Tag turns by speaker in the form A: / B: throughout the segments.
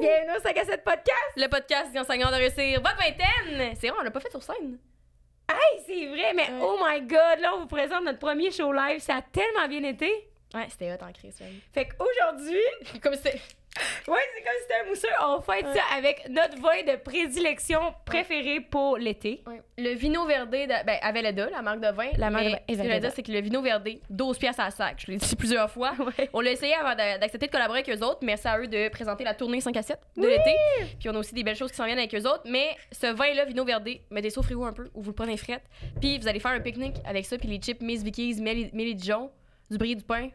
A: Bienvenue au 5 à 7 podcast!
B: Le podcast des enseignants de réussir votre vingtaine! C'est vrai, on l'a pas fait sur scène.
A: Hey, c'est vrai, mais
B: Ouais.
A: oh my god, là, on vous présente notre premier show live. Ça a tellement bien été.
B: Ouais, c'était hot en crise, même.
A: Fait qu'aujourd'hui,
B: Comme c'était.
A: ouais, c'est comme si c'était un mousseux. On fête ça avec notre vin de prédilection préféré pour l'été.
B: Ouais. Le vino verdé, de- ben, Aveleda, la marque de vin.
A: La marque
B: mais
A: de vin,
B: Ce que je
A: Aveleda.
B: veux dire, c'est que le vino verdé, 12 pièces à la sac. Je l'ai dit plusieurs fois. On l'a essayé avant d'a- d'accepter de collaborer avec eux autres. Merci à eux de présenter la tournée 5 à 7 de l'été. Puis on a aussi des belles choses qui s'en viennent avec eux autres. Mais ce vin-là, vino verdé, mettez ça au frigo un peu ou vous le prenez frette. Puis vous allez faire un pique-nique avec ça. Puis les chips Miss Vickies, Mel- Millie Dijon, du brie du pain.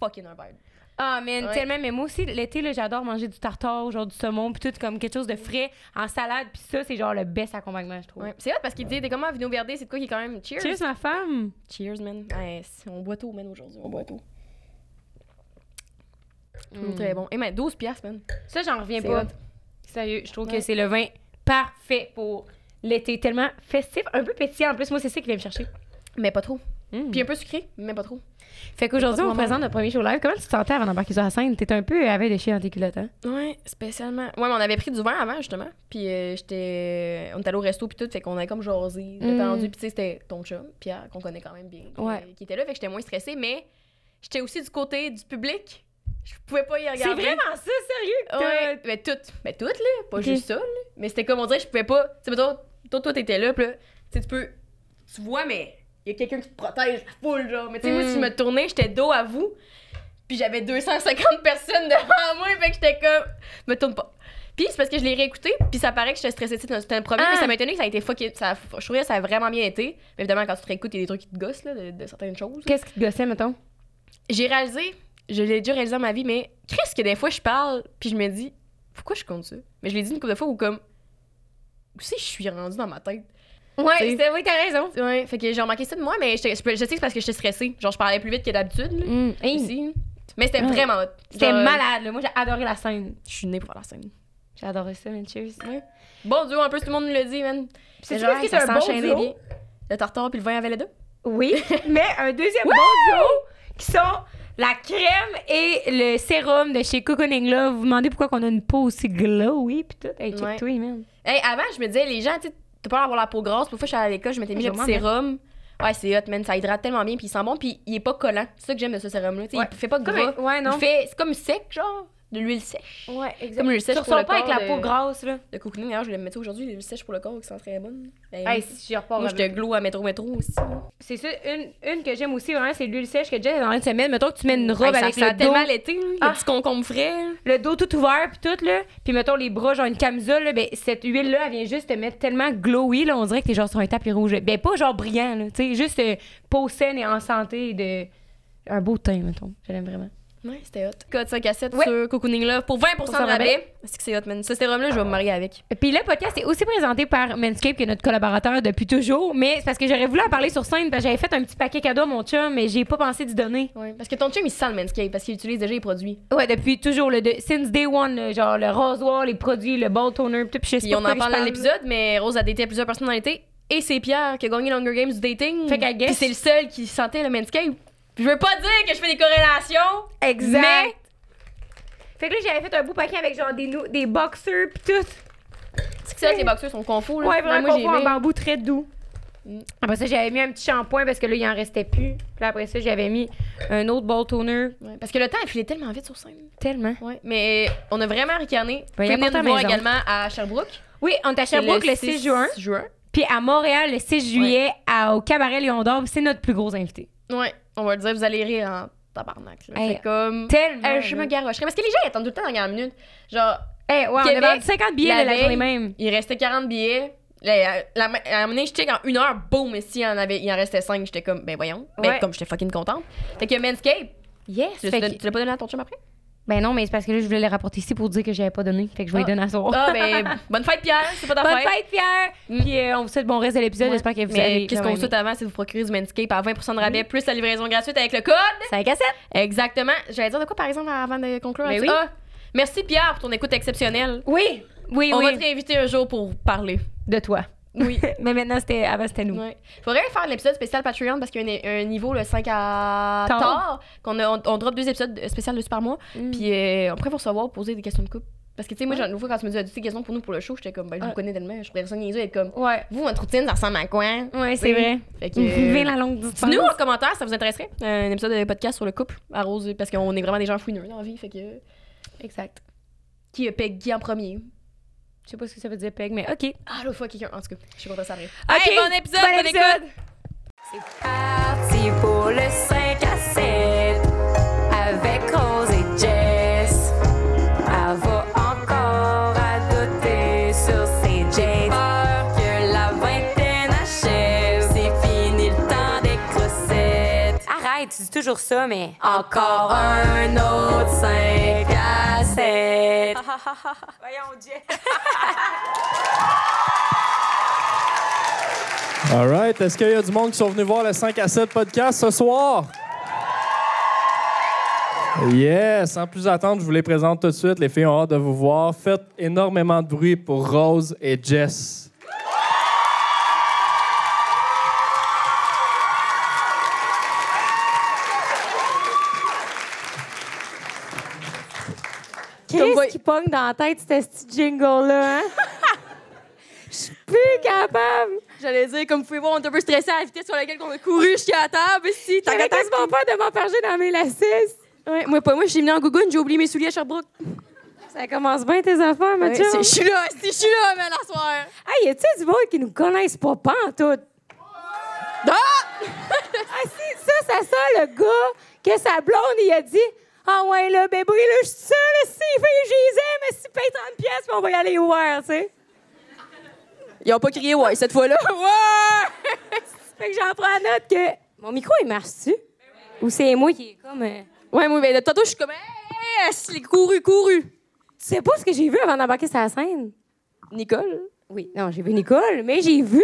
B: Fucking un vibe.
A: Ah, man,
B: Ouais.
A: tellement. Mais moi aussi, l'été, là, j'adore manger du tartare, genre du saumon, puis tout comme quelque chose de frais en salade. Puis ça, c'est genre le best accompagnement, je trouve.
B: Ouais. C'est hot parce qu'il dit t'es comment vino verdé, c'est de quoi qui est quand même cheers.
A: Cheers, ma femme!
B: Cheers, man. Ouais, si on boit tout, man, aujourd'hui. On boit tout.
A: Mm.
B: Toujours Très bon. Et man, 12 piastres, man.
A: Ça, j'en reviens
B: C'est
A: pas.
B: hot.
A: Sérieux, je trouve que
B: Ouais.
A: c'est le vin parfait pour l'été. Tellement festif, un peu pétillant. En plus, moi, c'est ça qui vient me chercher.
B: Mais pas trop.
A: Puis,
B: Puis un peu sucré, mais pas trop.
A: Hmm. fait qu'aujourd'hui,
B: pas
A: on
B: trop
A: vous présente notre premier show live. Comment tu te sentais avant d'embarquer sur la scène? T'étais un peu à veille de chier dans tes culottes, hein?
B: Ouais, spécialement. Ouais, mais on avait pris du vin avant, justement. Puis euh, j'étais. On était allé au resto, puis tout. Fait qu'on avait comme jasé,
A: Mm.
B: détendu. Puis tu sais, c'était ton chum, Pierre, qu'on connaît quand même bien. qui-
A: Ouais.
B: Qui était là, fait que j'étais moins stressée. Mais j'étais aussi du côté du public. Je pouvais pas y regarder.
A: ça, sérieux? que
B: Ouais, mais toutes, mais toutes là, pas
A: Ok.
B: juste ça là. Mais c'était comme on dirait, je pouvais pas. Tu sais, mettons, toi, toi, t'étais là, pis là, tu sais, tu peux, tu vois, mais il y a quelqu'un qui te protège, full genre. Mais tu sais, moi,
A: Mm.
B: si je me tournais, j'étais dos à vous, puis j'avais 250 personnes devant moi, fait que j'étais comme, me tourne pas. Puis c'est parce que je l'ai réécouté, puis ça paraît que j'étais stressée, tu sais, c'était un problème,
A: Ah.
B: mais ça m'a étonné que ça a été fucké, ça, a- je trouvais que ça a vraiment bien été. Mais évidemment, quand tu te réécoutes, il y a des trucs qui te gossent là, de, de certaines choses.
A: Qu'est-ce qui te gossait, mettons?
B: J'ai réalisé, je l'ai déjà réalisé dans ma vie, mais Chris, que des fois je parle, puis je me dis, pourquoi je compte ça? Mais je l'ai dit une couple de fois où comme, où c'est que je suis rendue dans ma tête?
A: Ouais,
B: c'est-
A: c'est- oui, t'as raison.
B: Ouais, fait que j'ai remarqué ça de moi, mais j'étais- je, peux- je sais que c'est parce que j'étais stressée. Genre, je parlais plus vite que d'habitude, là,
A: Hum, hey,
B: aussi. Mais c'était
A: Ouais.
B: vraiment hot.
A: C'était
B: Genre,
A: malade, là. Moi, j'ai adoré la scène.
B: Je suis née pour la scène.
A: J'ai adoré ça, man. Cheers.
B: Bon duo, un peu, tout le monde nous le dit, man.
A: C'est
B: genre,
A: genre, que c'est
B: ça
A: un bon
B: s'enchaînait
A: duo?
B: bien. Le tartare puis le vin avaient les deux.
A: Oui, mais un deuxième bon duo qui sont la crème et le sérum de chez Cocooning Love. Vous vous demandez pourquoi qu'on a une peau aussi glowy pis tout. Hey, check
B: Ouais.
A: toi, man.
B: Hey, avant, je me disais, les gens, tu sais, t'as pas l'air d'avoir la peau grasse. Pour fois, je suis allée à l'école, je m'étais mis
A: Je
B: le
A: vais
B: petit
A: m'en mettre.
B: sérum. Ouais, c'est hot, man. Ça hydrate tellement bien, puis il sent bon, puis il est pas collant. C'est ça que j'aime de ce sérum-là. tu sais,
A: Ouais.
B: Il fait pas
A: Comme
B: gras.
A: un- ouais, non.
B: Il fait, c'est comme sec, genre, de l'huile sèche.
A: Ouais, exact.
B: Comme l'huile
A: tu
B: sèche pour
A: ressors
B: le
A: pas avec
B: corps,
A: la peau
B: le-
A: grasse, là.
B: Le cocooning, d'ailleurs, je voulais me mettre ça aujourd'hui, l'huile sèche pour le corps qui sent très bonne. Ben,
A: Hey, si j'y repars.
B: moi,
A: avec-
B: j'étais glow à métro métro aussi.
A: C'est ça, une, une que j'aime aussi, vraiment, c'est l'huile sèche que Jess est en train de se mettre. Mettons que tu mets une
B: Hey,
A: robe
B: ça
A: avec
B: sent
A: le dos,
B: tellement l'été, hein,
A: Ah.
B: le petit concombre frais.
A: le dos tout ouvert pis tout, là. Puis mettons les bras, genre une camisole, là. Ben, cette huile-là, elle vient juste te mettre tellement glowy, là. On dirait que t'es genre sur un tapis rouge. Ben, pas genre brillant, là. Tu sais, juste euh, peau saine et en santé et de. Un beau teint, mettons. Je l'aime vraiment.
B: Ouais, c'était hot. Code 5 à 7
A: Ouais.
B: sur Cocooning Love pour 20%
A: Pour
B: de rabais. C'est que c'est hot, man. Ce sérum-là, je vais me marier avec.
A: Puis le podcast est aussi présenté par Manscaped, qui est notre collaborateur depuis toujours. Mais c'est parce que j'aurais voulu en parler sur scène, parce que j'avais fait un petit paquet cadeau à mon chum, mais j'ai pas pensé d'y donner.
B: Ouais. Parce que ton chum, il sent le Manscaped parce qu'il utilise déjà les produits.
A: Ouais, depuis toujours, le de- since day one, là, genre le rasoir, les produits, le ball toner, pis tout. Puis je sais
B: Puis
A: pas
B: on en
A: pourquoi
B: parle
A: je
B: dans l'épisode, mais Rose a daté à plusieurs personnes dans l'été. Et c'est Pierre qui a gagné l'Hunger Games du dating.
A: Fait qu'elle guess.
B: Puis c'est le seul qui sentait le Manscaped. Puis je veux pas dire que je fais des corrélations.
A: Exact.
B: Mais-
A: Fait que là, j'avais fait un beau paquet avec genre des, nou- des boxers pis tout.
B: C'est que ça, les boxeurs sont confus. Là.
A: Ouais, vraiment
B: Moi, j'ai
A: confort en
B: aimé.
A: bambou très doux.
B: Mm.
A: Après ça, j'avais mis un petit shampoing parce que là, il en restait plus. Puis après ça, j'avais mis un autre ball toner.
B: Ouais, parce que le temps, il filait tellement vite sur scène.
A: Tellement.
B: Ouais. Mais on a vraiment ricané.
A: Ben,
B: Venez
A: apporte à
B: nous voir
A: maison.
B: également à Sherbrooke.
A: Oui, on est à
B: C'est
A: Sherbrooke le 6 juin.
B: juin.
A: Puis à Montréal le 6 juillet à- au Cabaret Lyon d'Or. C'est notre plus gros invité.
B: Ouais. On va le dire, vous allez rire en tabarnak. là.
A: Hey.
B: C'est comme.
A: Tellement.
B: Euh, je me garocherais. Parce que les gens, ils attendent tout le temps dans la dernière minute. Genre,
A: Eh, ouais,
B: Québec,
A: on a vendu 50 billets
B: la
A: là, la,
B: veille.
A: journée même.
B: Il restait 40 billets. La, la, la, à un moment donné, je check en une heure, boum, ici, il en, avait, il en restait 5. J'étais comme, ben voyons. Ben,
A: Ouais.
B: comme j'étais fucking contente. Fait que Manscape,
A: Yes.
B: tu l'as-
A: Fait
B: tu l'as
A: que-
B: tu l'as pas donné à ton chum après?
A: Ben non, mais c'est parce que là, je voulais les rapporter ici pour dire que j'avais pas donné. Fait que je vais
B: Ah.
A: les donner à soir.
B: Ah, ben, bonne fête, Pierre. C'est pas ta
A: Oh, Bonne
B: fête.
A: fête, Pierre!
B: Mm.
A: Puis euh, on vous souhaite bon reste de l'épisode.
B: Ouais.
A: J'espère que vous
B: Mais
A: allez.
B: Qu'est-ce qu'on
A: vraiment
B: souhaite
A: aimer.
B: avant, c'est de vous procurer du Manscape à 20 de
A: Mm-hmm.
B: rabais, plus la livraison gratuite avec le code.
A: 5 à 7!
B: Exactement. J'allais dire de quoi, par exemple, avant de conclure?
A: Ben
B: là-dessus?
A: oui.
B: Ah, merci, Pierre, pour ton écoute exceptionnelle.
A: Oui! Oui,
B: On va
A: oui.
B: te réinviter un jour pour parler.
A: De toi.
B: Oui.
A: Mais maintenant, c'était avant, c'était nous.
B: Ouais. Faudrait faire l'épisode spécial Patreon parce qu'il y a un, un niveau, le 5 à
A: Tard.
B: tard, qu'on a- on, on drop deux épisodes spéciaux de par mois.
A: Mm.
B: Puis euh, après, vous recevoir, poser des questions de couple.
C: Parce que, tu sais, moi, une fois, quand tu me dis, as-tu des questions pour nous pour le show, j'étais comme, ben, je
D: Ouais.
C: vous connais tellement, je pourrais ça niaiser, être comme,
D: Ouais.
C: vous, votre routine, ça ressemble à quoi?
D: Ouais, c'est
C: Oui.
D: vrai.
C: Fait que.
D: Vivez la longue distance.
C: Dites-nous en commentaire, ça vous intéresserait, un épisode de podcast sur le couple à Rose, parce qu'on est vraiment des gens fouineux dans la vie, fait que.
D: Exact.
C: Qui a Peggy en premier?
D: Je sais pas ce que ça veut dire, Peg, mais OK. OK.
C: Ah, l'autre fois, quelqu'un. En tout cas, je suis contente, ça arrive.
D: bon épisode, bonne écoute.
E: C'est parti pour le 5 à 7 avec Rose et Jess. Elle va encore à douter sur ses jets. Peur que la vingtaine achève, c'est fini le temps des crossettes. Arrête, tu dis toujours ça, mais encore un autre 5 à 7.
A: Ah,
E: Voyons, Jess.
F: All right. Est-ce qu'il y a du monde qui sont venus voir le 5 à 7 podcast ce soir? Yes! Sans plus attendre, je vous les présente tout de suite. Les filles ont hâte de vous voir. Faites énormément de bruit pour Rose et Jess.
A: Qu'est-ce qui pogne dans la tête, ce petit jingle-là, hein? Je suis plus capable.
B: J'allais dire, comme vous pouvez voir, on est un peu stressé à la vitesse sur laquelle on a couru jusqu'à la table. Si, tant qu'à
A: J'avais
B: temps,
A: quasiment peur de m'emparger dans mes lacets.
B: Ouais, moi, pas moi, je suis venue en gougoune, j'ai oublié mes souliers à Sherbrooke.
A: Ça commence bien tes affaires, ma
B: Ouais,
A: chum.
B: c'est- je suis là, si, je suis là, man, à soir.
A: Hey, y a-tu du monde qui nous connaissent pas pas en tout?
B: Ah!
A: Ah, si, ça, ça sent le gars que sa blonde, il a dit Ah, ouais, là, bébé, là, je suis seule, si, fait, je les aime, si, paye 30 pièces, puis on va y aller voir, tu sais.
B: Ils ont pas crié, ouais, cette fois-là. Ouais!
A: Fait que j'en prends note que. Mon micro, il marche-tu? Ou c'est moi qui est comme. euh,
B: Ouais, moi, ben, de tantôt, je suis comme, yes, les couru, couru.
A: Tu sais pas ce que j'ai vu avant d'embarquer sur la scène?
B: Nicole?
A: Oui, non, j'ai vu Nicole, mais j'ai vu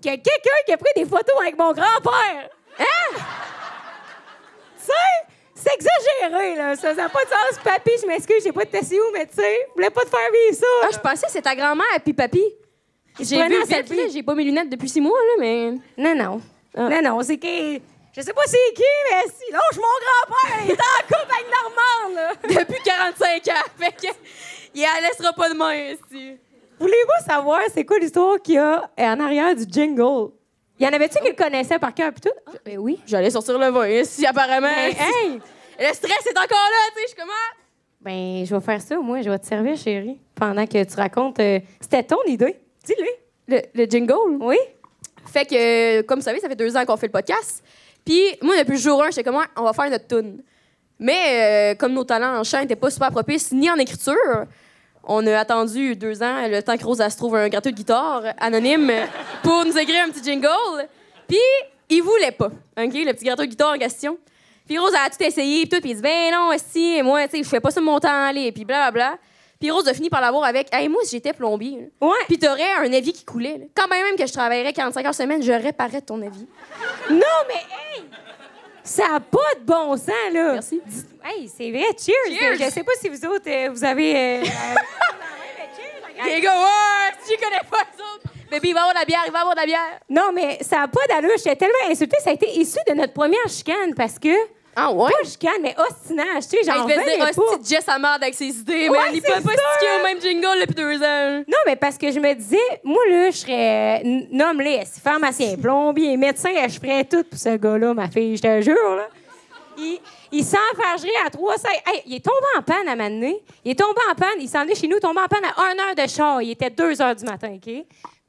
A: qu'il y a quelqu'un qui a pris des photos avec mon grand-père. Hein? tu sais, c'est exagéré, là. Ça n'a pas de sens. Papi, je m'excuse, j'ai pas de tessie où, mais tu sais, je voulais pas te faire vivre ça.
B: Ah, je pensais que c'était ta grand-mère, puis papy. J'ai
A: prenaient
B: vu
A: en
B: vite,
A: selfie.
B: là, j'ai pas mes lunettes depuis six mois, là, mais.
A: Non, non.
B: Ah.
A: Non, non, c'est qui. Je sais pas c'est qui, mais si. Lâche mon grand-père, il est en couple avec Normand, là.
B: Depuis 45 ans. Fait que, il la laissera pas de main, si.
A: Voulez-vous savoir c'est quoi l'histoire qu'il y a en arrière du jingle? Y en avait-tu qui le connaissaient par cœur, pis tout? Ah, ben oui.
B: J'allais sortir le vin, si, apparemment.
A: Ben, hey!
B: Le stress est encore là, tu sais, je suis comme, ah,
A: Ben, je vais faire ça, moi. Je vais te servir, chérie. Pendant que tu racontes. euh, C'était ton idée. Dis-le.
B: Le, le jingle?
A: Oui?
B: Fait que, euh, comme vous savez, ça fait deux ans qu'on fait le podcast. Puis moi, depuis le jour 1, j'étais comme, Ouais, on va faire notre tune. Mais euh, comme nos talents en chant n'étaient pas super propices, ni en écriture, on a attendu deux ans, le temps que Rosa se trouve un gratteux de guitare anonyme pour nous écrire un petit jingle. Puis il voulait pas, OK, le petit gratteux de guitare en question. Puis Rose a tout essayé, puis tout, puis il dit, ben non, si, moi, tu sais, je fais pas ça de mon temps aller, puis blablabla. Puis Rose a fini par l'avoir avec, hey, moi, si j'étais plombier. là,
A: Ouais.
B: puis t'aurais un avis qui coulait. là. Quand même, même que je travaillerais 45 heures semaine, je réparais ton avis.
A: Non, mais hey! Ça n'a pas de bon sens, là.
B: Merci.
A: Hey, c'est vrai. Cheers.
B: Cheers!
A: Je sais pas si vous autres, euh, vous avez. euh,
B: Les gars, ouais, si tu connais pas les autres. Bébé, il va avoir de la bière, il va avoir de la bière.
A: non, mais ça n'a pas d'allure. J'étais tellement insultée. Ça a été issu de notre première chicane parce que.
B: Ah ouais?
A: Pas chicane, mais ostinage. Tu sais,
B: Hey,
A: j'en
B: je
A: revenais
B: vais dire,
A: pas.
B: hostie, Jess à merde avec ses idées,
A: Ouais,
B: man. Il peut
A: c'est
B: pas
A: ça,
B: sticker
A: hein.
B: au même jingle depuis deux ans.
A: Non, mais parce que je me disais, moi, là, je serais. euh, Nomme-les, si pharmacien, plombier, médecin, je ferais tout pour ce gars-là, ma fille, je te jure, là. Il, il s'enfargerait à 300. Hey, il est tombé en panne à m'amener. Il est tombé en panne. Il s'en est chez nous, tombé en panne à 1 heure de char. Il était 2 heures du matin, OK? Puis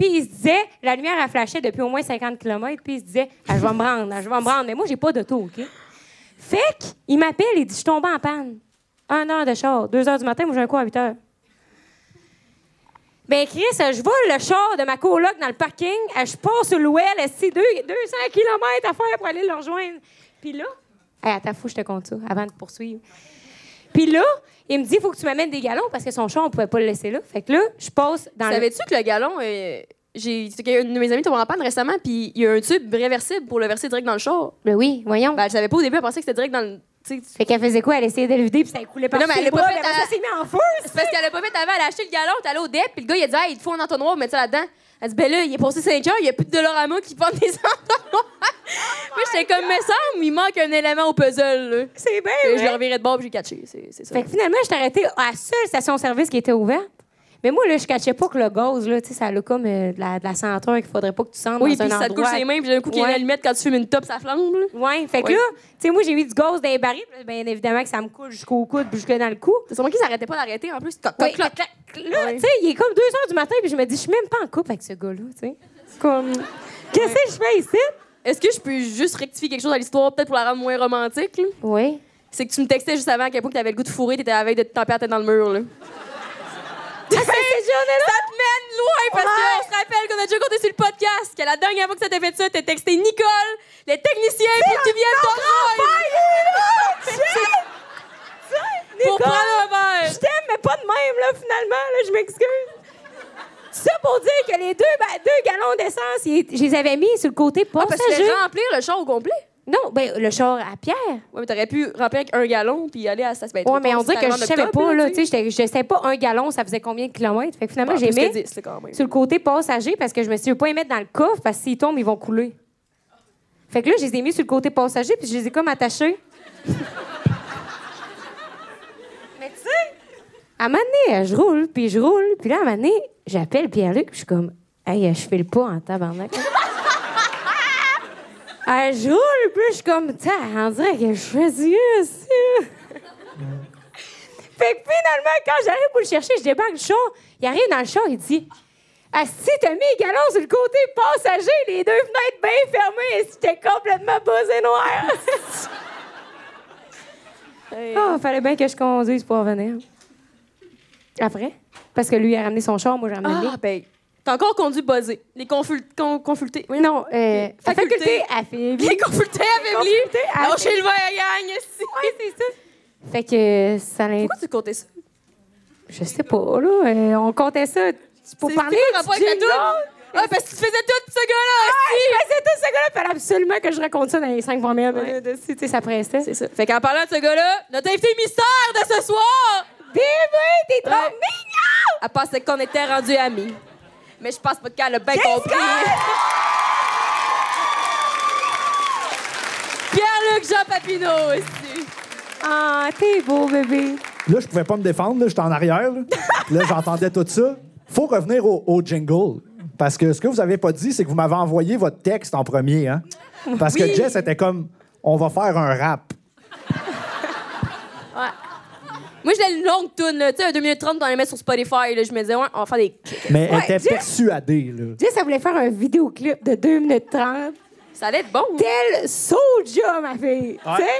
A: il se disait, la lumière a flashé depuis au moins 50 km. Puis il se disait, Ah, je vais me rendre, ah, je vais me rendre. Mais moi, j'ai pas d'auto, OK? Fait qu'il m'appelle, il dit, je suis tombé en panne. 1 heure de char, 2 heures du matin, moi, j'ai un coup à 8 heures. Ben Chris, euh, je vole le char de ma coloc dans le parking, euh, je pars sur l'ouel, c'est 200 km à faire pour aller le rejoindre. Puis là, hey, attends, faut que je te compte ça avant de poursuivre. Puis là, il me dit faut que tu m'amènes des galons parce que son char on pouvait pas le laisser là. Fait que là, je passe dans le
B: Savais-tu que le galon, euh, j'ai c'est qu'un de mes amis tombe en panne récemment, puis il y a un tube réversible pour le verser direct dans le char.
A: Ben oui, voyons.
B: Ben, je savais pas au début, elle pensait que c'était direct dans le. tu sais,
A: fait qu'elle faisait quoi Elle essayait de le vider puis ça coulait par
B: Mais non, mais
A: ses
B: elle l'a
A: bras,
B: pas
A: puis
B: fait
A: après
B: à-
A: ça, c'est mis en feu.
B: C'est parce qu'elle a pas fait avant, elle a acheté le galon, t'es allée au DEP, puis le gars, il a dit, hey, il te faut un entonnoir, mets ça là-dedans. Elle dit, ben là, il est passé 5 heures, il y a plus de Dolorama qui vend des entonnoirs. Puis j'étais comme, mais ça, il manque un élément au puzzle. là.
A: C'est bien,
B: Puis
A: vrai.
B: Je le revirais de bord, puis j'ai catché. C'est c'est ça.
A: Fait que finalement, je t'ai arrêtée à la seule station-service qui était ouverte. Mais moi, là, je cachais pas que le gaz, là, tu sais, ça a comme euh, de, la, de la senteur qu'il faudrait pas que tu sentes
B: Oui,
A: dans
B: puis
A: un
B: ça te coule
A: endroit.
B: ses mains, puis d'un coup, qu'il y a
A: Ouais.
B: la limite quand tu fumes une top, ça flambe. là.
A: Ouais, fait que
B: Oui.
A: là, tu sais, moi, j'ai eu du gaz dans les barils, puis là, bien évidemment que ça me coule jusqu'au coude, puis jusque dans le cou.
B: C'est sûrement qu'ils s'arrêtaient pas d'arrêter en plus. Cloc, cloc,
A: Ouais,
B: cloc.
A: clac, clac. Là,
B: Ouais.
A: tu sais, il est comme 2 h du matin, puis je me dis, je suis même pas en couple avec ce gars-là, tu sais. Comme, qu'est-ce que je fais ici?
B: Est-ce que je peux juste rectifier quelque chose à l'histoire, peut-être pour la rendre moins romantique? là?
A: Oui.
B: C'est que tu me textais juste avant à quel point que t'avais le goût de fourrer, t'étais à la veille de te taper la tête dans le mur. Là. Ah,
A: cette journée-là?
B: Ça te mène loin parce
A: Ouais.
B: qu'on se rappelle qu'on a déjà compté sur le podcast que la dernière fois que ça t'a fait ça, t'as texté Nicole, les techniciens, pour que tu viennes ton pour
A: Nicole,
B: prendre un verre.
A: Je t'aime, mais pas de même, là, finalement, là, je m'excuse. Ça pour dire que les deux, ba- deux gallons d'essence, ils- je les avais mis sur Ah, le côté
B: Parce que tu
A: passager.
B: voulais remplir le char au complet.
A: non, ben, le char à pierre.
B: Ouais, mais t'aurais pu remplir avec un gallon puis aller à Ben, ça se
A: Ouais, mais on dirait que je savais pas, là, tu sais, j'étais- je savais pas un gallon, ça faisait combien de kilomètres. Fait que
B: Ah,
A: finalement, j'ai mis
B: mis. C'est quand même.
A: sur le côté passager parce que je me suis dit, je veux pas les mettre dans le coffre parce que s'ils tombent, ils vont couler. Fait que là, je les ai mis sur le côté passager puis je les ai comme attachés. Mais tu sais, à un moment donné, je roule, puis je roule, puis là, à un moment donné, j'appelle Pierre-Luc, puis je suis comme, hey, je fais le pas en tabarnak. Ah, je roule, puis je suis comme, tiens, on dirait que je suis fatiguée aussi. Fait que finalement, quand j'arrive pour le chercher, je débarque du char. Il arrive dans le char, il dit Asti, t'as mis les galons sur le côté passager, les deux fenêtres bien fermées, et c'était complètement buzzé noir. oh, fallait bien que je conduise pour revenir. Après? Parce que lui, il a ramené son char, moi, j'ai ramené le
B: Ah, ben, t'as encore conduit buzzé. Les conful... con- consultés.
A: mien. Non, euh,
B: Faculté.
A: faculté à Phoebe.
B: Les consultés avec lui.
A: Consulté à
B: Lâchez le verre, gang, ici.
A: Ouais, c'est ça. Fait que euh, ça l'in-
B: Pourquoi tu comptais ça?
A: Je sais pas, là. euh, on comptait ça pour
B: C'est-
A: parler.
B: c'est quoi le rapport
A: du
B: avec la
A: jingle?
B: toune? Ah, parce que tu faisais tout, ce gars-là!
A: Ah, je faisais tout ce gars-là, il fallait absolument que je raconte ça dans les cinq premières minutes.
B: Ouais.
A: Tu sais, tu sais, ça pressait.
B: C'est ça. Fait qu'en parlant de ce gars-là, notre invité mystère de ce soir,
A: Bébé, t'es trop
B: Ouais.
A: mignon!
B: elle pensait qu'on était rendus amis. Mais je pense pas qu'elle a bien compris. Pierre-Luc Jean Papineau aussi.
A: Ah, t'es beau, bébé.
G: Là, je pouvais pas me défendre, là, j'étais en arrière. Là, Là, j'entendais tout ça. Faut revenir au, au jingle. Parce que ce que vous avez pas dit, c'est que vous m'avez envoyé votre texte en premier, hein? Parce que Jess était comme on va faire un rap.
B: Moi, j'ai une longue tune, là. Tu sais, un 2 minutes 30 qu'on allait mettre sur Spotify, là. Je me disais, ouais, on va faire des.
G: Mais elle était
A: Jess-
G: persuadée, là.
A: Jess, elle voulait faire un vidéoclip de 2 minutes 30.
B: Ça allait être bon.
A: Tel Soulja, ma fille. Tu sais?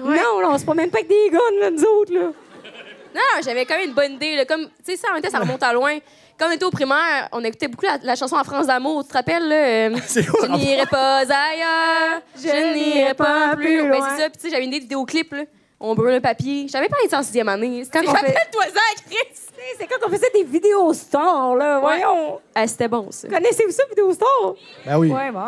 A: Non, là, on se promène pas avec des guns, là, nous autres, là.
B: Non, non, j'avais quand même une bonne idée. Là. Comme, tu sais, ça, en même temps, ça remonte à loin. Quand on était au primaire, on écoutait beaucoup la, la chanson En France d'amour. Tu te rappelles, là? euh,
G: C'est quoi
B: je
G: le rapport?
B: n'irai pas ailleurs, je n'irai pas plus loin. Ben, c'est ça. Puis, tu sais, j'avais une idée de vidéoclip, là. On brûle un papier. J'avais pas été en sixième année.
A: Quand
B: Quand
A: on fait-
B: Rappelle-toi ça, Chris!
A: Tu sais, C'est quand on faisait des vidéos stars, là. Voyons.
B: Ah, c'était bon, ça.
A: Connaissez-vous ça, vidéos stars?
G: Ben oui.
A: Ouais, bon,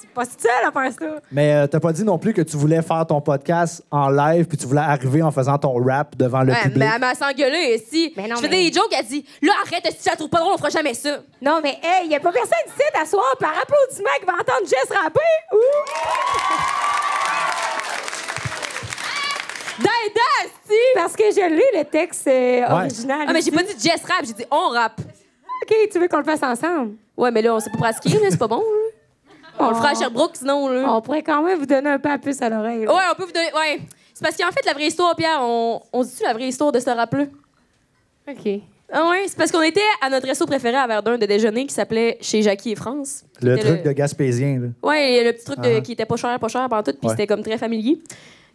A: c'est pas si seul à faire ça.
G: Mais euh, t'as pas dit non plus que tu voulais faire ton podcast en live puis tu voulais arriver en faisant ton rap devant le
B: Ouais,
G: public.
B: mais elle m'a s'engueulé ici.
A: Mais non,
B: je faisais
A: mais-
B: des jokes, elle dit Là, arrête, si tu la trouves pas drôle, on fera jamais ça.
A: Non, mais hey, y a pas personne ici à soir par applaudissement qui va entendre Jess rapper ou.
B: Dada, si!
A: Parce que je l'ai, le texte euh, original.
B: Ah, mais j'ai
A: ici.
B: pas dit Jess rap, j'ai dit on rap.
A: OK, tu veux qu'on le fasse ensemble?
B: Ouais, mais là, on sait pas pratiquer, là, c'est pas bon. là. On le fera à Sherbrooke, sinon, là.
A: On pourrait quand même vous donner un peu à puce à l'oreille. là.
B: Ouais, on peut vous donner. Ouais. C'est parce qu'en fait, la vraie histoire, Pierre, on, on se dit la vraie histoire de ce rap-là?
A: OK.
B: Ah ouais, c'est parce qu'on était à notre resto préféré à Verdun de déjeuner qui s'appelait Chez Jackie et France.
G: Le
B: C'était
G: truc de Gaspésien, là.
B: Ouais, le petit truc de-
G: Ah.
B: qui était pas cher, pas cher, pantoute, puis
G: Ouais.
B: c'était comme très familier.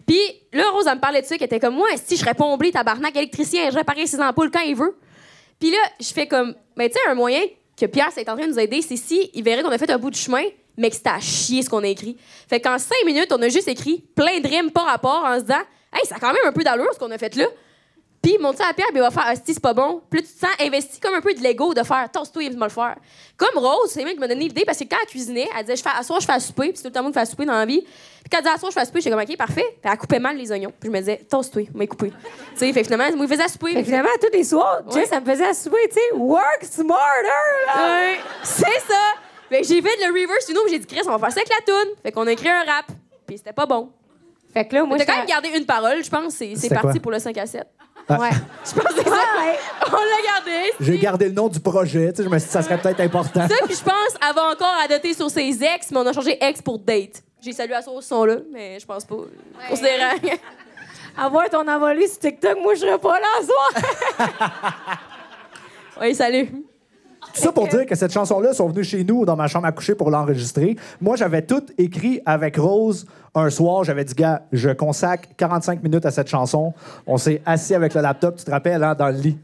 B: Puis là, Rose, elle me parlait de ça, qui était comme, moi, si je serais comblée, tabarnak, électricien, je réparais ses ampoules quand il veut. Puis là, je fais comme, mais tu sais, un moyen que Pierre c'est en train de nous aider, c'est si il verrait qu'on a fait un bout de chemin, mais que c'était à chier ce qu'on a écrit. Fait qu'en cinq minutes, on a juste écrit plein de rimes par rapport en se disant, hey, ça a quand même un peu d'allure ce qu'on a fait là. Puis monte ça à Pierre, puis il va faire Hostie, c'est pas bon. Puis là, tu te sens investi comme un peu de l'ego de faire Tosse-toi, il va me le faire. Comme Rose, c'est elle qui m'a donné l'idée parce que quand elle cuisinait, elle disait je fais, À soir, je fais à souper, puis c'est tout le temps moi qui fais à souper dans la vie. Puis quand elle disait À soir, je fais à souper, j'étais comme Ok, parfait. Puis elle coupait mal les oignons. Puis je me disais Tosse-toi, on va les couper. tu sais, fait que finalement, moi, il faisait à souper.
A: Fait que finalement, tous les soirs, Jess, ça me faisait à souper, tu sais, work smarter, là!
B: Ouais, c'est ça. Fait que j'ai fait le reverse une autre, j'ai dit, Chris, on va faire ça avec la toune. Fait qu'on a écrit un rap. Puis c'était pas bon.
A: Fait que là,
B: On
A: moi,
B: a quand
A: j'étais-
B: même gardé une parole, je pense. C'est c'est
G: C'était
B: parti
G: quoi?
B: pour le 5 à 7.
A: Ouais.
B: Je pense que c'est ça. On l'a gardé.
G: J'ai gardé le nom du projet. tu sais, Je me suis dit, ça serait peut-être important.
B: Ça, puis je pense, elle va encore à doter sur ses ex, mais on a changé ex pour date. J'ai salué à sauce son là, mais je pense pas. Considérant.
A: Avoir ton envolé sur TikTok, moi, je serais pas là ce soir.
B: oui, salut.
G: Tout ça pour dire que cette chanson-là sont venues chez nous dans ma chambre à coucher pour l'enregistrer. Moi, j'avais tout écrit avec Rose un soir. J'avais dit, gars, je consacre 45 minutes à cette chanson. On s'est assis avec le laptop, tu te rappelles, hein, dans le lit.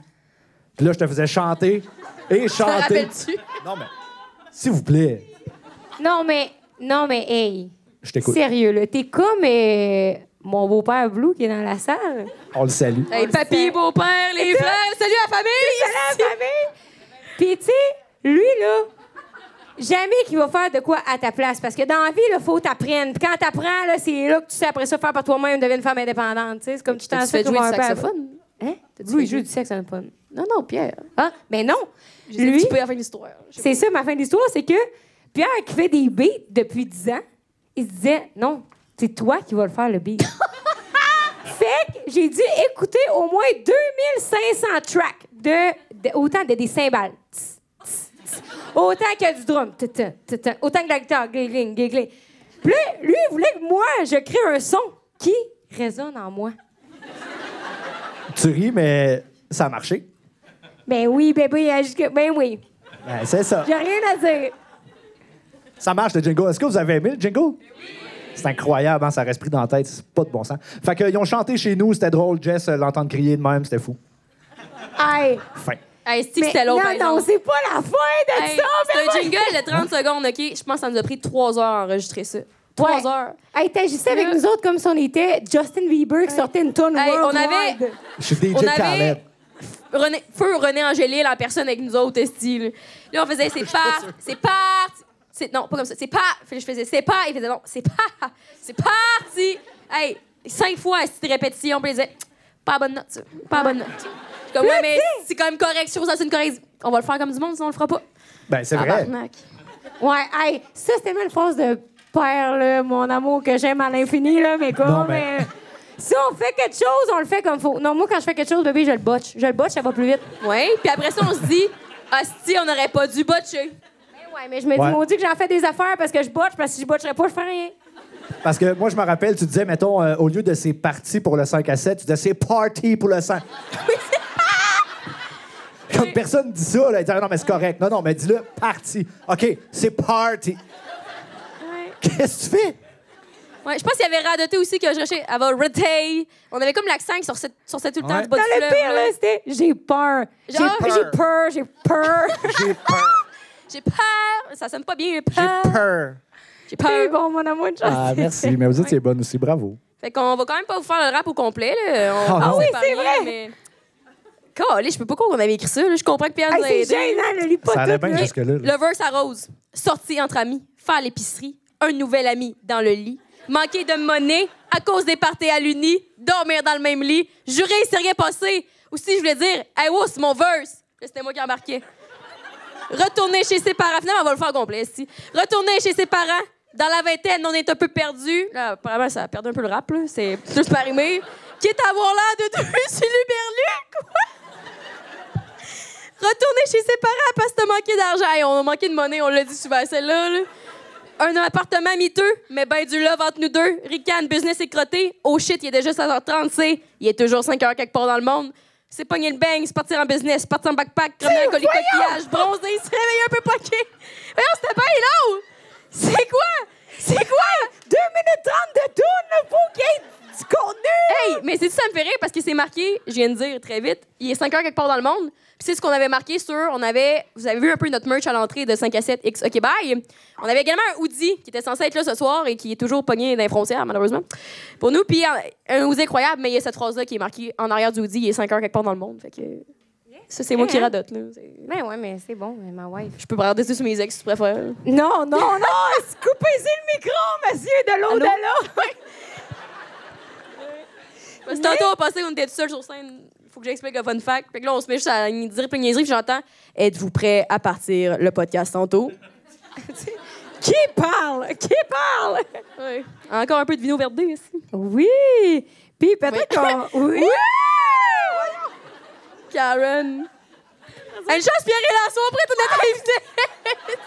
G: Puis là, je te faisais chanter et
B: T'en
G: chanter.
B: rappelles-tu?
G: Non, mais s'il vous plaît,
A: Non, mais, non, mais, hey.
G: je t'écoute.
A: Sérieux, là, t'es comme euh, mon beau-père Blue qui est dans la salle.
G: On le salue.
B: Hey, papy, beau-père, les frères, salut à la famille!
A: Salut la famille! Puis, tu sais, lui, là, jamais qu'il va faire de quoi à ta place. Parce que dans la vie, il faut t'apprendre. Puis quand t'apprends, là, c'est là que tu sais après ça faire par toi-même, devenir une femme indépendante. Tu sais, c'est comme tu t'en
B: Tu fais
A: comme
B: jouer du
A: un père.
B: saxophone?
A: Hein?
B: T'as-tu
A: Oui,
B: fait
A: il joue
B: jouer?
A: du saxophone.
B: Non, non, Pierre.
A: Ah, mais non!
B: J'ai
A: Lui,
B: dit peux la fin de l'histoire. Je sais
A: c'est ça ma fin de l'histoire, c'est que Pierre qui fait des beats depuis 10 ans, il se disait non, c'est toi qui vas le faire le beat. fait que j'ai dû écouter au moins 2500 tracks de, de- autant de des cymbales. Tss, tss, tss. Autant que du drum, tut, tut, tut, tut. autant que de la guitare, gling, gling, gling. Puis là, lui, il voulait que moi, je crée un son qui résonne en moi.
G: Tu ris, mais ça a marché.
A: Ben oui, bébé, euh, jusque- ben oui.
G: Ben, c'est ça.
A: J'ai rien à dire.
G: Ça marche, le jingle. Est-ce que vous avez aimé le jingle? C'est incroyable, hein, ça reste pris dans la tête. C'est pas de bon sens. Fait que, euh, ils ont chanté chez nous, c'était drôle. Jess, euh, l'entendre crier de même, c'était fou.
A: Hey.
G: Fin.
B: pas. Hey, c'est-tu que
A: Mais
B: c'était long,
A: non,
B: par
A: non,
B: exemple?
A: c'est pas la fin de
B: Hey,
A: ça,
B: C'est
A: mais
B: un jingle de 30 secondes, OK? Je pense que ça nous a pris 3 heures à enregistrer ça. 3
A: Ouais.
B: heures.
A: Hey, t'agissais avec nous autres comme si on était Justin Bieber qui sortait une tonne
B: Hey, on
A: worldwide.
B: avait-
G: Je suis DJ
B: On
G: Khaled.
B: avait René, feu René Angélil en personne avec nous autres, esti. Là, Là, on faisait c'est pas, c'est pas, c'est non pas comme ça, c'est pas. Fait que Je faisais c'est pas, il faisait non, c'est pas, c'est parti. Hey, cinq fois à cette répétition, puis il disait pas bonne note, ça. pas bonne note. Je suis Comme ouais, mais c'est quand même correct, je trouve ça c'est une correcte. On va le faire comme du monde, sinon on le fera pas.
G: Ben,
B: Ah,
G: c'est vrai.
B: Tabarnak.
A: Ouais, hey, ça, c'était même une phrase de père, là, mon amour que j'aime à l'infini, là, mais quoi,
G: Non,
A: mais...
G: mais-
A: Si on fait quelque chose, on le fait comme faut. Non, moi, quand je fais quelque chose, bébé, je le botche. Je le botche, ça va plus vite.
B: Ouais, puis après ça on se dit hostie, on n'aurait pas dû botcher.
A: Ouais, mais je me dis,
G: Ouais.
A: maudit que j'en fais des affaires parce que je botche, parce que si je botcherais pas, je fais rien.
G: Parce que moi, je me rappelle, tu disais, mettons, euh, au lieu de c'est parti pour le 5 à 7, tu disais c'est party pour le 5. Comme personne dit ça, là, il dit, Ah non, mais c'est correct. Non, non, mais dis-le parti. OK, c'est party. Qu'est-ce que tu fais?
B: Ouais, je pense qu'il y avait radoté aussi que je rushais. Elle va retay. On avait comme l'accent qui sortait, sortait tout le temps
G: Ouais.
B: du bas
A: Non,
B: du
A: le
B: fleuve,
A: pire,
B: là.
A: là, c'était j'ai peur. J'ai
B: Genre-
A: j'ai peur, j'ai peur.
G: J'ai peur.
B: J'ai peur. Ça sonne pas bien, peur.
G: J'ai peur.
B: J'ai
A: C'est
B: peur.
A: bon, mon amour, de
G: Ah, merci. Mais vous êtes, c'est bonne aussi. Bravo.
B: Fait qu'on va quand même pas vous faire le rap au complet. Là. On
G: Ah
B: va
G: non.
B: vous
G: oui,
B: épargner,
A: c'est vrai.
B: Mais... Calé, je peux pas croire qu'on avait écrit ça. là. Je comprends que Pierre nous a
A: Hey, c'est
B: aidés.
A: gênant, ne lis pas
G: Ça allait
A: tout,
G: bien
A: là.
G: jusque-là. là.
B: Le verse à Rose. Sortie entre amis. Faire l'épicerie. Un nouvel ami dans le lit. Manquer de monnaie à cause des parties à l'uni. Dormir dans le même lit. Jurer, il s'est rien passé. Ou si je voulais dire, hey, wow, c'est mon verse. Là, C'était moi qui embarquais. Retourner chez ses parents. Finalement, on va le faire complet ici. Retourner chez ses parents. Dans la vingtaine, on est un peu perdu. Là, apparemment, ça a perdu un peu le rap, là. C'est juste pas rimé. Quitte à avoir l'air de deux berlu, quoi. Retourner chez ses parents parce que t'as manqué d'argent. Hey, on a manqué de monnaie, on l'a dit souvent, celle-là. là. Un appartement miteux, mais ben du love entre nous deux. Ricane, business écroté. Oh shit, il est déjà 16h30, c'est. Il est toujours 5h quelque part dans le monde. C'est pogner le bang, c'est partir en business, partir en backpack, cremé un colis coquillage, bronzé, se réveiller un peu poqué. Voyons, c'était bien long! C'est quoi? C'est quoi?
A: 2 minutes 30 de tourne là, pour qu'il y ait du contenu.
B: Hey, mais c'est ça me fait rire parce que c'est marqué, je viens de dire très vite, il est 5 heures quelque part dans le monde. Puis c'est ce qu'on avait marqué sur, on avait, vous avez vu un peu notre merch à l'entrée de 5 à 7 X OK Bye. On avait également un hoodie qui était censé être là ce soir et qui est toujours pogné dans les frontières, malheureusement. Pour nous, puis euh, un hoodie incroyable, mais il y a cette phrase-là qui est marquée en arrière du hoodie, il est 5 heures quelque part dans le monde. Fait que ça, c'est moi qui
A: Hein?
B: radote. Là. C'est-
A: Ben ouais, mais c'est bon, mais ma wife.
B: Je peux me dessus sur mes ex si tu préfères.
A: Non, non, non, coupez-y le micro, monsieur de l'au-delà.
B: Parce que tantôt, on pensait qu'on était tout seul sur scène. Faut que j'explique un fun fact. Fait que là, on se met juste à dire plein de niaiseries, puis j'entends « Êtes-vous prêt à partir le podcast tantôt? »
A: Qui parle? Qui parle?
B: Ouais. Encore un peu de vino verdé ici.
A: Oui! Puis peut-être qu'on. Oui!
B: Karen. Anne-Chose Pierre et Lançon, après tout notre invité.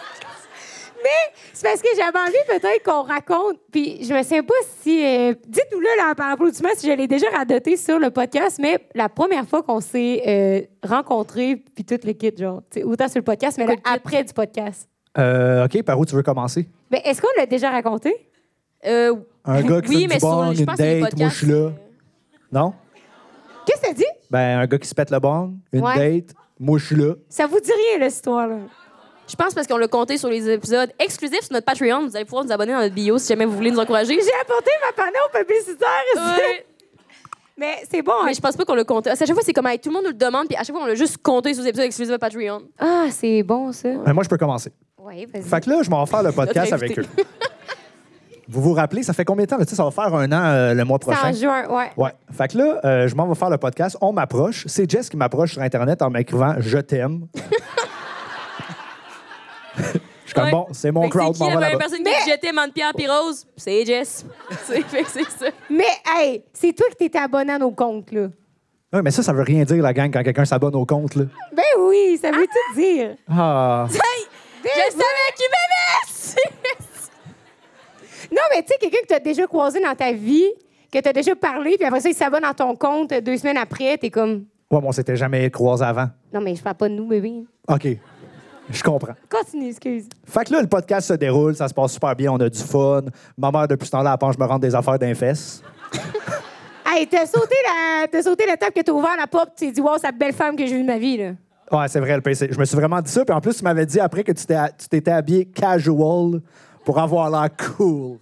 A: Mais c'est parce que j'avais envie peut-être qu'on raconte, puis je me souviens pas si... euh, Dites-nous là, là, par applaudissement si je l'ai déjà radoté sur le podcast, mais la première fois qu'on s'est euh, rencontrés, puis toute l'équipe, genre, tu sais, autant sur le podcast, mais là, après du podcast.
G: Euh, OK, par où tu veux commencer?
A: Mais est-ce qu'on l'a déjà raconté?
B: Euh,
G: Un gars qui
B: Oui,
G: fait
B: mais
G: du
B: sur-
G: bong,
B: je
G: une
B: pense que les
G: date, moi je suis là. Non?
A: Qu'est-ce que t'as dit?
G: Ben, un gars qui se pète le bong, une
A: Ouais.
G: date, moi je suis là.
A: Ça vous dit rien, là, cette histoire-là?
B: Je pense parce qu'on l'a compté sur les épisodes exclusifs sur notre Patreon. Vous allez pouvoir nous abonner dans notre bio si jamais vous voulez nous encourager.
A: J'ai apporté ma panneau publicitaire.
B: Ouais.
A: Mais c'est bon. hein?
B: Mais je pense pas qu'on l'a compté. À chaque fois, c'est comme hey, tout le monde nous le demande, puis à chaque fois, on l'a juste compté sur les épisodes exclusifs de Patreon.
A: Ah, c'est bon, ça.
G: Ben, moi, je peux commencer.
A: Oui, vas-y.
G: Fait que là, je m'en vais faire le podcast
B: Notre
G: avec
B: invité.
G: eux. vous vous rappelez, ça fait combien de temps? là? Tu sais, ça va faire un an euh, le mois
A: C'est en
G: prochain.
A: juin, ouais.
G: Ouais. Fait que là, euh, je m'en vais faire le podcast. On m'approche. C'est Jess qui m'approche sur Internet en m'écrivant Je t'aime. je suis comme
B: Ouais.
G: bon, c'est mon
B: Fait que
G: crowd,
B: c'est
G: m'en
B: qui la
G: va
B: première
G: là-bas.
B: personne qui dit j'étais Man Pierre puis Rose? C'est Jess. c'est fait que c'est ça.
A: Mais, hey, c'est toi qui t'étais abonné à nos comptes, là.
G: Ouais, mais ça, ça veut rien dire, la gang, quand quelqu'un s'abonne au compte. Là.
A: Ben oui, ça veut tout dire.
G: Ah.
A: Ben
B: Je
A: oui.
B: savais qui m'aimait!
A: Non, mais tu sais, quelqu'un que tu as déjà croisé dans ta vie, que tu as déjà parlé, puis après ça, il s'abonne à ton compte euh, deux semaines après, t'es comme,
G: Ouais, mais on s'était jamais croisés avant.
A: non, mais je parle pas de nous, bébé.
G: OK. Je comprends.
A: Continue, excuse.
G: Fait que là, le podcast se déroule, ça se passe super bien, on a du fun. Ma mère, depuis ce temps-là, elle pense que je me rends des affaires d'un fesses.
A: Hey, t'as sauté la, t'as sauté la table que t'as ouvert la porte, tu t'es dit, wow, c'est la belle femme que j'ai vue de ma vie, là.
G: Ouais, c'est vrai, le PC. Je me suis vraiment dit ça. Puis en plus, tu m'avais dit après que tu t'es- tu t'étais habillé casual pour avoir l'air cool.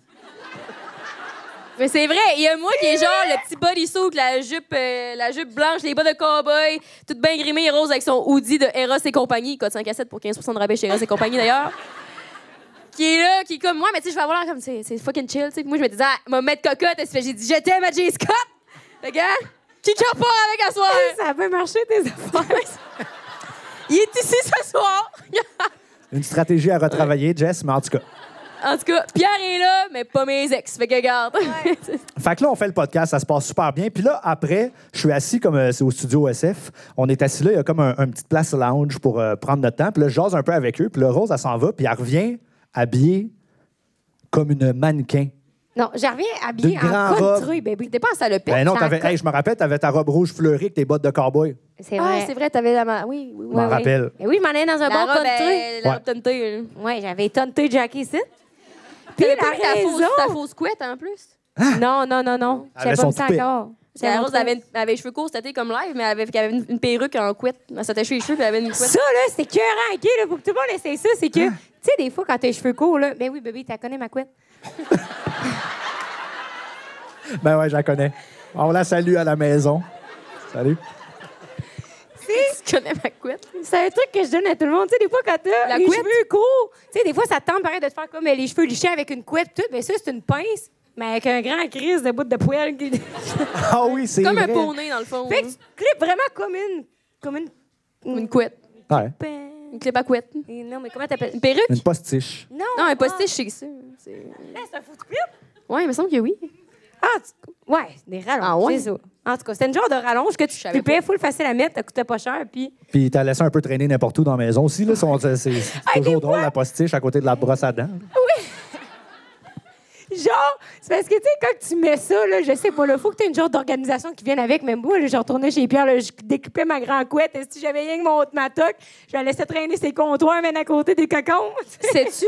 B: Mais c'est vrai, il y a moi qui est genre le petit bodysuit, la jupe, euh, la jupe blanche, les bas de cowboy, tout bien grimé et rose avec son hoodie de Eros et compagnie, code 5 à 7 pour 15 de rabais chez Eros et compagnie d'ailleurs. Qui est là, qui est comme moi, mais tu sais, je vais avoir l'air comme c'est c'est fucking chill, tu sais. Puis Moi, je me disais, ah, m'a mettre cocotte, et j'ai dit, je t'aime à J. Scott! Fait que, hein, qui chante pas avec à soir?
A: Ça a bien marché, tes affaires.
B: il est ici ce soir!
G: Une stratégie à retravailler, Jess, mais en tout cas.
B: en tout cas, Pierre est là, mais pas mes ex, fait que regarde.
G: Fait que là, on fait le podcast, ça se passe super bien. Puis là, après, je suis assis comme euh, c'est au studio SF. On est assis là, il y a comme un, une petite place lounge pour euh, prendre notre temps. Puis là, je jase un peu avec eux. Puis là, Rose, elle s'en va, puis elle revient habillée comme une mannequin.
A: non, je reviens habillée
G: D'une
A: en
G: grande
A: country, bébé.
B: T'es pas en salopette.
G: Ben non,
A: ça
G: t'avais,
A: raconte.
G: hey, je me rappelle, t'avais ta robe rouge fleurie avec tes bottes de cowboy.
A: C'est
B: Ah,
A: vrai.
B: c'est vrai, t'avais la main. Oui, oui, oui.
G: Je m'en rappelle.
A: Mais oui, je m'en allais dans un
B: La
A: bon
B: robe,
A: country.
B: euh,
G: Ouais.
B: la robe teintée, là.
A: Ouais, j'avais tonté Jackie ici. Puis
B: T'avais
A: la
B: pas mis ta fausse,
A: raison.
B: ta fausse couette en plus.
A: Non, non, non, non.
G: Elle
A: J'avais
G: avait
A: pas
G: son
A: mis ça
G: toupet.
A: encore. J'avais
B: La
A: mon
B: Rose
A: toupet.
B: avait, une- avait les cheveux courts, c'était comme live, mais elle avait, elle avait une, une perruque en couette. Elle s'attachait les cheveux puis elle avait une couette.
A: Ça, là, c'est écœurant, OK? Là, faut que tout le monde essaye ça. C'est
G: Hein?
A: que, tu sais, des fois, quand t'as les cheveux courts, là, ben oui, bébé, t'as connais ma couette.
G: Ben ouais, je la connais. On la salue à la maison. Salut.
B: tu connais ma couette?
A: C'est un truc que je donne à tout le monde. Tu sais, des fois, quand t'as
B: La
A: les
B: couette?
A: cheveux courts, tu sais, des fois, ça te tente pareil de te faire comme euh, les cheveux lichés avec une couette, tout. Ben ça, c'est une pince, mais avec un grand crise de bout de poêle. qui-
G: Ah oui, c'est
B: Comme un
G: vrai.
B: poney dans le fond.
A: fait que tu clips vraiment comme une. Comme une.
B: hein. Une couette.
G: Ouais,
A: Ben,
B: Une clip à couette.
A: Non, mais comment t'appelles.
B: Une perruque?
G: une postiche.
A: Non,
B: Non, un postiche, c'est ça. C'est-
A: ah, c'est un faux clip.
B: Ouais, il me semble que oui.
A: Ah, tu- ouais, des rallonges.
B: Ah ouais?
A: c'est ça. En tout cas, c'était une genre de rallonge que tu
B: savais
A: payais full facile à mettre, ça coûtait pas cher, puis.
G: Puis t'as laissé un peu traîner n'importe où dans la maison aussi. Là, son- c'est, c'est- c'est
A: Hey,
G: toujours
A: des
G: drôle,
A: fois-
G: la postiche à côté de la brosse à dents.
A: Genre, c'est parce que, tu sais, quand tu mets ça, là, je sais pas, là, faut que tu aies une genre d'organisation qui vienne avec. Même moi, là, je retournais chez Pierre, là, je découpais ma grand couette. Et si j'avais rien que mon ma toque, je la laissais traîner ses comptoirs, même à côté des cocons.
B: Sais-tu?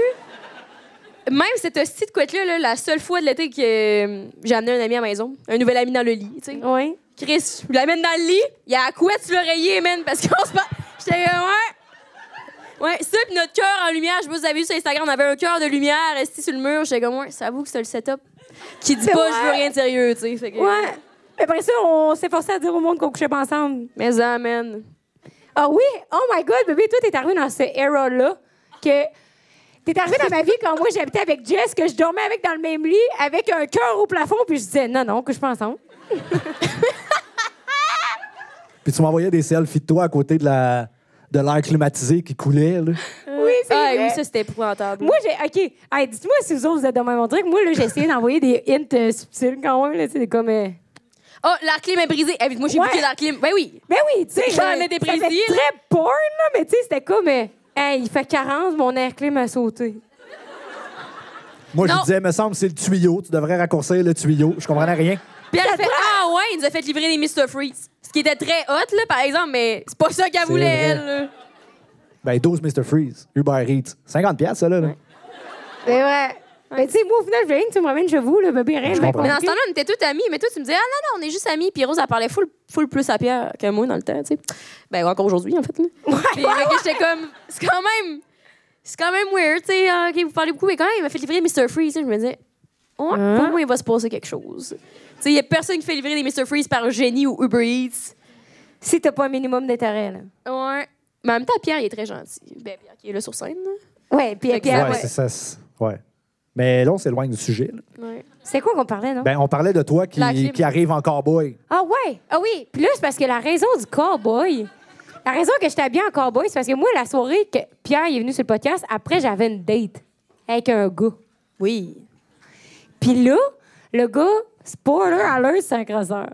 B: Même cette hostie de couette-là, là, la seule fois de l'été que euh, j'ai amené un ami à la maison, un nouvel ami dans le lit, tu sais.
A: Oui.
B: Chris, je l'amène dans le lit, il y a la couette sur l'oreiller, man, parce qu'on se bat. J'étais comme, ouais. Ouais, ça, puis notre cœur en lumière, je sais pas si vous avez vu sur Instagram, on avait un cœur de lumière assis sur le mur. J'étais comme, ouais, ça avoue que c'est le setup qui dit
A: C'est
B: pas,
A: vrai.
B: je veux rien de sérieux, tu sais. Fait que-
A: Ouais. Mais Après ça, on s'est forcé à dire au monde qu'on couchait pas ensemble.
B: Mais ça, man.
A: Ah oui? Oh my God, bébé, toi, t'es arrivé dans ce era-là que. T'es arrivé dans ma vie quand moi j'habitais avec Jess, que je dormais avec dans le même lit, avec un cœur au plafond, puis je disais non, non, couche pas ensemble.
G: Puis tu m'envoyais des selfies de toi à côté de la de l'air climatisé qui coulait. là.
A: Oui! oui, c'est
B: Ah,
A: vrai.
B: oui, ça, c'était épouvantable.
A: Moi, j'ai. OK. Hey, dites-moi si vous autres, vous êtes de même. On dirait que moi, là, j'ai essayé d'envoyer des hints euh, subtils quand même. Là, tu sais, des comme. euh,
B: Ah, la clim est brisée. Eh, moi, j'ai
A: Ouais.
B: bouqué la clim. Ben oui.
A: Ben oui, tu sais.
B: J'en ai
A: euh,
B: des
A: ça fait
B: brésilles, là.
A: très porn, là, mais tu sais, c'était comme. euh, hey, il fait 40, mon air clim a sauté.
G: Moi, je
B: Non.
G: disais, me semble, c'est le tuyau. Tu devrais raccourcir le tuyau. Je comprenais rien.
B: Puis elle a fait Ah ouais, il nous a fait livrer des Mr. Freeze. Ce qui était très hot, là, par exemple, mais c'est pas ça qu'elle voulait,
G: vrai.
B: elle. là.
G: Ben, 12 Mr. Freeze, Uber Eats. 50 pièces ça, là. là.
A: C'est vrai. Mais tu sais, moi, au final, je veux rien que tu me ramènes chez vous, le bébé rien.
G: Je
A: ben
G: comprends.
B: Mais dans ce
A: compris.
B: temps-là, on était toutes amies. Mais toi, tu me disais Ah non, non, on est juste amies. Puis Rose, elle parlait full, full plus à Pierre que moi dans le temps, tu sais. Ben, encore aujourd'hui, en fait. là. Puis fait que j'étais comme C'est quand même. C'est quand même weird, tu sais. ah, OK, vous parlez beaucoup, mais quand même, il m'a fait livrer des Mr. Freeze. là. Je me disais Ouais, pour moi, il va se passer quelque chose. Tu sais, il y a personne qui fait livrer des Mr. Freeze par Génie ou Uber Eats.
A: Si t'as pas un minimum d'intérêt, là.
B: Ouais. Mais en même temps, Pierre, il est très gentil. Ben, Pierre qui est là sur scène. là.
A: Ouais, puis
B: Fait que-
A: Pierre,
G: ouais,
A: ouais.
G: c'est ça. c'est- Ouais. Mais là, on s'éloigne du sujet. là.
B: Ouais.
A: c'est quoi qu'on parlait, non?
G: Ben, on parlait de toi
B: La
G: qui,
B: clim.
G: qui arrive en cowboy.
A: Ah ouais, ah oui. Puis là, c'est parce que la raison du cowboy, la raison que j'étais bien en cowboy, c'est parce que moi, la soirée que Pierre est venu sur le podcast, après, j'avais une date avec un gars.
B: Oui.
A: Puis là, le gars, spoiler alert, c'est un crosseur.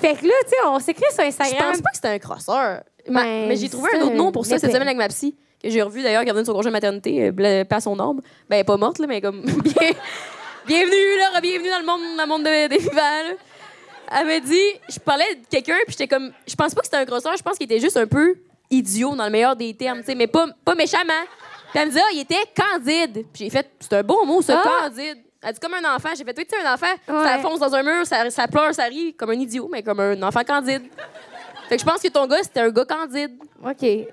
A: fait que là, tu sais, on s'écrit sur
B: Je
A: Instagram.
B: pense pas que c'était un crosseur. Ma-
A: Ben,
B: mais j'ai trouvé
A: ça,
B: un autre nom pour ça
A: mais
B: cette
A: ben-
B: semaine avec ma psy, que j'ai revu d'ailleurs, qui revenait de son congé de maternité, euh, bla- pas à son âme. Ben, elle est pas morte, là, mais comme. bien- bienvenue, là, bienvenue dans le monde, dans le monde de- des vivants, là. Elle m'a dit, je parlais de quelqu'un, puis j'étais comme. Je pense pas que c'était un crosseur, je pense qu'il était juste un peu idiot dans le meilleur des termes, tu sais, mais pas, pas méchamment. Puis elle me dit, ah, il était candide. Puis j'ai fait, c'est un bon mot, ça,
A: Ah!
B: candide. Elle dit comme un enfant. J'ai fait, oui, tu sais, un enfant, ça
A: Ouais.
B: fonce dans un mur, ça, ça pleure, ça rit, comme un idiot, mais comme un enfant candide. Fait que je pense que ton gars, c'était un gars candide.
A: OK.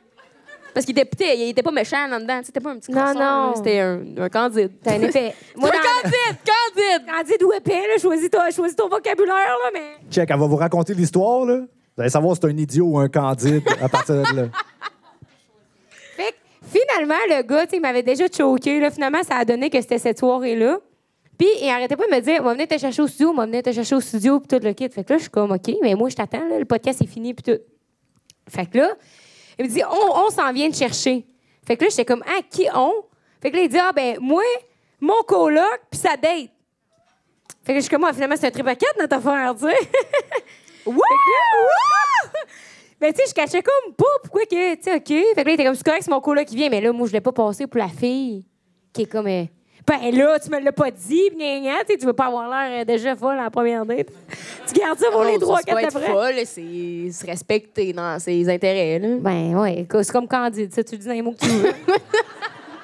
B: Parce qu'il était, putain, il était pas méchant là-dedans. tu sais, C'était pas un petit
A: Non,
B: crosseur.
A: non.
B: là, C'était un, un candide.
A: T'as un effet.
B: un
A: Moi, dans-
B: candide! Candide!
A: quand dit d'où épais, là, choisis, ton, choisis ton vocabulaire, là, mais.
G: Check, elle va vous raconter l'histoire, là. Vous allez savoir si c'est un idiot ou un candide à partir de là.
A: Fait que finalement, le gars, tu sais, il m'avait déjà choqué. Là. Finalement, ça a donné que c'était cette soirée-là. Puis, il arrêtait pas de me dire, on va venir te chercher au studio, on va venir te chercher au studio, puis tout le kit. Fait que là, je suis comme, OK, mais moi, je t'attends, là, le podcast est fini, puis tout. Fait que là, il me dit, on, on s'en vient te chercher. Fait que là, j'étais comme, ah, qui on? Fait que là, il dit, ah, ben, moi, mon coloc, puis sa date. Fait que je suis comme, Ah, finalement, c'est un trip à quatre, notre affaire, tu sais. Wouh! Wouh! Mais tu sais, je cachais comme pas pourquoi que, tu sais, OK. Fait que là, il était comme, c'est correct, c'est mon coloc qui vient, mais là, moi, je l'ai pas passé pour la fille qui est comme, euh, ben là, tu me l'as pas dit, gna, gna, tu sais, tu veux pas avoir l'air euh, déjà folle en première date. tu gardes Oh, ça pour les trois,
B: Oh, C'est pas
A: quatre
B: être
A: après.
B: folle, c'est se respecter dans ses intérêts. Là.
A: Ben ouais, co- c'est comme Candide, ça, tu le dis dans les mots que tu veux.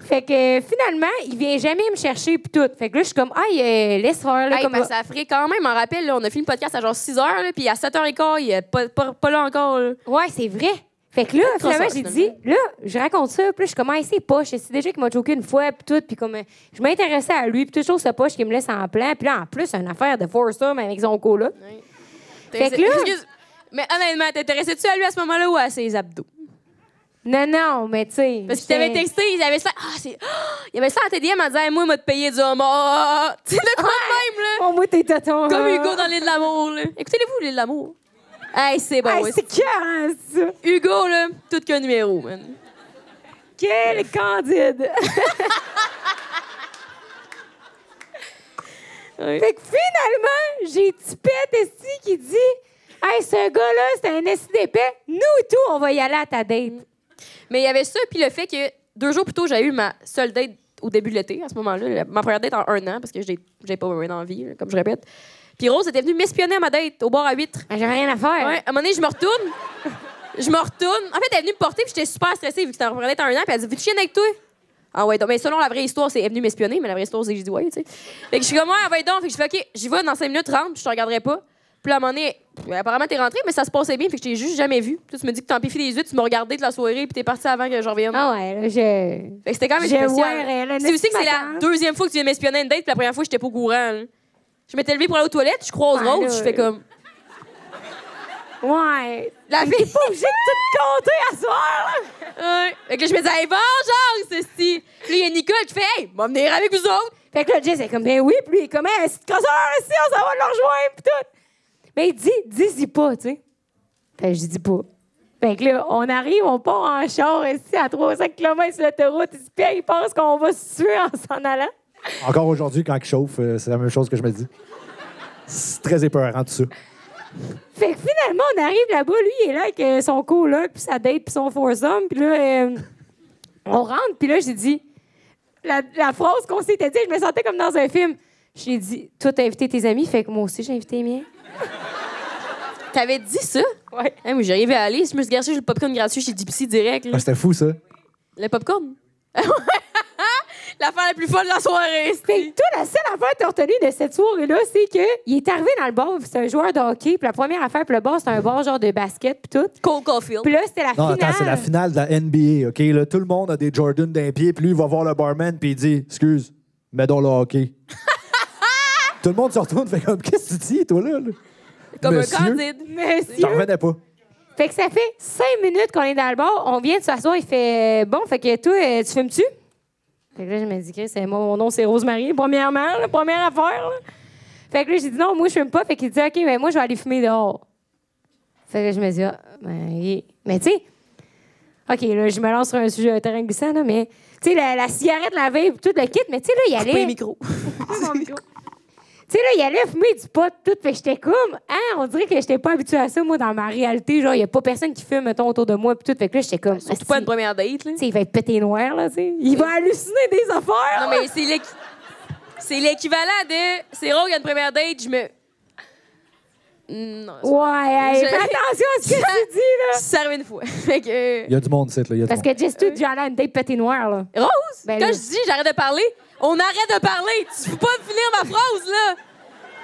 A: fait que euh, finalement, il vient jamais me chercher puis tout. Fait que là, je suis comme, aïe, euh, laisse faire, là,
B: Hey,
A: comme
B: ben, ça ferait quand même, en rappel, là, on a fini le podcast à genre 6 heures, là, puis à 7h15, il est pas, pas, pas là encore. là.
A: Ouais, c'est vrai. Fait que là,
B: Pas de
A: finalement, j'ai
B: crosseur,
A: dit, là, je raconte ça, puis là, je commence ses poches. C'est déjà qu'il m'a choqué une fois, puis tout, puis comme, euh, je m'intéressais à lui, puis toujours sa poche qui me laisse en plan, puis là, en plus, une affaire de foursome avec son co là. Fait que là-
B: Excuse- Mais honnêtement, t'intéressais-tu à lui à ce moment-là ou à ses abdos?
A: Non, non, mais tu sais.
B: Parce qu'il t'avait
A: j'étais-
B: texté, il avait ça. Ah, c'est. ah! il avait ça en TDM en disant, Hey, moi, il m'a te payé du homard. Tu sais, le quoi de même, là?
A: Oh, moi, t'es tonton.
B: Comme
A: hein.
B: Hugo dans l'île de l'amour, là. Écoutez-les-vous, l'île de l'amour. Hey, c'est bon.
A: Hey,
B: ouais.
A: c'est cœur, hein, ça.
B: Hugo, là, tout qu'un numéro, man.
A: Quel candide! Fait que finalement, j'ai Tipette Esti qui dit Hey, ce gars-là, c'est un Esti d'épais. Nous et tout, on va y aller à ta date.
B: Mais il y avait ça, puis le fait que deux jours plus tôt, j'avais eu ma seule date au début de l'été, à ce moment-là. la- Ma première date en un an, parce que j'ai j'ai pas un an de vie, là, comme je répète. Puis Rose était venue m'espionner à ma date au bar à huîtres.
A: Ben, J'ai rien à faire.
B: Ouais, à un moment donné, je me retourne. Je me retourne. En fait, elle est venue me porter, puis j'étais super stressée, vu que c'était en première date en un an, puis elle dit Veux-tu chienne avec toi Ah ouais, donc, mais selon la vraie histoire, c'est elle est venue m'espionner, mais la vraie histoire, c'est que j'ai dit Ouais, tu sais. Fait que je suis comme Ouais, ah, ouais, donc. Fait que je fais Ok, j'y vais dans 5 minutes 30, puis je te regarderai pas. Puis là, à un moment donné, pff, apparemment, t'es rentrée, mais ça se passait bien, fait que je t'ai juste jamais vu. Puis là, tu me dis que t'as empiffé les yeux, tu m'as regardé de la soirée, puis t'es partie avant que je revienne.
A: Ah ouais, là, je.
B: Fait que c'était quand même
A: J'ai
B: spécial.
A: ouais, là,
B: C'est aussi que c'est la
A: m'attendre.
B: deuxième fois que tu viens m'espionner à une date, puis la première fois, j'étais pas au courant. là. Je m'étais levée pour aller aux toilettes, je croise
A: Ouais,
B: Rose,
A: Ah, là,
B: je fais comme
A: Ouais.
B: La
A: T'es pas obligé de tout compter à soir, là.
B: Ouais. Fait que là, je me dis, hey, bon, genre, ceci. Puis là, il y a Nicole qui fait, hey, va venir avec vous autres.
A: Fait que là, Jess est comme, ben oui, puis lui, il est comme, hey, c'est crosseur, ici, on s'en Ben, va le rejoindre, puis tout. Mais il dit, dis-y pas, tu sais. Fait que je dis pas. Fait que là, on arrive, on part en char ici à 300 km sur l'autoroute. Ici, puis ils pensent qu'on va se tuer en s'en allant.
G: Encore aujourd'hui, quand il chauffe, euh, c'est la même chose que je me dis. C'est très épeurant, tout ça.
A: Fait que finalement, on arrive là-bas, lui, il est là avec euh, son coloc, puis sa date, puis son foursome, puis là, euh, on rentre, puis là, j'ai dit, la, la phrase qu'on s'était dit, je me sentais comme dans un film. J'ai dit, toi, t'as invité tes amis, fait que moi aussi, j'ai invité les miens.
B: T'avais dit ça?
A: Ouais.
B: Hein, moi, j'arrivais à aller. Je me suis gâchée, j'ai le popcorn gratuit chez Dipsy direct. là.
G: Ah, C'était fou, ça.
B: Le popcorn? L'affaire la plus folle de la soirée.
A: Fait que toi, la seule affaire que t'as retenue de cette soirée-là, c'est qu'il est arrivé dans le bar, puis c'est un joueur de hockey, puis la première affaire, puis le bar, c'est un bar genre de basket, puis tout.
B: Cole Caulfield.
A: Puis là, c'était la
G: Non,
A: finale.
G: attends, c'est la finale de la NBA, OK? Là, tout le monde a des Jordan d'un pied, puis lui, il va voir le barman, puis il dit Excuse, mets donc le hockey. tout le monde se retourne, fait comme Qu'est-ce que tu dis, toi, là? là?
B: Comme
G: Monsieur,
B: un candide.
A: Monsieur!
G: J'en revenais pas.
A: Fait que ça fait cinq minutes qu'on est dans le bar. On vient de s'asseoir. Il fait euh, Bon, fait que toi, euh, tu fumes-tu? Fait que là, je me dis, Chris, euh, moi, mon nom, c'est Rosemary, premièrement, la première affaire. là. Fait que là, j'ai dit Non, moi, je fume pas. Fait qu'il dit OK, ben moi, je vais aller fumer dehors. Fait que là, je me dis Ah, ben, ok. mais tu sais, OK, là, je me lance sur un sujet, un terrain glissant, là, mais tu sais, la, la cigarette, la vape, tout le kit, mais tu sais, là, il allait.
B: Coupez le micro.
A: Tu sais, là, il allait fumer du pot, tout. Fait que j'étais comme, hein, on dirait que j'étais pas habituée à ça, moi, dans ma réalité. Genre, il y a pas personne qui fume, mettons, autour de moi, puis tout. Fait que là, j'étais comme,
B: Surtout pas une première date. Là.
A: Tu sais, il va être pété noir, là, tu sais. Il va halluciner des affaires.
B: Non, mais c'est l'équ- c'est l'équivalent de. C'est Rogue à une première date, je me. Non. c'est-
A: Ouais, hey,
B: Je-
A: fais attention à ce que tu dis, là.
B: Ça arrive une fois. Fait que. euh,
G: Il y a du monde, c'est là. il Y a du
A: Parce
G: monde.
A: que Jess, tout, j'ai allé à une date pété noir, là.
B: Rose,
A: Ben
B: quand
A: là.
B: je dis j'arrête de parler, on arrête de parler. Tu peux pas me finir ma phrase, là.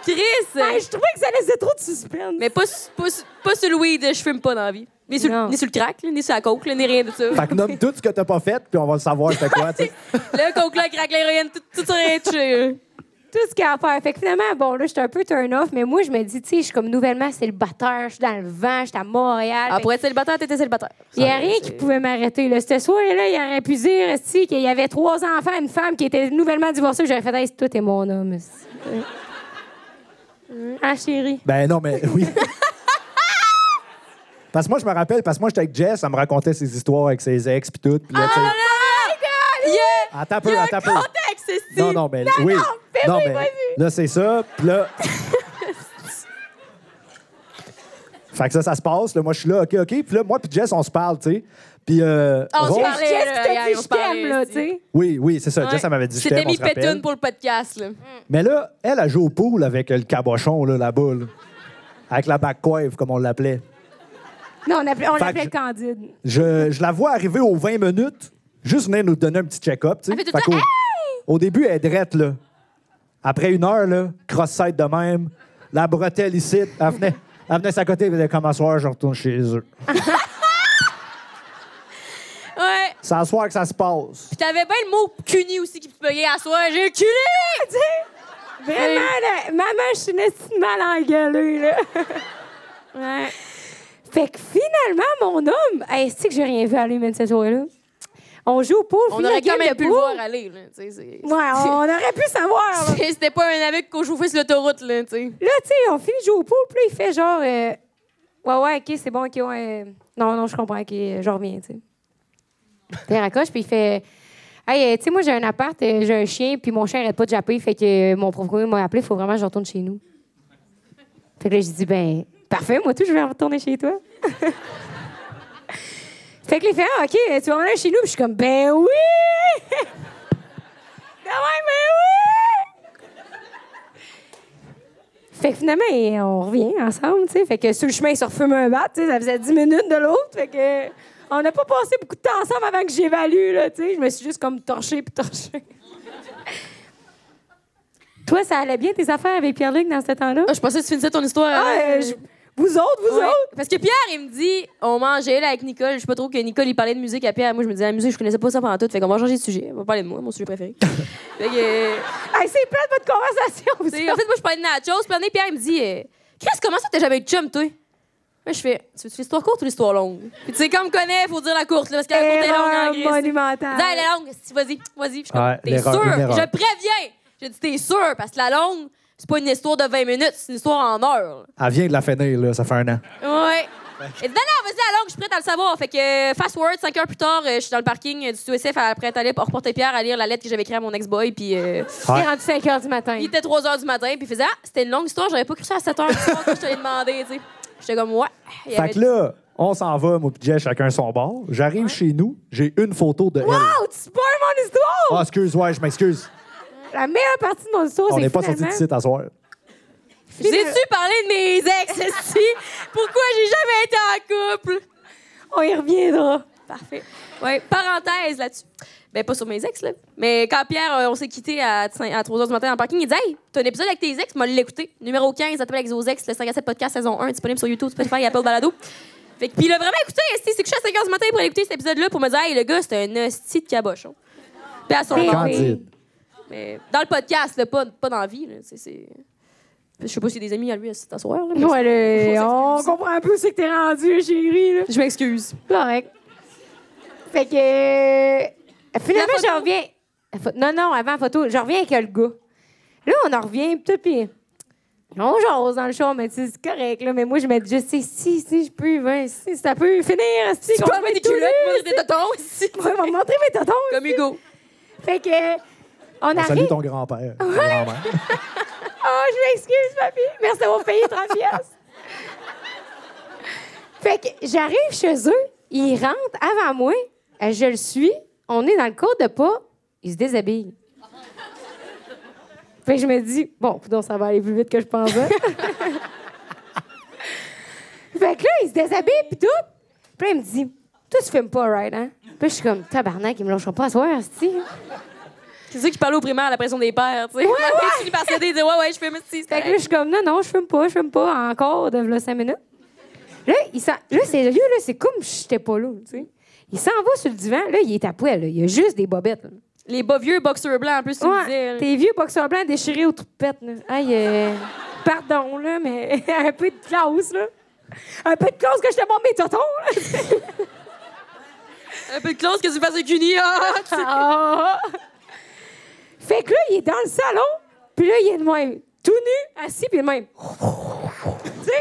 B: Chris.
A: Hey, je trouvais que ça laissait trop de suspense.
B: Mais pas, su- pas, su- pas sur le weed, je fume pas dans la vie. Ni sur,
A: Non.
B: ni sur le crack, là, ni sur la coke, là, ni rien de ça.
G: Fait que nomme tout ce que t'as pas fait, puis on va le savoir, c'était quoi, tu sais.
B: le coke, le crack, l'héroïne, tout, tout ça est touché.
A: tout ce qu'il y a à faire. Fait que finalement, bon, là, j'étais un peu turn-off, mais moi, je me dis, tu sais, je suis comme nouvellement célibataire, je suis dans le vent, je suis à Montréal.
B: Ah,
A: Fait
B: pour être célibataire, t'étais célibataire.
A: Il n'y a rien
G: euh,
A: qui pouvait m'arrêter. là. Cette soirée-là, il aurait pu dire esti, qu'il y avait trois enfants, une femme qui était nouvellement divorcée. J'aurais fait, hey, toi, t'es mon homme. esti.
B: Mm.
A: Hein? Ah, chérie.
G: Ben non, mais oui. parce que moi, je me rappelle, parce que moi, j'étais avec Jess, elle me racontait ses histoires avec ses ex, puis tout. Puis là, tu sais.
B: Oh Yeah!
G: Attends un peu, attends un peu.
B: Contexte, c'est
G: Non, non, mais oui.
A: fais-le,
G: non, mais
A: vas-y.
G: là, c'est ça. Puis là. fait que ça, ça se passe. Là, moi, je suis là, OK, OK. Puis là, moi, puis Jess, on se parle, tu sais. Puis. Euh,
B: On se
G: Rose-
B: parlait.
A: Qu'est-ce
B: Oh. là,
A: que t'as
B: hier,
A: dit,
B: on se
A: je
B: parlait
A: t'aime, là,
B: aussi.
A: tu sais?
G: Oui, oui, c'est ça. Jess, elle m'avait dit, je
B: C'était
G: t'aime, on
B: mis
G: se rappelle.
B: pétune pour le podcast, là.
G: Mais là, elle, elle joue au pool avec le cabochon, là, là-bas, là. Avec la back coiffe, comme on l'appelait.
A: Non, on appelait, on
G: que
A: l'appelait
G: je-
A: Candide.
G: Je, je la vois arriver aux 20 minutes, juste venir nous donner un petit check-up. tu sais.
B: Elle fait tout
G: Fait
B: le temps,
G: qu'au- au, début, elle est drette, là. Après une heure, là, cross-site de même, la bretelle ici, elle venait, elle venait s'accoter, elle disait Comme à soir, je retourne chez eux.
B: Ouais.
G: C'est à soir que ça se passe.
B: Puis t'avais bien le mot cuni aussi qui te payait à soi. J'ai le culé!
A: Ah, Vraiment, là, maman, je suis une esti de mal engueulée, là. ouais. Fait que finalement, mon homme, hey, est-ce que j'ai rien vu aller, même, cette soirée-là? On joue au pool.
B: On
A: finit la
B: aurait quand
A: game
B: même
A: de
B: pu le
A: pool.
B: voir aller, là. tu sais, c'est-
A: Ouais, on aurait pu savoir, là.
B: c'est- C'était pas un aveugle qu'on chauffait sur l'autoroute, là, tu sais.
A: Là, tu sais, on finit de jouer au pool, puis là, il fait genre. euh, ouais, ouais, OK, c'est bon, OK, ouais. euh, Non, non, je comprends, OK, euh, je reviens, tu sais. Puis il raccroche, puis il fait. Hey, euh, tu sais, moi, j'ai un appart, euh, j'ai un chien, puis mon chien arrête pas de japper, fait que euh, mon procureur m'a appelé, faut vraiment que je retourne chez nous. Fait que là, j'ai dit, ben, parfait, moi, tout, je vais retourner chez toi. fait que là, il fait, ah, OK, euh, tu vas revenir chez nous, puis je suis comme, ben oui! Ben ouais, ben oui! Fait que finalement, eh, on revient ensemble, tu sais. Fait que sur le chemin, il se refume un bat, tu sais. Ça faisait 10 minutes de l'autre. Fait que on n'a pas passé beaucoup de temps ensemble avant que j'évalue, là, tu sais. Je me suis juste comme torchée puis torchée. Toi, ça allait bien tes affaires avec Pierre-Luc dans ce temps-là?
B: Ah, je pensais que tu finissais ton histoire.
A: Ah,
B: avant.
A: euh, je- Vous autres, vous
B: Ouais.
A: autres?
B: Parce que Pierre, il me dit, on mangeait là avec Nicole. Je sais pas trop que Nicole, il parlait de musique à Pierre. Moi, je me disais, la musique, je connaissais pas ça pendant tout. Fait qu'on va changer de sujet. On va parler de moi, mon sujet préféré. fait que.
A: Hey, c'est plein de votre conversation, vous
B: T'sais, en
A: autres.
B: fait, moi, je parlais de nachos. Puis un moment donné, Pierre, il me dit euh, Chris, comment ça, t'as jamais eu de chum, toi Moi, je fais Tu veux-tu l'histoire courte ou l'histoire longue Puis, tu sais, comme connaît, faut dire la courte, là, parce que
A: Eh,
B: la courte est
A: Erreur
B: longue en Grèce.
A: monumentale.
B: Dis, elle est longue, si, vas-y, vas-y. Puis je suis comme,
G: Ah, Ouais,
B: T'es
G: l'erreur,
B: sûr
G: une erreur.
B: Je préviens J'ai dit T'es sûr Parce que la longue, c'est pas une histoire de 20 minutes, c'est une histoire en heure.
G: Elle vient de la finir, là, ça fait un an.
B: Ouais. Et non, non, vas-y, alors que je suis prête à le savoir. Fait que, euh, fast forward, 5 heures plus tard, euh, je suis dans le parking euh, du SUSF, à- prête à aller reporter Pierre à lire la lettre que j'avais écrite à mon ex-boy. Puis euh,
A: Il est rendu 5 h du matin.
B: il était 3 heures du matin, puis il faisait Ah, c'était une longue histoire, j'aurais pas écrit ça à 7 heures du soir quand je te l'ai demandé, tu sais. J'étais comme, ouais. Il
G: Fait
B: avait-
G: que là, on s'en va, moi pis Jess, chacun son bord. J'arrive chez nous, j'ai une photo de elle.
A: Oh, tu spoil mon histoire!
G: Ah, excuse, ouais, je m'excuse.
A: La meilleure partie de mon histoire,
G: On
A: c'est
G: n'est
A: que
G: pas sorti de
A: finalement...
G: site à soir.
B: J'ai-tu parlé de mes ex, esti? Pourquoi j'ai jamais été en couple?
A: On y reviendra.
B: Parfait. Ouais, parenthèse là-dessus. Ben, pas sur mes ex, là. Mais quand Pierre, euh, on s'est quitté à, cin- à 3 h du matin dans le parking, il dit Hey, t'as un épisode avec tes ex, m'a l'écouté. Numéro 15, ça t'appelle avec vos ex, le 5 à 7 podcast, saison 1, disponible sur YouTube, Spotify, Apple Balado. Fait que, puis il a vraiment écouté, esti. C'est que je suis à 5 h du matin pour aller écouter cet épisode-là pour me dire Hey, le gars, c'est un esti de cabochon. Puis à son
A: Ben
B: nom.
A: oui.
G: Candide.
B: Mais dans le podcast, là, pas, pas dans la vie, là. C'est- c'est- Je sais pas s'il y a des amis à lui à cet soir, là. mais
A: Ouais, là,
B: On
A: Oh, on
B: s'excuse.
A: comprend un peu ce que t'es rendu, chérie. Là.
B: Je m'excuse.
A: Correct. Fait que. euh, Finalement,
B: La photo?
A: je reviens. La pho- Non, non, avant la photo, je reviens avec le gars. Là, on en revient, pis tout, pis. On jase dans le show, mais tu sais, c'est correct, là. Mais moi, je me dis, je sais, si, si, je peux, ben, si, ça peut finir, si,
B: Tu
A: qu'on
B: peux
A: se
B: avoir
A: met
B: des
A: tout
B: culottes,
A: nus,
B: moi, j'ai des totons ici.
A: Ouais, on va me montrer mes tontons.
B: Comme Hugo.
A: Fait que. On
G: On salue
A: arrive.
G: ton grand-père. ta grand-mère.
A: Oh, je m'excuse, papy. Merci d'avoir payé 30 piastres. Fait que j'arrive chez eux, ils rentrent avant moi, euh, je le suis, on est dans le cours de pas, ils se déshabillent. Fait que je me dis, bon, putain, ça va aller plus vite que je pensais. fait que là, ils se déshabillent, puis tout. Puis là, il me dit, toi, tu filmes pas, right, hein? Puis là, je suis comme, tabarnak, ils me lâcheront pas à soir, cest
B: C'est ça qui parlait au primaire à la pression des pères, tu sais.
A: ouais.
B: Je finis par céder et dire ouais, ouais, je fais mes petits.
A: Fait que là, je suis comme, non, non, je fume pas, je fume pas encore de là, cinq minutes. Là, il s'en... là, c'est... là, là, c'est comme si j'étais pas là, tu sais. Il s'en va sur le divan, là, il est à poil, là. il a juste des bobettes. Là.
B: Les bas vieux boxeurs blancs, en plus, tu me disais.
A: Ouais,
B: là.
A: tes vieux boxeurs blancs déchirés aux troupettes, là. Aïe, euh, pardon, là, mais un peu de classe, là. Un peu de classe que je te montre mes tontons, là.
B: Un peu de classe que tu fasses avec une IA.
A: Ah! Fait que là, il est dans le salon, puis là, il est de même, tout nu, assis, puis de même. tu sais?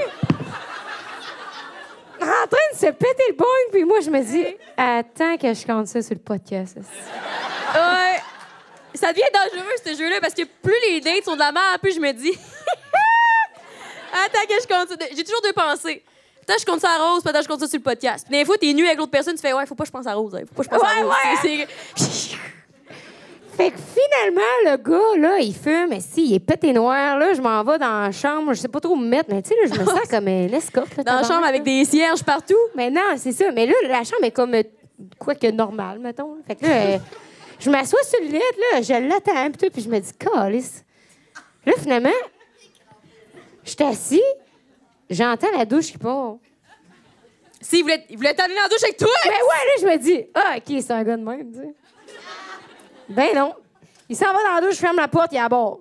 A: En train de se péter le bong, puis moi, je me dis, attends que je compte ça sur le podcast.
B: Ouais. Ça devient dangereux, ce jeu-là, parce que plus les dates sont de la merde, plus je me dis. Attends que je compte ça. J'ai toujours deux pensées. Putain, je compte ça à Rose, putain, je compte ça sur le podcast. Puis des fois, t'es nu avec l'autre personne, tu fais, ouais, faut pas que je pense à Rose, hein. faut pas que je pense à
A: Ouais,
B: Rose.
A: ouais.
B: C'est- c'est-
A: Fait que finalement, le gars, là, il fume, mais si, il est pété noir, là, je m'en vais dans la chambre, je sais pas trop où me mettre, mais tu sais, là, je me sens comme un escorte. là,
B: Dans la
A: tabarnak,
B: chambre
A: là.
B: avec des cierges partout.
A: Mais non, c'est ça. Mais là, la chambre est comme euh, quoi que normale, mettons. Fait que là, euh, je m'assois sur le lit, là, je l'attends, puis tout, puis je me dis, calice. Là, finalement, je suis assis, j'entends la douche qui part.
B: S'ils voulaient ils voulaient t'amener dans la douche avec toi.
A: Ben ouais, là, je me dis, ah, OK, c'est un gars de même, tu sais. Ben non. Il s'en va dans la douche, je ferme la porte, il est à bord.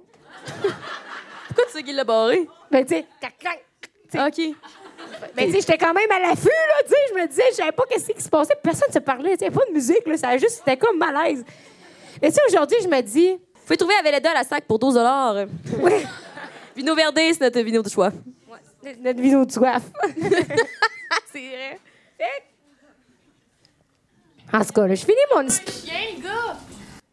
B: Pourquoi tu sais qu'il l'a barré?
A: Ben, tu sais, clac, clac.
B: OK.
A: Mais tu sais, j'étais quand même à l'affût, là, tu sais. Je me disais, je savais pas qu'est-ce qui se passait. Personne ne se parlait, tu sais. Pas de musique, là. Ça a juste, c'était comme malaise. Mais tu sais, aujourd'hui, je me dis,
B: Vous pouvez trouver Aveleda à la sac pour 12 dollars.
A: ouais,
B: Vino Verde, c'est notre vino de choix.
A: notre vidéo de soif.
B: C'est vrai.
A: En tout cas, là, je finis mon. his-
C: Chien, gars!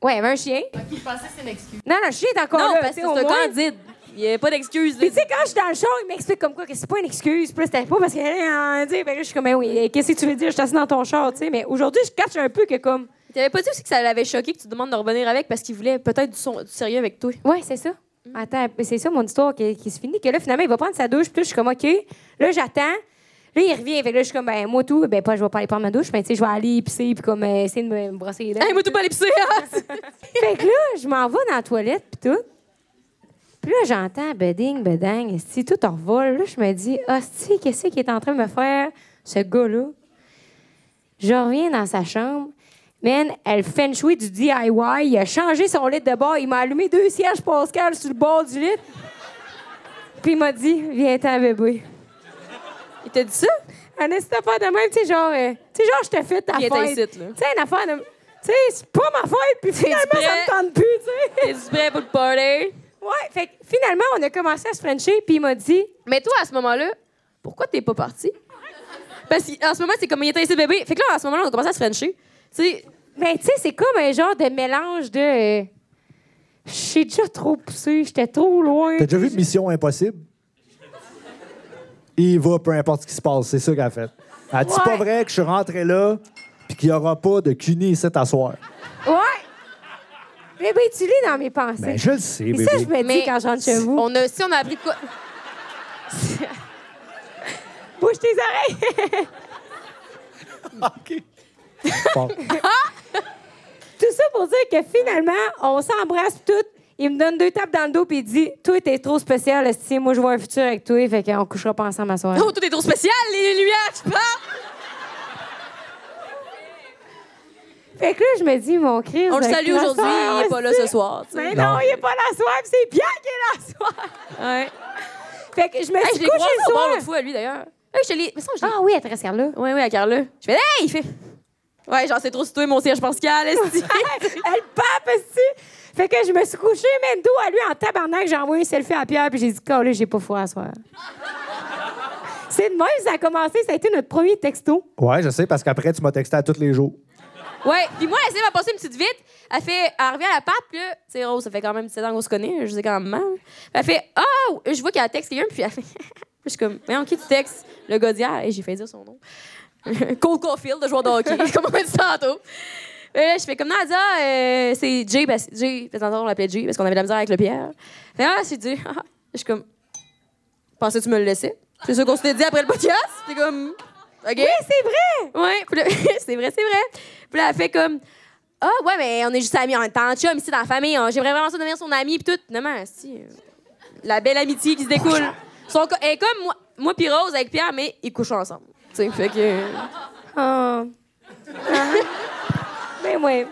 A: Ouais, il y avait un chien.
C: Ok, je pensais que c'était une excuse.
A: Non, non, le chien est encore
B: Non,
A: là.
B: parce que
A: tu
B: c'est
A: sais, au
B: un
A: moins.
B: candide. Il n'y a pas d'excuse. là.
A: Puis tu sais, quand je suis dans le show, il m'explique comme quoi que c'est pas une excuse. Puis là, c'était pas parce que. euh, tu sais, ben là, je suis comme, ben oui, qu'est-ce que tu veux dire? Je suis assis dans ton char, tu sais. Mais aujourd'hui, je catch un peu que comme.
B: T'avais pas dit aussi que ça l'avait choqué que tu demandes de revenir avec parce qu'il voulait peut-être du, son- du sérieux avec toi.
A: Ouais, c'est ça. Attends, mais c'est ça mon histoire qui, qui se finit. Que là, finalement, il va prendre sa douche. Puis là, je suis comme, OK. Là, j'attends. Là, il revient. Fait que là, je suis comme, ben, moi, tout. Ben, pas, je vais pas aller prendre ma douche. Mais tu sais, je vais aller pisser. Puis comme, euh, essayer de me, me brosser les dents.
B: Hey, moi, tout pas l'épicé.
A: fait que là, je m'en vais dans la toilette, puis tout. Puis là, j'entends beding, bedang, si tout en revole. Là, je me dis, hostie, qu'est-ce qu'il est en train de me faire, ce gars-là? Je reviens dans sa chambre. Man, elle fait une chouille du DIY. Il a changé son lit de bord. Il m'a allumé deux sièges Pascal sur le bord du lit. Puis il m'a dit, viens-t'en, bébé.
B: Il t'a dit ça?
A: Un instant pas de même, tu sais, genre, euh, tu sais, genre, je te fais ta fête.
B: Viens t'en
A: Tu
B: ici, là.
A: sais, une affaire de. Tu sais, c'est pas ma fête, puis finalement, ça me
B: prêt?
A: tente plus, tu sais.
B: T'es du prêt pour le party?
A: Ouais, fait que finalement, on a commencé à se frencher, puis il m'a dit,
B: Mais toi, à ce moment-là, pourquoi t'es pas parti? Parce qu'en ce moment, c'est comme il était ici bébé. Fait que là, en ce moment-là, on a commencé à se frencher. Tu sais,
A: Mais tu sais, c'est comme un genre de mélange de. euh, Je suis déjà trop poussé, j'étais trop loin.
G: T'as déjà vu Mission Impossible? Il va, peu importe ce qui se passe. C'est ça qu'elle a fait. Elle dit
A: Ouais.
G: pas vrai que je suis rentré là puis qu'il n'y aura pas de cuny ici à soir.
A: Ouais! Bébé, tu lis dans mes pensées.
G: Ben, je le sais,
A: Et
G: bébé.
A: ça, je me dis
B: mais
A: quand je rentre chez vous.
B: On a, si on a appris de quoi.
A: Bouge tes oreilles!
G: Bon.
A: tout ça pour dire que finalement, on s'embrasse tout. Il me donne deux tapes dans le dos puis il dit Toi, t'es trop spécial, esti. Moi, je vois un futur avec toi, fait qu'on couchera pas ensemble à soir.
B: Oh, tout est trop spécial, les lumières, je parle.
A: Fait que là, je me dis Mon Christ.
B: On le
A: avec
B: salue
A: ma
B: aujourd'hui,
A: soeur,
B: il est pas là ce
A: esti.
B: soir. tu sais.
A: Mais
G: Non.
A: non, il est pas là ce soir, puis c'est Pierre qui est là ce soir.
B: Ouais.
A: Fait que je me
B: Hey,
A: suis
B: je l'ai
A: couchée
B: croisé
A: le
B: au bar
A: soir.
B: l'autre fois, lui, d'ailleurs. Hey, je te l'ai. Mais ça, je l'ai.
A: Ah oui, elle te resserre là.
B: Ouais, ouais, à Carla. Je fais, hey, il fait. Ouais, genre, c'est trop situé, mon siège Pascal, esti.
A: Elle pape, esti. Fait que je me suis couchée, même dos à lui en tabarnak. J'ai envoyé un selfie à Pierre, puis j'ai dit, là, j'ai pas foi à soir. C'est de même, ça a commencé, ça a été notre premier texto.
G: Ouais, je sais, parce qu'après, tu m'as texté à tous les jours.
B: Ouais, puis moi, elle m'a passé une petite vite. Elle fait, elle revient à la pape, là. Tu sais, Rose, ça fait quand même 17 ans qu'on se connaît, je sais quand même. mal. Elle fait, oh, je vois qu'elle texte quelqu'un, puis elle fait, je suis comme, mais en qui tu textes? Le gars d'hier, et j'ai fait dire son nom. Cole Caulfield, le joueur de hockey, comme on m'a dit tantôt. Et là, je fais comme, non, elle dit, ah, euh, c'est Jay, parce que Jay, parce que tantôt, on l'appelait Jay, parce qu'on avait de la misère avec le Pierre. Elle Fait, ah, c'est Jay. Ah, ah. Je suis comme, pensais que tu me le laissais? C'est ça qu'on s'était dit après le podcast? T'es comme,
A: C'est
B: OK.
A: vrai!
B: Ouais, puis là- c'est vrai, c'est vrai. Puis là, elle fait comme Ah, ouais, mais on est juste amis en tant de chum ici dans la famille. hein. J'aimerais vraiment ça devenir son ami, puis tout. Finalement, si. euh, La belle amitié qui se découle. Son, co- elle est comme moi, moi puis Rose avec Pierre, mais ils couchent ensemble. Tu sais, fait que. euh,
A: Ah. Ah. ben ouais.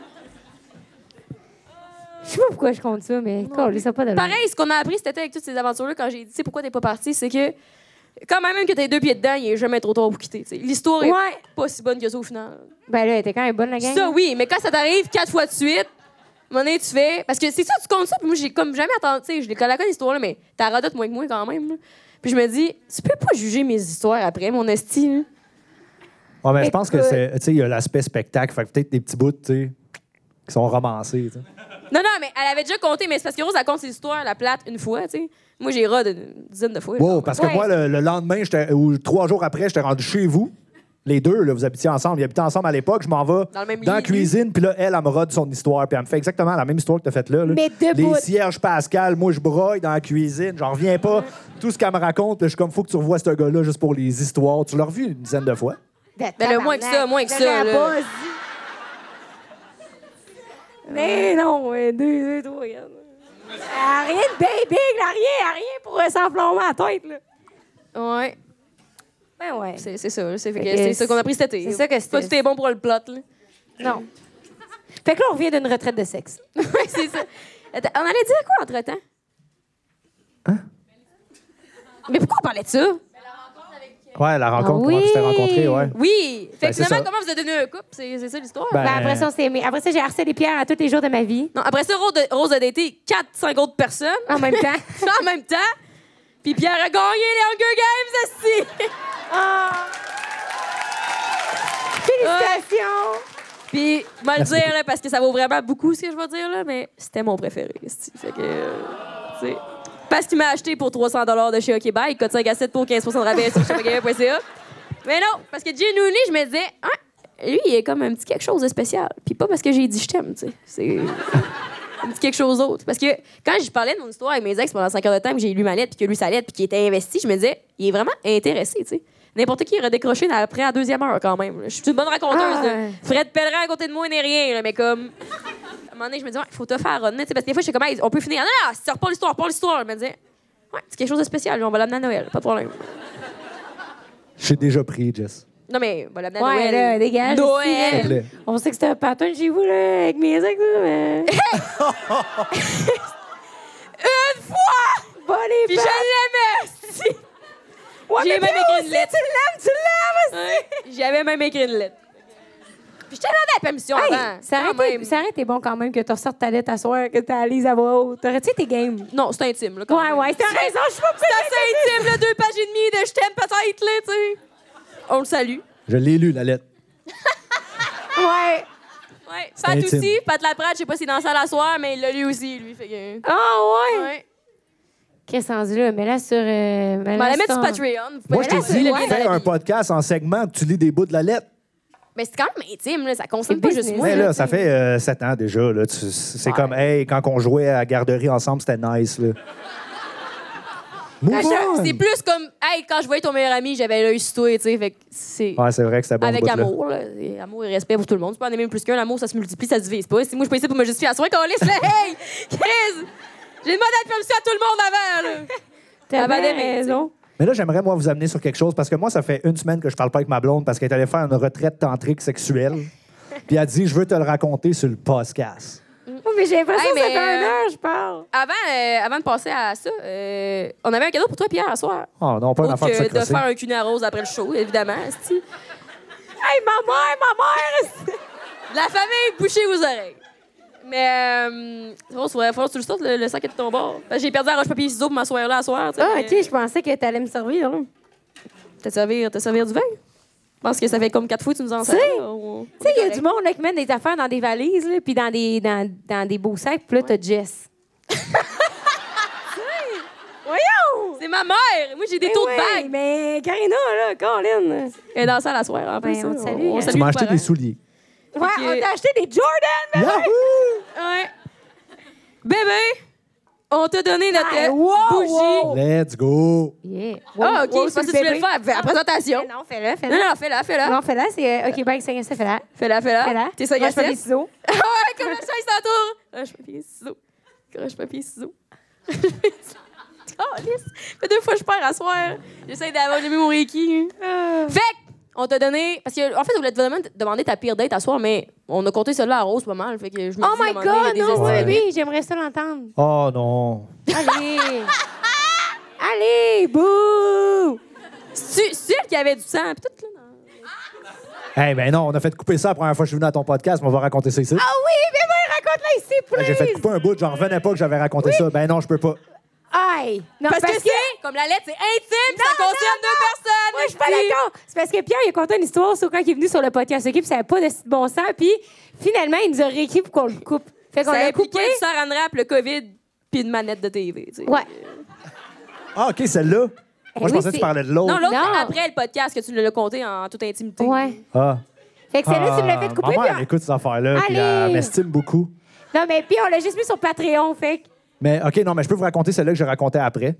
A: Je sais pas pourquoi je compte ça, mais colle, ça a pas de
B: Pareil, ce qu'on a appris cet été avec toutes ces aventures-là, quand j'ai dit, tu sais, pourquoi t'es pas parti, c'est que. Quand même, même que t'as les deux pieds dedans, il est jamais trop tard pour quitter. tu sais. L'histoire est
A: Ouais.
B: pas si bonne que ça au final.
A: Ben là, elle était quand même bonne, la gang.
B: Ça, oui, mais quand ça t'arrive quatre fois de suite, à un moment donné, tu fais. Parce que c'est ça, tu comptes ça, puis moi, j'ai comme jamais attendu. Tu sais, je les connais l'histoire, là, mais t'as radote moins que moi quand même. là. Puis je me dis, tu peux pas juger mes histoires après, mon esti. là.
G: Ouais, mais je pense que
A: Écoute.
G: c'est. Tu sais, il y a l'aspect spectacle. Fait que peut-être des petits bouts, tu sais, qui sont romancés. tu sais.
B: Non, non, mais elle avait déjà compté, mais c'est parce que Rose, elle compte ses histoires, la plate, une fois, tu sais. Moi, j'ai rod une dizaine de fois.
G: Wow,
B: genre.
G: parce
A: Ouais.
G: que moi, le, le lendemain, j'étais- ou trois jours après, j'étais rendu chez vous. Les deux, là, vous habitiez ensemble. Ils habitaient ensemble à l'époque. Je m'en vais
B: Dans le même
G: la
B: lit.
G: cuisine. Puis là, elle, elle me rode son histoire. Puis elle me fait exactement la même histoire que t'as faite là, là.
A: Mais debout.
G: Les cierges Pascal, moi, je broille dans la cuisine. J'en reviens pas. Tout ce qu'elle me raconte, là, je suis comme, faut que tu revoies ce gars-là juste pour les histoires. Tu l'as revu une dizaine de fois.
B: Ben, le moins que ça, moins que ça,
A: Tabarnak,
B: là.
A: j'aurais pas dit. Mais non, ouais, deux, deux, trois, regarde. Ah, rien de bien big, là, rien, rien pour euh, s'enflammer la tête, là.
B: Ouais,
A: Ben ouais.
B: c'est c'est ça. là. C'est fait
A: Fait
B: que
A: que
B: c'est ça qu'on a pris cet été.
A: c'est ça que
B: Pas
A: c'était.
B: tout est bon pour le plot, là.
A: Non. Fait que là, on revient d'une retraite de sexe.
B: Ouais, c'est ça. Attends, on allait dire quoi entre-temps? Hein? Mais pourquoi on parlait de ça?
G: Ouais, la rencontre,
A: Ah
G: comment tu t'es
A: oui!
G: rencontré, ouais.
B: Oui! Fait
G: Ben,
B: que
G: c'est
B: finalement,
G: ça.
B: comment vous êtes devenu un couple? C'est c'est ça l'histoire?
G: Ben,
A: Ben, après ça, on s'est aimé. Après ça, j'ai harcelé Pierre à tous les jours de ma vie.
B: Non, après ça, Rose, Rose a daté 4-5 autres personnes
G: Ah,
A: En même temps.
B: en même temps. Puis Pierre a gagné les Hunger Games, aussi!
A: Ah! Félicitations!
B: Puis, mal le dire, là, parce que ça vaut vraiment beaucoup ce que je vais dire, là, mais c'était mon préféré. esti. Fait que, euh, tu sais. Parce qu'il m'a acheté pour 300 de chez OK Buy, cote 5 à 7 pour 15 de rabais sur shopagayer.ca. Mais non, parce que Jay Nooney, je me disais, ah, lui, il est comme un petit quelque chose de spécial. Puis pas parce que j'ai dit je t'aime, tu sais. C'est un petit quelque chose d'autre. Parce que quand je parlais de mon histoire avec mes ex pendant 5 heures de temps, que j'ai lu ma lettre, puis que lui sa lettre, puis qu'il était investi, je me disais, il est vraiment intéressé, tu sais. N'importe qui aurait décroché dans- après la deuxième heure quand même. là. Je suis une bonne raconteuse.
A: Ah,
B: là.
A: ouais.
B: Fred Pellerin à côté de moi n'est rien, là, mais comme. À un moment donné, je me dis, ouais, faut te faire Ron, là, tu sais, Parce que des fois, je suis comme, Hey, on peut finir. Ah, Non, non, si tu repars l'histoire, repars l'histoire. Je me dis, ouais, c'est quelque chose de spécial, là, on va l'amener à Noël, pas de problème.
G: Je suis déjà pris, Jess.
B: Non, mais on va l'amener à
A: Ouais,
B: Noël.
A: là, dégage.
G: S'il
B: Noël!
G: te plaît.
A: On sait que c'est un pattern chez vous, là, avec mes ex, là, mais...
B: Une fois!
A: Bon, les
B: Puis je
A: pattes.
B: l'aimais! esti.
A: Ouais,
B: Bah! j'ai
A: mais
B: même
A: toi
B: écrit
A: aussi,
B: une lettre.
A: Tu l'aimes, tu l'aimes!
B: Ouais, J'avais même écrit une lettre. Puis je t'ai demandé la permission
A: Hey,
B: avant.
A: ça
B: Ah, ben, quand
A: aurait
B: même.
A: été- ça aurait été bon quand même que tu ressortes ta lettre à soir, que tu la lises à voix haute. T'aurais-tu été game?
B: Non, c'est intime, là. quand
A: Ouais,
B: même.
A: ouais, t'as raison, je suis pas
B: C'est assez intime, là, deux pages et demie de je t'aime peut-être, là, tu sais. On le salue.
G: Je l'ai lu, la lettre.
A: Ouais.
B: Ouais. Pat
G: intime.
B: aussi, Pat Laprade, je sais pas s'il est dans la salle à soir, mais il l'a lu aussi, lui. Fait que...
A: Ah, ouais.
B: Ouais.
A: Qu'est-ce qu'on dit là? Mais là, sur. Euh, mais
B: On
A: là,
B: va la mettre
A: sur-
B: sur Patreon. Vous
A: Ben
B: pouvez
G: Moi, je
B: la-
G: t'ai dit,
B: le lien dans
G: fais
B: la
G: un
B: bio.
G: podcast en segment que tu lis des bouts de la lettre.
B: Mais c'est quand même intime, là. ça
A: C'est
B: concerne pas juste
A: business.
B: moi.
G: Mais
B: là.
G: là, ça fait euh, sept ans déjà. là. Tu- C'est comme, hey, quand on jouait à la garderie ensemble, c'était nice. Là. Move on!
B: C'est plus comme, hey, quand je voyais ton meilleur ami, j'avais l'œil sur toi, tu sais. Fait que c'est.
G: Ouais, c'est vrai que c'était bon.
B: Avec
G: bout, là.
B: amour, là. Et Amour et respect pour tout le monde. Tu peux en aimer plus qu'un. L'amour, ça se multiplie, ça se divise pas. Si moi, je peux essayer pour me justifier à soi, qu'on laisse là, hey, Chris! J'ai demandé la permission à tout le monde avant, là.
A: T'avais
B: Ah, ben,
A: raison.
G: Mais là, j'aimerais, moi, vous amener sur quelque chose parce que moi, ça fait une semaine que je parle pas avec ma blonde parce qu'elle est allée faire une retraite tantrique sexuelle. Puis elle a dit, je veux te le raconter sur le podcast.
A: Oh, mais j'ai l'impression
B: Hey,
A: que ça fait
B: mais,
A: un
B: euh,
A: heure, je parle.
B: Avant, euh, avant de passer à ça, euh, on avait un cadeau pour toi, Pierre, à soir.
G: Oh non, pas une
B: Autre
G: affaire de se
B: que de
G: crosser.
B: faire un cul à rose après le show, évidemment. esti.
A: Hey, ma mère, ma mère!
B: La famille, bouchez vos oreilles. Mais, euh, c'est bon, il faudrait falloir que tu le sortes, le, le sac est de ton bord. Parce que J'ai perdu la roche-papier-ciseaux pour m'asseoir là à soir. tu sais,
A: Ah,
B: mais-
A: OK, je pensais que t'allais me servir, hein. là.
B: T'as servi, t'as servi du vin? Je pense que ça fait comme quatre fois que tu nous en
A: Tu sais,
B: sers. là, on-
A: Tu sais, il y a du monde là, qui mène des affaires dans des valises, là, puis dans des, dans, dans des beaux sacs, puis là, t'as Jess. Voyons!
B: C'est ma mère! Moi, j'ai des
A: Mais
B: taux
A: Ben ouais,
B: de bague!
A: Mais Karina, là, Colin!
B: Elle est dans la salle à soir, en plus.
A: on
B: hein.
A: te salue, hein.
G: Tu m'as acheté
B: nos
G: des souliers.
A: Ouais,
B: Ok.
A: on t'a acheté des Jordan, mais
G: Yahoo!
B: parents. Ouais. Bébé, on t'a donné notre
A: Hey,
B: euh,
A: Ah, Ben, wow,
B: bougie.
A: wow.
G: Let's go!
A: Yeah.
B: Ah, OK,
A: Wow, wow,
B: je pensais
A: sur
B: que tu voulais
A: bébé.
B: le faire. Fais la
A: Mais
B: présentation.
A: Non, fais-le,
B: Non,
A: fais-le.
B: non, fais-la, fais-la.
A: Non, fais-la, c'est... euh, OK, ben, 5 7, fais-la.
B: Fais-la,
A: Fais-la.
B: fais-la. Ah, T'es ça,
A: Moi, je fais
B: gâchette.
A: des ciseaux.
B: Ah ouais, comme le chat, il s'entoure. Roche, papier, ciseaux. Roche, papier, ciseaux. Oh, lisse. Fait deux fois, je perds à soir. J'essaie d'avoir, j'ai mis mon Reiki.
A: Ah.
B: Fait que, on t'a donné. Parce que, en fait, on voulait te demander- demander ta pire date à soir, mais on a compté celle-là à Rose pas mal. Fait que je me
A: Oh
B: dis, à un
A: my
B: moment
A: God,
B: donné, il y a des
A: non,
G: esprits.
A: c'est lui, j'aimerais ça l'entendre.
G: Oh non!
A: Allez! Allez, bouh!
B: C'est c'est elle qui avait du sang. Puis tout, là.
A: Ah,
B: non.
G: Eh ben non, on a fait couper ça la première fois que je suis venu à ton podcast, mais on va raconter ça ici.
A: Ah oui, mais moi, raconte-la ici,
G: Ben, J'ai fait
A: please!
G: couper un bout, j'en revenais pas que j'avais raconté ça. Ben non, je peux pas.
A: Aïe! Non,
B: Parce, que, c'est, comme la lettre, c'est intime, ça
A: Non,
B: concerne
A: non,
B: deux personnes.
A: Moi, je suis pas
B: esti.
A: d'accord. C'est parce que Pierre, il a conté une histoire sur quand il est venu sur le podcast, OK, puis ça n'avait pas de si bon sens, puis finalement, il nous a réécrit pour qu'on le coupe. Fait qu'on
B: Ça
A: l'a
B: impliquait
A: coupé.
B: du saran wrap, le COVID, puis une manette de TV. tu sais.
A: Ouais.
G: Ah, OK, celle-là? Moi,
A: oui,
G: je pensais que
A: c'est-
G: tu parlais de l'autre.
B: Non, l'autre,
A: Non.
B: c'est après le podcast que tu l'as compté en toute intimité.
A: Ouais.
G: Ah.
A: Fait que celle-là, tu me l'as
G: Ah,
A: fait couper,
G: Ma
A: puis
G: mère, elle
A: on-
G: écoute ces affaires-là, puis elle
A: Allez!
G: m'estime beaucoup.
A: Non, mais puis on l'a juste mis sur Patreon, fait que...
G: Mais OK, non, mais je peux vous raconter celle-là que je racontais après.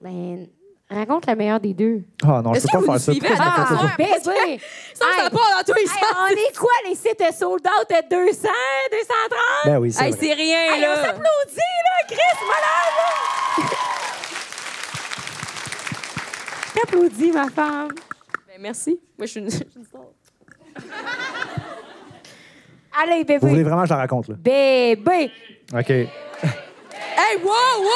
A: Ben, raconte la meilleure des deux.
G: Ah non, je peux
B: Est-ce que
G: pas
B: vous
G: faire ça.
B: nous suivez
G: Pourquoi je me
A: Ah,
G: fais
B: à
G: ça?
B: ouais,
A: bébé!
B: Ça, ça
A: Hey.
B: part dans tous les
A: ben Hey,
B: sens.
A: on est quoi, les sites euh, sold out de 200, 230?
G: Ben oui, c'est
B: Hey,
G: vrai.
B: c'est rien,
A: Hey, on
B: là.
A: s'applaudit, là, Chris, malade! là. T'applaudis, ma femme.
B: Ben, merci. Moi, je suis une. je suis une star.
A: Allez,
G: Vous voulez
A: bébé.
G: vraiment que je la raconte, là?
A: Bébé.
G: OK.
B: Hey, wow, wow, wow!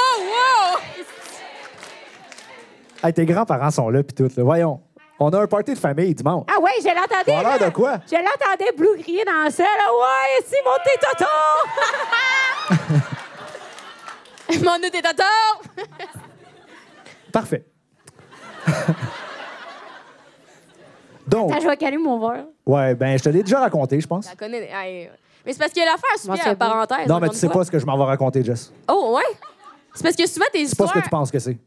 G: Hey, tes grands-parents sont là, puis tout. Là. Voyons. On a un party de famille dimanche.
A: Ah ouais, je l'entendais.
G: On a l'air
A: là.
G: de quoi?
A: Je l'entendais Blue crier dans le ciel. là. Ouais, si mon thé toto.
B: Mon nœud est à tort!
G: Parfait. Donc,
A: Ça, Ah, je vais calmer mon verre.
G: ouais, ben, je te l'ai déjà raconté, je pense.
B: Je la connais. hey. Mais c'est parce que l'affaire,
A: Moi,
B: souvent,
A: c'est
B: en
A: beau.
B: parenthèse.
G: Non, mais
B: on
G: tu sais
B: dit
G: pas ce que je m'en vais raconter, Jess.
B: Oh, ouais? C'est parce que souvent, tes
G: C'est pas
B: histoires.
G: ce que tu penses que c'est.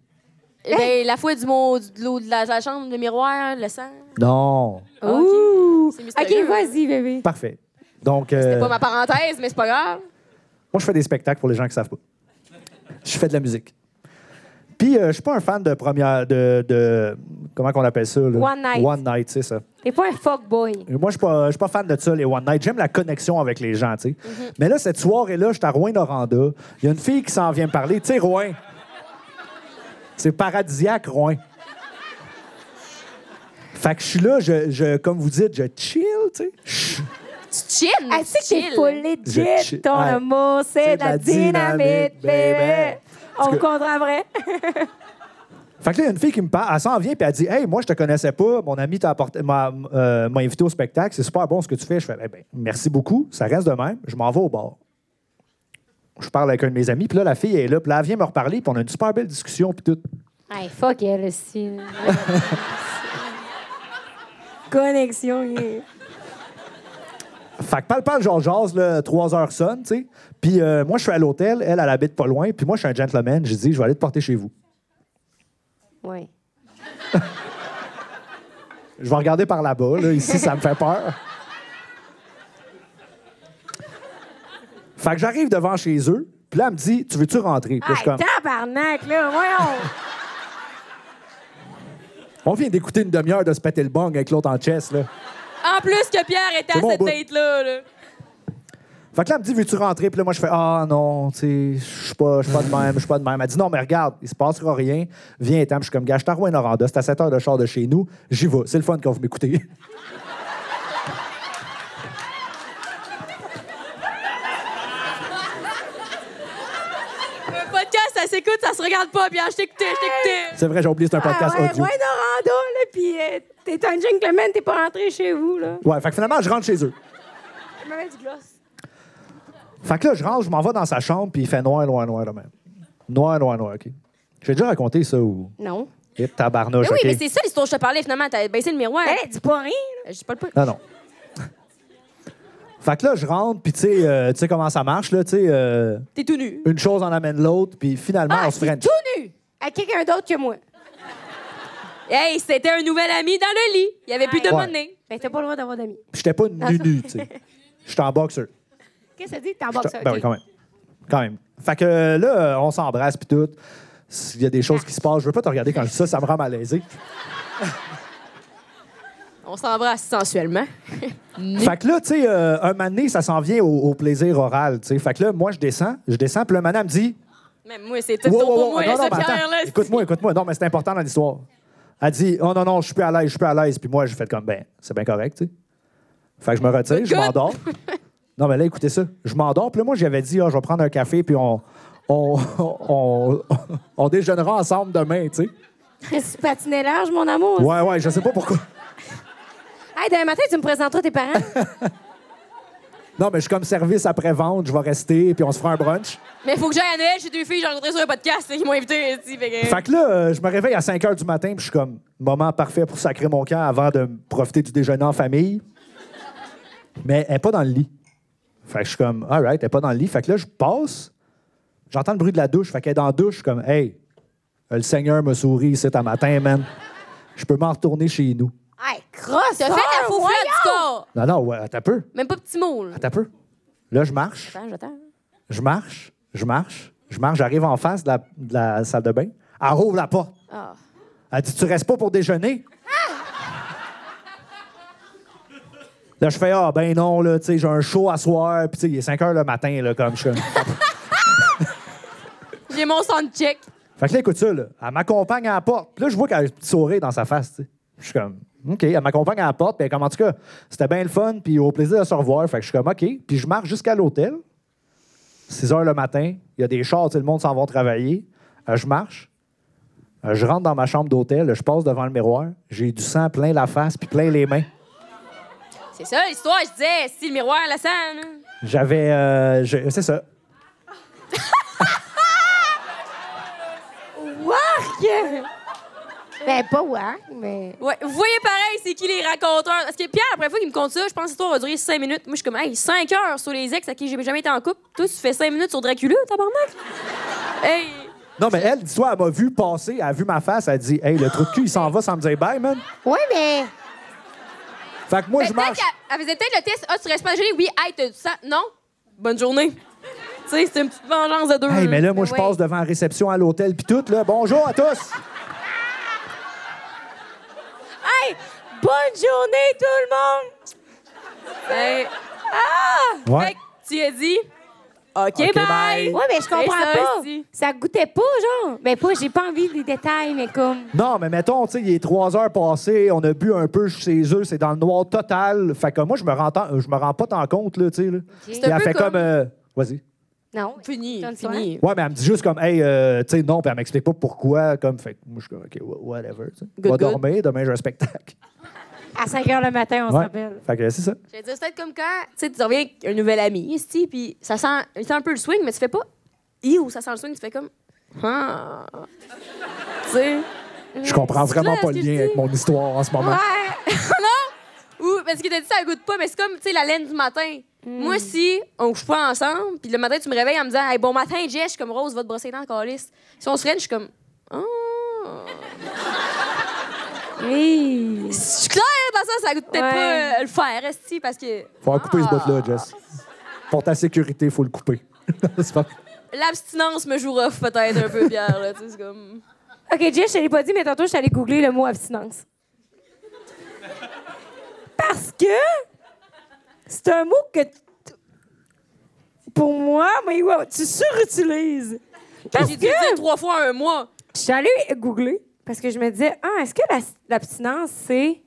B: Eh Ben, la fouille du mot, de l'eau, de la, de la chambre, le miroir, le sang.
G: Non.
A: Ouh.
B: C'est
A: OK, hein?
B: mystérieux.
A: vas-y, bébé.
G: Parfait. Donc, euh,
B: C'est pas ma parenthèse, mais c'est pas grave.
G: moi, je fais des spectacles pour les gens qui savent pas. Je fais de la musique. Puis, euh, je suis pas un fan de première. de. de- comment qu'on appelle ça? là?
A: One night.
G: One night, c'est ça.
A: T'es pas un fuckboy.
G: Moi, je suis pas, je suis pas fan de ça, les One Night. J'aime la connexion avec les gens, tu sais. Mais là, cette soirée-là, je suis à Rouen-Noranda. Il y a une fille qui s'en vient me parler. Tu sais, Rouen. C'est paradisiaque, Rouen. Fait que je suis là, je, je- comme vous dites, je chill, tu sais. Je-
B: Tu chill.
A: Ah, tu sais que t'es
B: chill.
A: full
G: Je
A: legit.
G: chill.
A: Ton
G: Ouais.
A: amour, c'est de la dynamite, bébé.
G: bébé.
A: On
G: que-
A: le comprend vrai.
G: Fait que là, il y a une fille qui me parle, elle s'en vient puis elle dit Hey, moi, je te connaissais pas, mon ami t'a apporté- m'a euh, m'a invité au spectacle, c'est super bon ce que tu fais. Je fais Eh ben, Merci beaucoup, ça reste de même, je m'en vais au bar. Je parle avec un de mes amis, puis là, la fille est là, puis là, elle vient me reparler, puis on a une super belle discussion, puis tout.
A: Hey, fuck elle aussi. là. Connexion. yeah.
G: Fait que parle, parle, genre, jase, là, 3 heures sonne, tu sais. Puis euh, moi, je suis à l'hôtel, elle, elle habite pas loin. Puis moi, je suis un gentleman. J'ai dit, je vais aller te porter chez vous.
A: Ouais.
G: Je vais regarder par là-bas, là. Ici, ça me fait peur. Fait que j'arrive devant chez eux. Puis là, elle me dit, tu veux-tu rentrer? Puis là, je suis
A: Hey,
G: comme,
A: tabarnak, là, voyons.
G: on vient d'écouter une demi-heure de se péter le bang avec l'autre en chess, là.
B: En plus que Pierre était
G: C'est
B: à
G: mon
B: cette
G: bout.
B: date-là. là.
G: Fait que là, elle me dit, veux-tu rentrer? Puis là, moi, je fais, ah non, tu sais, je suis pas, je suis pas de même, je suis pas de même. Elle dit, non, mais regarde, il se passera rien. Viens, et Je suis comme, gars, je t'envoie un Noranda. C'est à 7 heures de char de chez nous. J'y vais. C'est le fun quand vous m'écoutez.
B: Un podcast, ça s'écoute, ça se regarde pas, Pierre. Je t'écoutais, je t'écoutais.
G: C'est vrai, j'ai oublié, c'est un podcast
A: ah, ouais,
G: audio.
A: ouais, Norando, là, puis euh, t'es un gentleman, t'es pas rentré chez vous, là.
G: Ouais, fait que finalement, je rentre chez eux.
A: Je me mets du gloss.
G: Fait que là, je rentre, je m'en vais dans sa chambre, puis il fait noir, noir, noir, là même. Noir, noir, noir, OK. J'ai déjà raconté ça ou.
A: Non.
G: Et tabarnouche,
B: Mais oui,
G: OK.
B: mais c'est ça l'histoire que je te parlais, finalement. T'as baissé le miroir.
A: Elle Eh, dis pas rien, là.
B: Je dis pas le
G: Non, non. fait que là, je rentre, puis tu sais, euh, tu sais comment ça marche, là, tu sais, euh,
B: T'es tout nu.
G: une chose en amène l'autre, puis finalement,
A: Ah,
G: on se
A: c'est
G: French.
A: tout nu. À quelqu'un d'autre que moi.
B: Hey, c'était un nouvel ami dans le lit. Il y avait plus de
G: Ouais.
B: monnaie.
A: Ben, t'as pas le droit d'avoir d'amis.
G: Puis j'étais pas
A: Ah,
G: nu-nu, tu sais. J'étais en boxeur.
A: Qu'est-ce que ça dit? T'es en boxe,
G: Ben
A: ok.
G: oui, quand même. Quand même. Fait que euh, là, euh, on s'embrasse, puis tout. Il y a des choses qui se passent. Je veux pas te regarder quand je dis ça, ça me rend malaisé.
B: On s'embrasse sensuellement.
G: Fait que là, tu sais, euh, un moment donné, ça s'en vient au, au plaisir oral, tu sais. Fait que là, moi, je descends, je descends, puis le madame dit...
B: Même moi, c'est tout
G: Wow,
B: pour
G: wow, wow,
B: moi,
G: non, non,
B: ce
G: mais attends,
B: Pierre-là.
G: écoute-moi, écoute-moi. Non, mais c'est important dans l'histoire. Elle dit, oh non, non, je suis plus à l'aise, je suis plus à l'aise. Puis moi, j'ai fait comme, ben, c'est bien correct, tu sais. Fait que je me retire, je
B: Good.
G: m'endors. non, mais là, écoutez ça. Je m'endors, puis là, moi, j'avais dit, Ah, je vais prendre un café, puis on... On, on, on déjeunera ensemble demain, tu sais.
A: Tu patinais large, mon amour.
G: Ouais, ouais, je sais pas pourquoi.
A: Hey, demain matin, tu me présenteras tes parents.
G: Non, mais je suis comme service après-vente, je vais rester, puis on se fera un brunch.
B: Mais faut que j'aille à Noël, j'ai deux filles, j'ai rencontré sur un podcast, là, ils m'ont invité. ici, fait que-
G: Fait que là, euh, je me réveille à 5 h du matin, puis je suis comme, moment parfait pour sacrer mon camp avant de profiter du déjeuner en famille. Mais elle n'est pas dans le lit. Fait que je suis comme, alright, elle n'est pas dans le lit. Fait que là, je passe, j'entends le bruit de la douche. Fait qu'elle est dans la douche, je suis comme, hey, euh, le Seigneur me sourit, c'est un matin, man. Je peux m'en retourner chez nous.
A: hey, crosse!
B: T'as fait la faux fleur du corps.
G: Non, non, ouais, attends un peu,
B: Même pas petit mot, là.
G: attends un peu. Là, je marche,
B: Attends, j'attends.
G: je marche, je marche, je marche, j'arrive en face de la, de la salle de bain. Elle rouvre la porte.
B: Ah.
G: Elle dit Tu restes pas pour déjeuner Là, je fais Ah, ben non, là, tu sais, j'ai un show à soir, puis tu sais, il est 5 h le matin, là, comme je suis.
B: J'ai mon soundcheck.
G: fait que là, écoute ça, là, elle m'accompagne à la porte. Puis là, je vois qu'elle a un petit sourire dans sa face, tu sais. Je suis comme OK, elle m'accompagne à la porte, puis elle est comme en tout cas, c'était bien le fun, puis au plaisir de se revoir. Fait que je suis comme OK, puis je marche jusqu'à l'hôtel. 6 h le matin, il y a des chars, tu sais, le monde s'en va travailler. Euh, je marche. Euh, je rentre dans ma chambre d'hôtel, je passe devant le miroir, j'ai du sang plein la face puis plein les mains.
B: C'est ça l'histoire, je disais, si le miroir, la scène. hein.
G: J'avais. euh, je- c'est ça.
A: Wark! Ben, pas wark, mais.
B: Ouais, vous voyez pareil, c'est qui les raconteurs. Parce que Pierre, la première fois qu'il me compte ça, je pense que l'histoire va durer 5 minutes. Moi, je suis comme, hey, 5 heures sur les ex à qui j'ai jamais été en couple. Toi, tu fais 5 minutes sur Dracula, tabarnak. hey,
G: Non, mais elle, dis-toi, elle m'a vu passer, elle a vu ma face, elle a dit Hey, le trou de cul, il s'en va sans me dire bye, man.
A: Ouais, mais.
G: Fait que moi, je
B: peut-être
G: marche.
B: qu'elle elle faisait peut-être le test. Ah, tu restes pas gelé? Oui, hey, t'as du sang. Non? Bonne journée. tu sais, c'était une petite vengeance de deux.
G: Hey, mais là, moi, je
A: ouais.
G: passe devant la réception à l'hôtel, puis tout, là. Bonjour à tous!
A: Hey! Bonne journée, tout le monde!
B: Hey, fait
G: Ouais.
B: que tu as dit, OK, bye.
G: Ok, bye.
A: Ouais, mais je comprends
B: C'est ça,
A: pas.
B: esti.
A: Ça goûtait pas, genre. Ben, pas, j'ai pas envie des détails, mais comme.
G: Non, mais mettons, tu sais, il est 3 heures passées, on a bu un peu chez eux, c'est dans le noir total. Fait que moi, je me rends, tant- je me rends pas tant compte, là, tu sais. là. Puis
B: un
G: elle
B: peu
G: fait comme.
B: comme-
G: euh, Vas-y.
A: Non.
B: Fini,
A: Donne-toi.
B: fini.
G: Ouais, mais elle me dit juste comme, hey, euh, tu sais, non, puis elle m'explique pas pourquoi. Comme, fait que moi, je suis comme, OK, wha- whatever. tu sais.
B: Good,
G: Va
B: good.
G: dormir, demain, j'ai un spectacle.
A: À 5 h le matin, on se
G: Ouais.
A: rappelle.
G: Fait que c'est ça.
B: Je veux dire, c'est peut-être comme quand tu sais, tu reviens avec un nouvel ami, esti, puis ça sent, il sent un peu le swing, mais tu fais pas. Iou, ça sent le swing, tu fais comme. Ah. tu sais.
G: Je comprends
B: C'est
G: vraiment
B: clair,
G: pas
B: ce
G: le
B: que je
G: lien avec
B: dis. Ah!
G: mon histoire en ce moment.
A: Ouais!
B: non! goût. Parce que t'as dit ça, elle goûte pas, mais c'est comme, tu sais, la laine du matin.
A: Hmm.
B: Moi, si on couche pas ensemble, puis le matin, tu me réveilles en me disant, hey, bon matin, Jess, je suis comme Rose, va te brosser les dents, calice. Si on se freine, je suis comme, oh.
A: Oui.
B: Je suis claire hein, dans ça, ça goûte peut-être
A: Ouais.
B: pas euh, le faire, esti, parce que
G: Faut en couper ce bout-là, Jess. Pour ta sécurité, faut le couper. C'est pas-
B: l'abstinence me joue off peut-être un peu, Pierre, là, tu sais, c'est comme.
A: OK, Jess, je te l'ai pas dit, mais tantôt, je suis allée googler le mot abstinence. Parce que c'est un mot que, t- pour moi, mais ouais, tu surutilises. Parce
B: J'ai
A: que
B: dû le dire trois fois en un mois.
A: je suis allée googler parce que je me disais, ah, est-ce que la- l'abstinence, c'est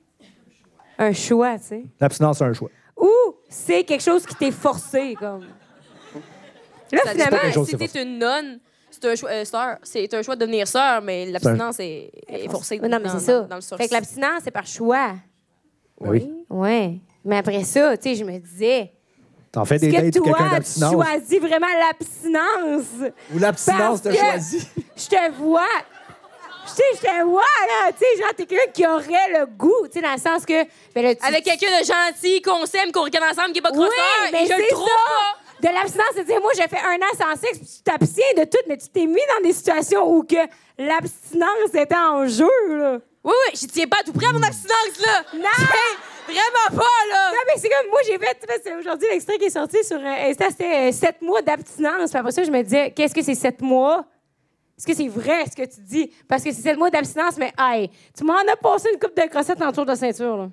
A: un choix, tu sais?
G: L'abstinence, c'est un choix.
A: Ou c'est quelque chose qui t'est forcé, comme. Là,
B: Ça
A: finalement,
B: dépend.
G: quelque chose,
B: Si
G: c'est
B: t'es une nonne, c'est un choix, euh, sœur, c'est un choix de devenir sœur, mais l'abstinence est, est forcée.
A: non, mais
B: dans-
A: c'est ça.
B: Dans le
A: fait
B: sorcier.
A: que l'abstinence, c'est par choix.
G: Ben oui.
A: Ouais. Mais après ça, tu sais, je me disais,
G: T'en fais des
A: est-ce que
G: dates pour quelqu'un
A: toi, tu
G: d'abstinence.
A: choisis vraiment l'abstinence?
G: Ou
A: Parce
G: l'abstinence t'a
A: que-
G: choisi.
A: Je te vois. Je sais, je te vois, là. Tu sais, genre, t'es quelqu'un qui aurait le goût, tu sais, dans le sens que. ben là, tu-
B: Avec quelqu'un de gentil, qu'on s'aime, qu'on regarde ensemble, qui est pas
A: Oui,
B: crosseur,
A: mais
B: je le
A: c'est
B: trouve
A: ça. De l'abstinence, c'est-à-dire, moi, j'ai fait un an sans sexe, puis tu t'abstiens de tout, mais tu t'es mis dans des situations où que l'abstinence était en jeu, là.
B: Oui, oui, j'y tiens pas à tout près à mon abstinence, là.
A: Non!
B: Vraiment pas, là.
A: Non, mais c'est comme, moi, j'ai fait, parce que aujourd'hui, l'extrait qui est sorti sur euh, Insta, c'était 7 mois d'abstinence. Puis après ça, je me disais, qu'est-ce que c'est 7 mois? Est-ce que c'est vrai ce que tu dis? Parce que c'est 7 mois d'abstinence, mais hey, tu m'en as passé une coupe de crossettes en tour de ceinture, là.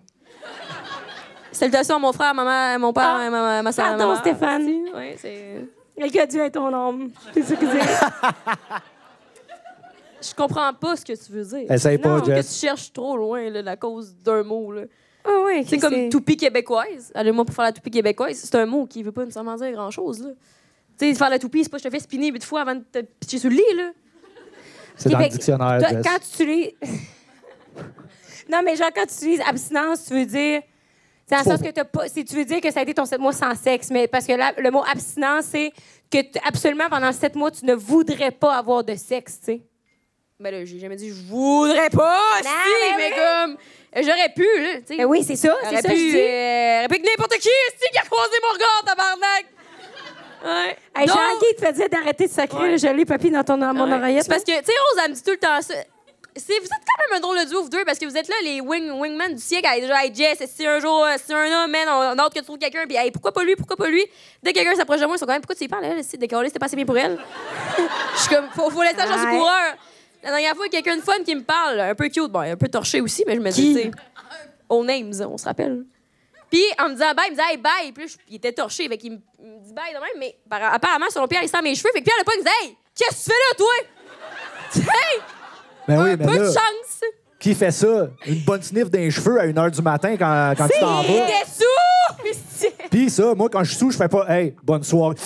B: Salutations à mon frère, à maman, à mon père,
A: Ah.
B: à ma, à ma soeur, à ma
A: Pardon,
B: mère.
A: Stéphane.
B: Oui, c'est...
A: Quelqu'un a dû être ton homme. C'est ça que c'est.
B: Je comprends pas ce que tu veux dire.
G: Essaye pas,
A: Non,
B: que
G: Jess.
B: tu cherches trop loin là, la cause d'un mot. Là.
A: Ah ouais,
B: C'est comme toupie québécoise. Allez-moi pour faire la toupie québécoise. C'est un mot qui veut pas nécessairement dire grand-chose. là. Tu sais, faire la toupie, c'est pas je te fais spinner huit fois avant de te pitcher sur le lit. Là.
G: C'est dans
A: Fait
G: le
A: que
G: dictionnaire,
A: toi,
G: Jess.
A: Quand tu utilises. non, mais genre, quand tu utilises abstinence, tu veux dire. C'est dans le
G: Faux.
A: sens que t'as pas. Si tu veux dire que ça a été ton sept mois sans sexe, mais parce que là, le mot abstinence, c'est que t- absolument pendant sept mois, tu ne voudrais pas avoir de sexe, tu sais.
B: Ben là, j'ai jamais dit je voudrais pas,
A: Non,
B: si,
A: mais
B: mais
A: Ah, ben oui.
B: comme j'aurais pu, là, tu sais.
A: Ben oui, c'est ça, c'est
B: J'aurais
A: ça, je
B: pu,
A: dis.
B: euh, j'aurais pu que n'importe qui, si, qui a croisé mon regard, tabarnak. Ouais.
A: Hey,
B: Donc-
A: Jean-Guy te faisait d'arrêter de sacrer le joli papy dans ton, dans mon
B: Ouais.
A: oreillette. hein.
B: C'est parce que, tu sais, Rose, elle me dit tout le temps ça. C'est- vous êtes quand même un drôle de duo, vous deux, parce que vous êtes là, les wing, wingmen du siècle. Elle est déjà, hey Jess, si un jour, euh, si un homme, man, on, on a hâte que tu trouves quelqu'un, puis hey, pourquoi pas lui, pourquoi pas lui. Dès que quelqu'un s'approche de moi, ils sont quand même, pourquoi tu y parles, elle, si, décoller, c'était pas assez bien pour elle. Je suis comme, faut, faut laisser la chance au
A: Ouais.
B: coureur. La dernière fois, il y a quelqu'un de fun qui me parle, un peu cute, bon, un peu torché aussi, mais je me dis,
A: Qui?
B: tu sais, on names, on se rappelle. Puis en me disant bye, il me disait hey, bye. Puis là, je- il était torché. Fait qu'il me il me dit bye de même, mais par- apparemment, selon Pierre, il sent mes cheveux. Fait que Pierre, le pas, il me disait hey, qu'est-ce que tu fais là, toi? hey,
G: Mais Ben oui,
B: un
G: mais
B: peu de
G: là,
B: chance.
G: qui fait ça? Une bonne sniff dans les cheveux à 1h du matin quand, quand tu t'en
B: Il
G: vas.
B: était sous!
G: Puis ça, moi, quand je suis sous, je fais pas « Hey, bonne soirée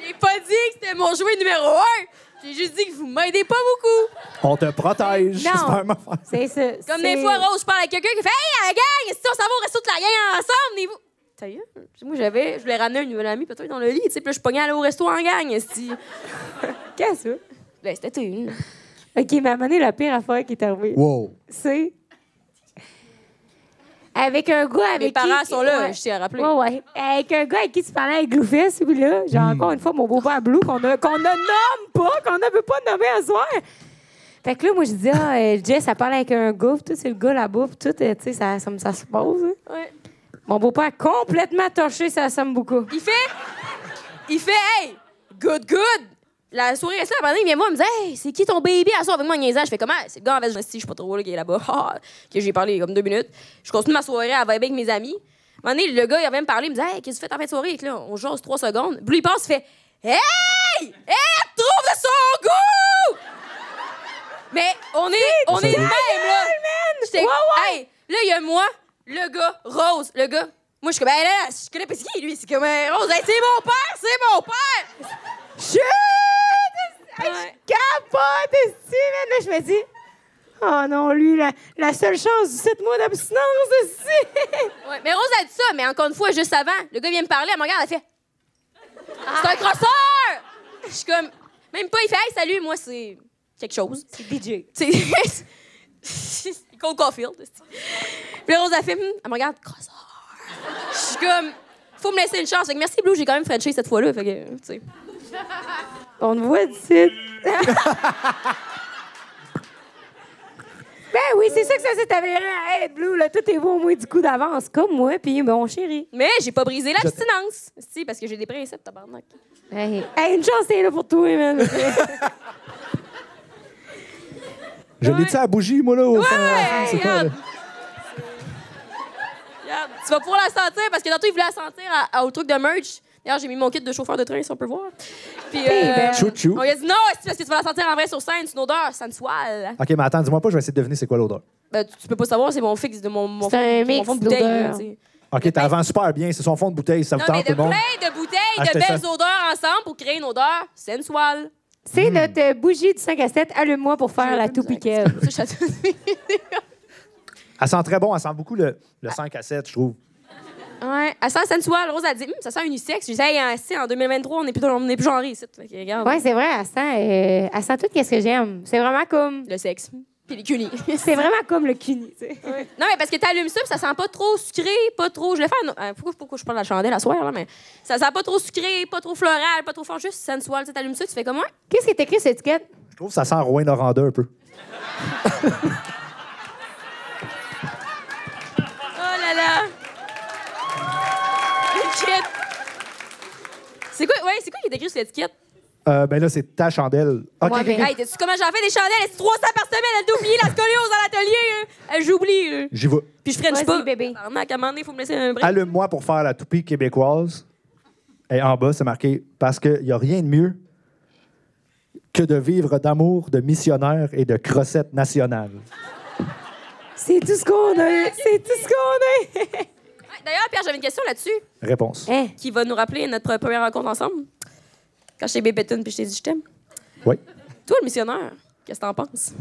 B: J'ai pas dit que c'était mon jouet numéro un. J'ai juste dit que vous m'aidez pas beaucoup. ».
G: On te protège.
A: Non.
G: C'est vraiment fort.
A: C'est ça.
B: Comme
A: c'est-
B: des fois, Rose, je parle à quelqu'un qui fait Hey, la gang, si on s'en va au resto de la gang ensemble, et vous. Ta gueule. Moi, j'avais, je voulais ramener un nouvel ami peut-être dans le lit, tu sais, puis là, je suis pognée à aller au resto en gang, esti.
A: Qu'est-ce que
B: Ben, c'était une.
A: c'est? OK, mais à un moment donné, la pire affaire qui est arrivée.
G: Wow.
A: c'est avec un gars avec
B: Mes parents
A: qui...
B: sont là,
A: Ouais.
B: je tiens à rappeler.
A: Ouais, ouais. Avec un gars avec qui tu parlais avec Gloufesse, puis là, j'ai encore une fois mon beau-père Blue qu'on a- qu'on ne nomme pas, qu'on ne veut pas nommer à soir. Fait que là, moi, je dis, ah, euh, Jess, elle parle avec un gars, puis tout, c'est le gars là-bas, puis tout, euh, tu sais, ça, ça, me- ça se pose. hein.
B: Ouais.
A: Mon beau-père complètement torché, ça somme beaucoup.
B: Il fait. Il fait, hey, good, good. La soirée reste là, à un moment donné, il vient me voir, il me dit, hey, c'est qui ton baby à soir avec moi, niaisant? Je fais comment? C'est le gars en veste, je je suis pas trop là, qui est là-bas. Ah, que j'ai parlé comme deux minutes. Je continue ma soirée à vibe avec mes amis. À un moment donné, le gars, il revient me parler, il me dit, hey, qu'est-ce que tu fais en fin de soirée? Et que là, on jase trois secondes. Puis il passe, il fait, hey, hey, trouve de son goût! Mais on est, on est de même, là. J'étais- Hey, là, il y a moi, le gars, Rose, le gars. Moi, je suis comme, hey, là, je connais pas c'est qui, lui. C'est comme, hey, Rose, hey, c'est mon père, c'est mon père!
A: Chut! Hey,
B: Ouais.
A: Je capote, esti, man. Là, je me dis, oh non, lui, la, la seule chance du 7 mois d'abstinence, esti.
B: Ouais, mais Rose a dit ça, mais encore une fois, juste avant, le gars vient me parler, elle me regarde, elle fait, c'est un crosseur! Je suis comme, même pas, il fait, hey, salut, moi, c'est quelque chose.
A: DJ.
B: C'est- Cole Caulfield. c'est-tu. Puis là, Rose, elle fait, Hum. elle me regarde, crosseur. Je suis comme, faut me laisser une chance. Fait que merci, Blue, j'ai quand même Frenché cette fois-là. Fait que, tu sais.
A: On te voit d'ici. ben oui, c'est ça que ça s'est avéré à être, Blue. Là, tout est beau au moins du coup d'avance, comme moi, puis mon chéri.
B: Mais j'ai pas brisé l'abstinence. Si, parce que j'ai des principes, tabarnak.
A: Hey, hey, une chance, t'es là pour toi, man.
G: Je l'ai dit à la bougie, moi, là, au fond, à la fin, c'est quoi, là?
B: regarde. Regarde, tu vas pouvoir la sentir parce que tantôt, il voulait la sentir à- à- au truc de merch. D'ailleurs, j'ai mis mon kit de chauffeur de train, si on peut voir. Puis, euh,
G: ben, Chou-chou.
B: on lui a dit non, c'est parce que tu vas la sentir en vrai sur scène, c'est une odeur, ça me soile.
G: OK, mais attends, dis-moi pas, je vais essayer de deviner c'est quoi l'odeur.
B: Ben, tu, tu peux pas savoir, c'est mon fixe de mon, mon,
A: C'est un
B: mon
A: mix
B: fond de bouteille.
A: d'odeurs.
B: là, tu sais.
G: OK, t'as avant super bien, c'est son fond de bouteille, ça vous
B: Non, mais
G: tente, tout
B: de
G: le monde? Ah,
B: plein de bouteilles,
G: Achetez
B: de belles
G: ça.
B: odeurs ensemble pour créer une odeur sensuelle.
A: c'est notre euh, bougie du 5 à 7. Allume-moi pour faire Ah, la toupie Kev.
B: Ça, je te-
G: Elle sent très bon, elle sent beaucoup le, le 5 à 7, je trouve.
B: Ouais, elle sent sensuelle. Rose a dit, Hum, ça sent unisexe. J'ai dit, hey, hein, si, en 2023, on n'est plus, dans- on n'est plus genré ici. Fait que, regarde,
A: Ouais, c'est vrai, elle sent, euh, elle sent tout ce que j'aime. C'est vraiment comme.
B: le sexe. Puis les cunis.
A: C'est vraiment comme le cuny, tu sais.
B: non, mais parce que t'allumes ça, puis ça sent pas trop sucré, pas trop. Je vais faire. un- euh, Pourquoi, pourquoi je prends la chandelle à soir, là, mais. Ça sent pas trop sucré, pas trop floral, pas trop fort, juste sensuel. Tu sais, t'allumes ça, tu fais comme, ouais,
A: Qu'est-ce qui est écrit sur l'étiquette?
G: Je trouve que ça sent Rouen Noranda un peu.
B: Oh là là! L'étiquette! C'est quoi, ouais, c'est quoi qui est écrit sur l'étiquette?
G: Euh, ben là, c'est ta chandelle. OK,
A: Ouais,
G: OK,
A: ben-
G: OK.
B: Hey, t'as-tu comment j'en fais des chandelles? C'est 300 par semaine, elle doit oublier la scoliose à l'atelier, là. Elle, j'oublie, là.
G: J'y vais.
B: Puis je freine
A: Vas-y,
B: pas.
A: bébé.
B: Tabarnak, à un moment donné, faut me laisser un break.
G: Allume-moi pour faire la toupie québécoise. Et en bas, c'est marqué parce qu'il n'y a rien de mieux que de vivre d'amour, de missionnaire et de crossette nationale.
A: C'est tout ce qu'on a. C'est tout ce qu'on a.
B: Ouais, D'ailleurs, Pierre, j'avais une question là-dessus
G: Réponse.
A: Hein?
B: qui va nous rappeler notre première rencontre ensemble. Quand j'étais bébétoune, puis je t'ai dit je t'aime.
G: Oui.
B: Toi, le missionnaire, qu'est-ce que t'en penses?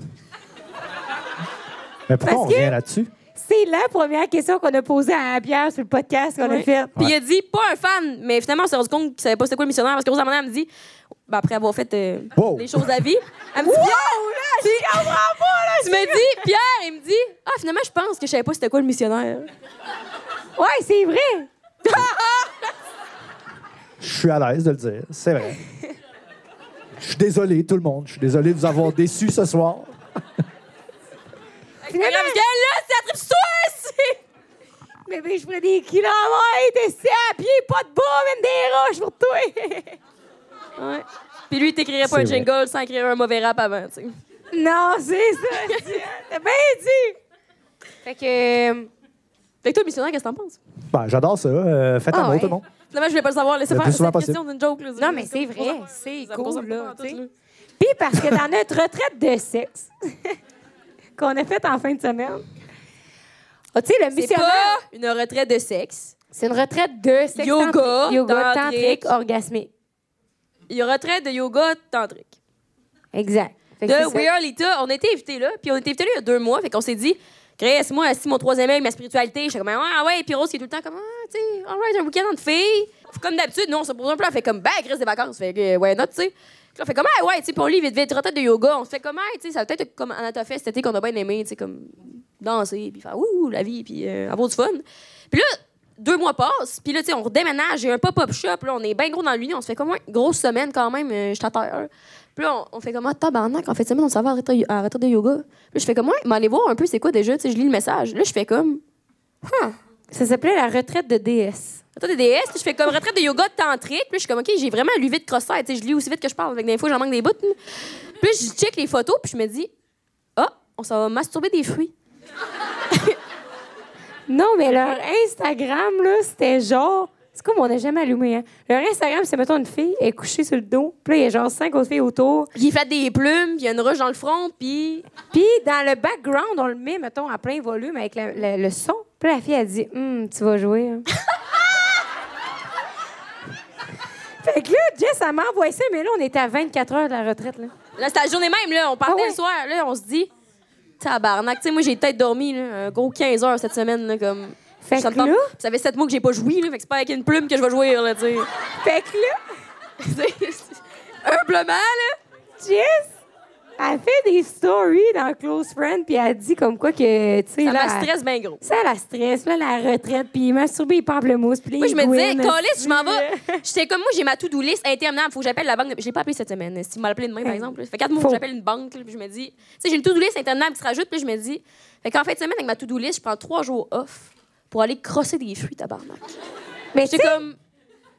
G: Mais pourquoi
A: Parce
G: on
A: que-
G: revient là-dessus?
A: C'est la première question qu'on a posée à Pierre sur le podcast qu'on a
B: Ouais.
A: fait.
B: Puis il a dit, pas un fan, mais finalement, on s'est rendu compte qu'il savait pas c'était quoi le missionnaire, parce que Rose Amanda, elle me dit, ben, après avoir fait euh,
G: Wow.
B: les choses à vie, elle me dit, Pierre, tu- Tu me dis, Pierre, il me dit, ah, finalement, je pense que je savais pas c'était quoi le missionnaire.
A: Ouais, c'est vrai.
G: Je suis à l'aise de le dire, c'est vrai. Je suis désolé, tout le monde. Je suis désolé de vous avoir déçu ce soir.
B: Parce que
A: Finalement,
B: là, c'est la trip suisse!
A: bébé, je prends des kilomètres, des si à pied, pas de bois, même des roches pour toi.
B: Ouais. Puis lui, il t'écrirait pas
G: C'est
B: un
G: vrai.
B: jingle sans écrire un mauvais rap avant, tu sais.
A: non, c'est ça. T'as bien dit. Fait que. euh,
B: Fait que toi, le missionnaire, qu'est-ce que t'en penses?
G: Ben, J'adore ça. Euh, faites
A: Ah
G: amour,
A: ouais.
G: tout le monde.
B: Finalement, je voulais pas le savoir, laissez
G: Le
B: faire.
G: plus
B: C'est
G: souvent
B: une question d'une joke, là.
A: Non, mais c'est vrai. C'est
B: Ça me
A: cool,
B: concerne pas
A: là.
B: en tout,
A: tu sais.
B: là.
A: Puis parce que dans notre retraite de sexe qu'on a faite en fin de semaine, ah, tu sais, le
B: C'est
A: missionnaire.
B: pas une retraite de sexe.
A: C'est une retraite de sexe
B: Yoga,
A: tantrique. yoga
B: tantrique.
A: tantrique, orgasmique.
B: Il y a retraite de yoga tantrique.
A: Exact. Fait que c'est ça.
B: De We Are Lita, on était invités là, puis on était invités là il y a deux mois, fait qu'on s'est dit, Chris, moi, si mon troisième œil, ma spiritualité, je suis comme, ah ouais, puis Rose qui est tout le temps comme, ah, tu sais, alright, un week-end entre filles. Comme d'habitude, nous, on se pose un peu, on fait comme, ben, Chris, des vacances, fait que, ouais, not, tu sais. Puis on fait comme, ah ouais, tu sais, puis on lit vite vite, retraite de yoga, on se fait comme, ah, tu sais, ça peut être comme Anatofest cet été qu'on a bien aimé, tu sais, comme, danser, puis faire, ouh, la vie, puis euh, avoir du fun. Puis là, deux mois passent, puis là, tu sais, on redéménage, j'ai un pop-up shop, là, on est bien gros dans l'Union, on se fait comme, ouais, grosse semaine quand même, euh, je t'attends. hein. Puis là, on, on fait comme, ah, tabarnak, en fait, semaine, on s'en va à la retraite- à la retraite de yoga. Puis là, je fais comme, ouais, mais allez voir un peu c'est quoi déjà, tu sais, je lis le message. Là, je fais comme,
A: Ça s'appelait la retraite de déesse.
B: attends, des DS, puis je fais comme retraite de yoga tantrique, puis je suis comme, ok, j'ai vraiment lu vite cross-tête, tu sais, je lis aussi vite que je parle, avec des fois, j'en manque des bouts. hein. Puis là, je check les photos, puis je me dis, ah, on s'en va masturber des fruits.
A: Non, mais leur Instagram, là, c'était genre. C'est comme on n'a jamais allumé, hein. Leur Instagram, c'est mettons une fille, elle est couchée sur le dos, puis là, il y a genre cinq autres filles autour.
B: Il fait des plumes, puis il y a une roche dans le front, puis
A: Puis dans le background, on le met, mettons, à plein volume avec la- la- le son. Puis la fille, elle dit Hum, tu vas jouer. hein. fait que là, Jess, elle m'envoie ça, mais là, on était à 24 heures de la retraite, là.
B: Là, c'était la journée même, là. On partait
A: Ah ouais?
B: le soir, là. On se dit, tabarnak. Tu sais, moi, j'ai peut-être dormi, là, un gros 15 heures cette semaine, là, comme.
A: Fait
B: Ça me
A: que
B: tente-
A: là-
B: Ça fait 7 mois que j'ai pas joué, là. Fait que c'est pas avec une plume que je vais jouer, là, tu sais.
A: Fait que là,
B: Tu sais, Humblement, là.
A: Jess, Elle fait des stories dans Close Friend, puis elle dit comme quoi que, tu sais,
B: Ça
A: là,
B: me
A: elle-
B: stresse bien gros.
A: Ça, la stress, là, la retraite, puis masturber les pamplemousses, puis les
B: Moi, je me disais,
A: iguanes,
B: Calis, je m'en
A: là.
B: vais. J'étais comme moi, j'ai ma to-do list interminable. Faut que j'appelle la banque. de- Je l'ai pas appelé cette semaine. Si vous m'appelez demain, par exemple. là. Ça fait quatre mois que
A: Faut.
B: j'appelle une banque. là, Puis je me dis, tu sais, j'ai une to-do list interminable qui se rajoute. Puis je me dis, fait qu'en fin de semaine, avec ma to-do list, je prends trois jours off pour aller crosser des fruits, tabarnak.
A: Mais tu
B: J'étais
A: sais,
B: comme.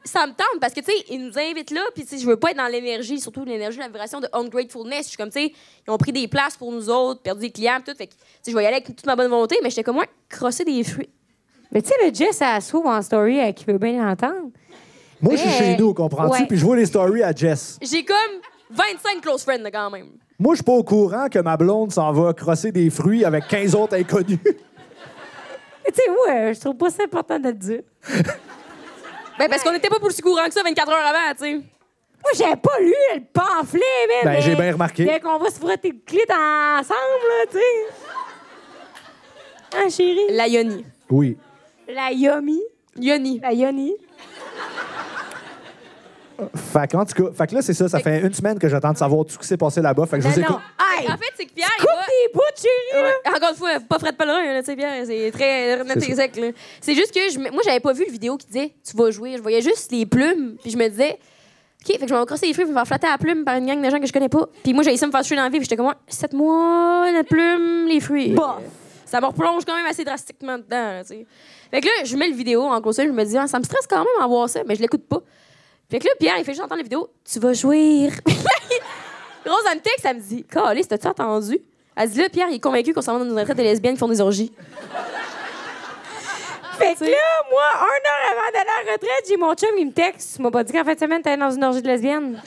B: Ça me tente parce que, tu sais, ils nous invitent là, puis, tu sais, je veux pas être dans l'énergie, surtout l'énergie, la vibration de ungratefulness. Je suis comme, tu sais, ils ont pris des places pour nous autres, perdu des clients, puis tout. Fait que, tu sais, je vais y aller avec toute ma bonne volonté, mais j'étais comme, moi, crosser des fruits.
A: mais tu sais, le Jess, elle s'ouvre en story euh, qui veut bien l'entendre.
G: Moi, je suis
A: Mais,
G: chez nous, comprends-tu?
A: ouais.
G: Puis je vois les stories à Jess.
B: J'ai comme 25 close friends, là, quand même.
G: Moi, je suis pas au courant que ma blonde s'en va crosser des fruits avec 15 autres inconnus.
A: Mais tu sais, moi, euh, je trouve pas ça important de le dire.
B: Ben, parce qu'on n'était pas plus courant que ça 24 heures avant, tu sais.
A: Moi, j'avais pas lu le pamphlet, mais.
G: Ben,
A: mais-
G: j'ai bien remarqué.
A: Dès qu'on va se frotter le clit ensemble, là, tu sais. Hein, chérie?
B: La Yoni.
G: Oui.
A: La Yomi.
B: Yoni.
A: La Yoni.
G: Fait que, en tout cas, fait que là, c'est ça. Ça fait une semaine que j'attends de savoir tout ce qui s'est passé là-bas. Fait que je vous
A: Mais Ah, non.
G: écoute.
A: Hey!
B: En fait, c'est que Pierre, il
A: Coupe
B: va-
A: tes bouts, chérie! là.
B: Ouais. Encore une fois, pas Fred Pellerin, là, tu sais, Pierre, c'est très René
G: C'est ça.
B: Tézek, là. C'est juste que je, me- moi, j'avais pas vu le vidéo qui disait Tu vas jouer. Je voyais juste les plumes, puis je me disais OK, fait que je vais me crosser les fruits, puis me faire flatter la plume par une gang de gens que je connais pas. Puis moi, j'ai essayé de me faire tuer dans la vie, puis j'étais comme 7 mois, la plume, les fruits.
A: Bof.
B: Ça me replonge quand même assez drastiquement dedans, là, tu sais. Fait que là, je mets le vidéo en gros, je me dis Ah, Ça me stresse quand même à voir ça, mais je l'écoute pas. Fait que là, Pierre, il fait juste entendre la vidéo Tu vas jouir. Rose, elle me texte, elle me dit Calais, t'as-tu entendu Elle dit Là, Pierre, il est convaincu qu'on s'en va dans une retraite de lesbiennes qui font des orgies.
A: Fait que là, moi, un an avant d'aller à la retraite, j'ai mon chum, il me texte. Tu m'as pas dit qu'en fin de semaine, t'allais dans une orgie de lesbienne.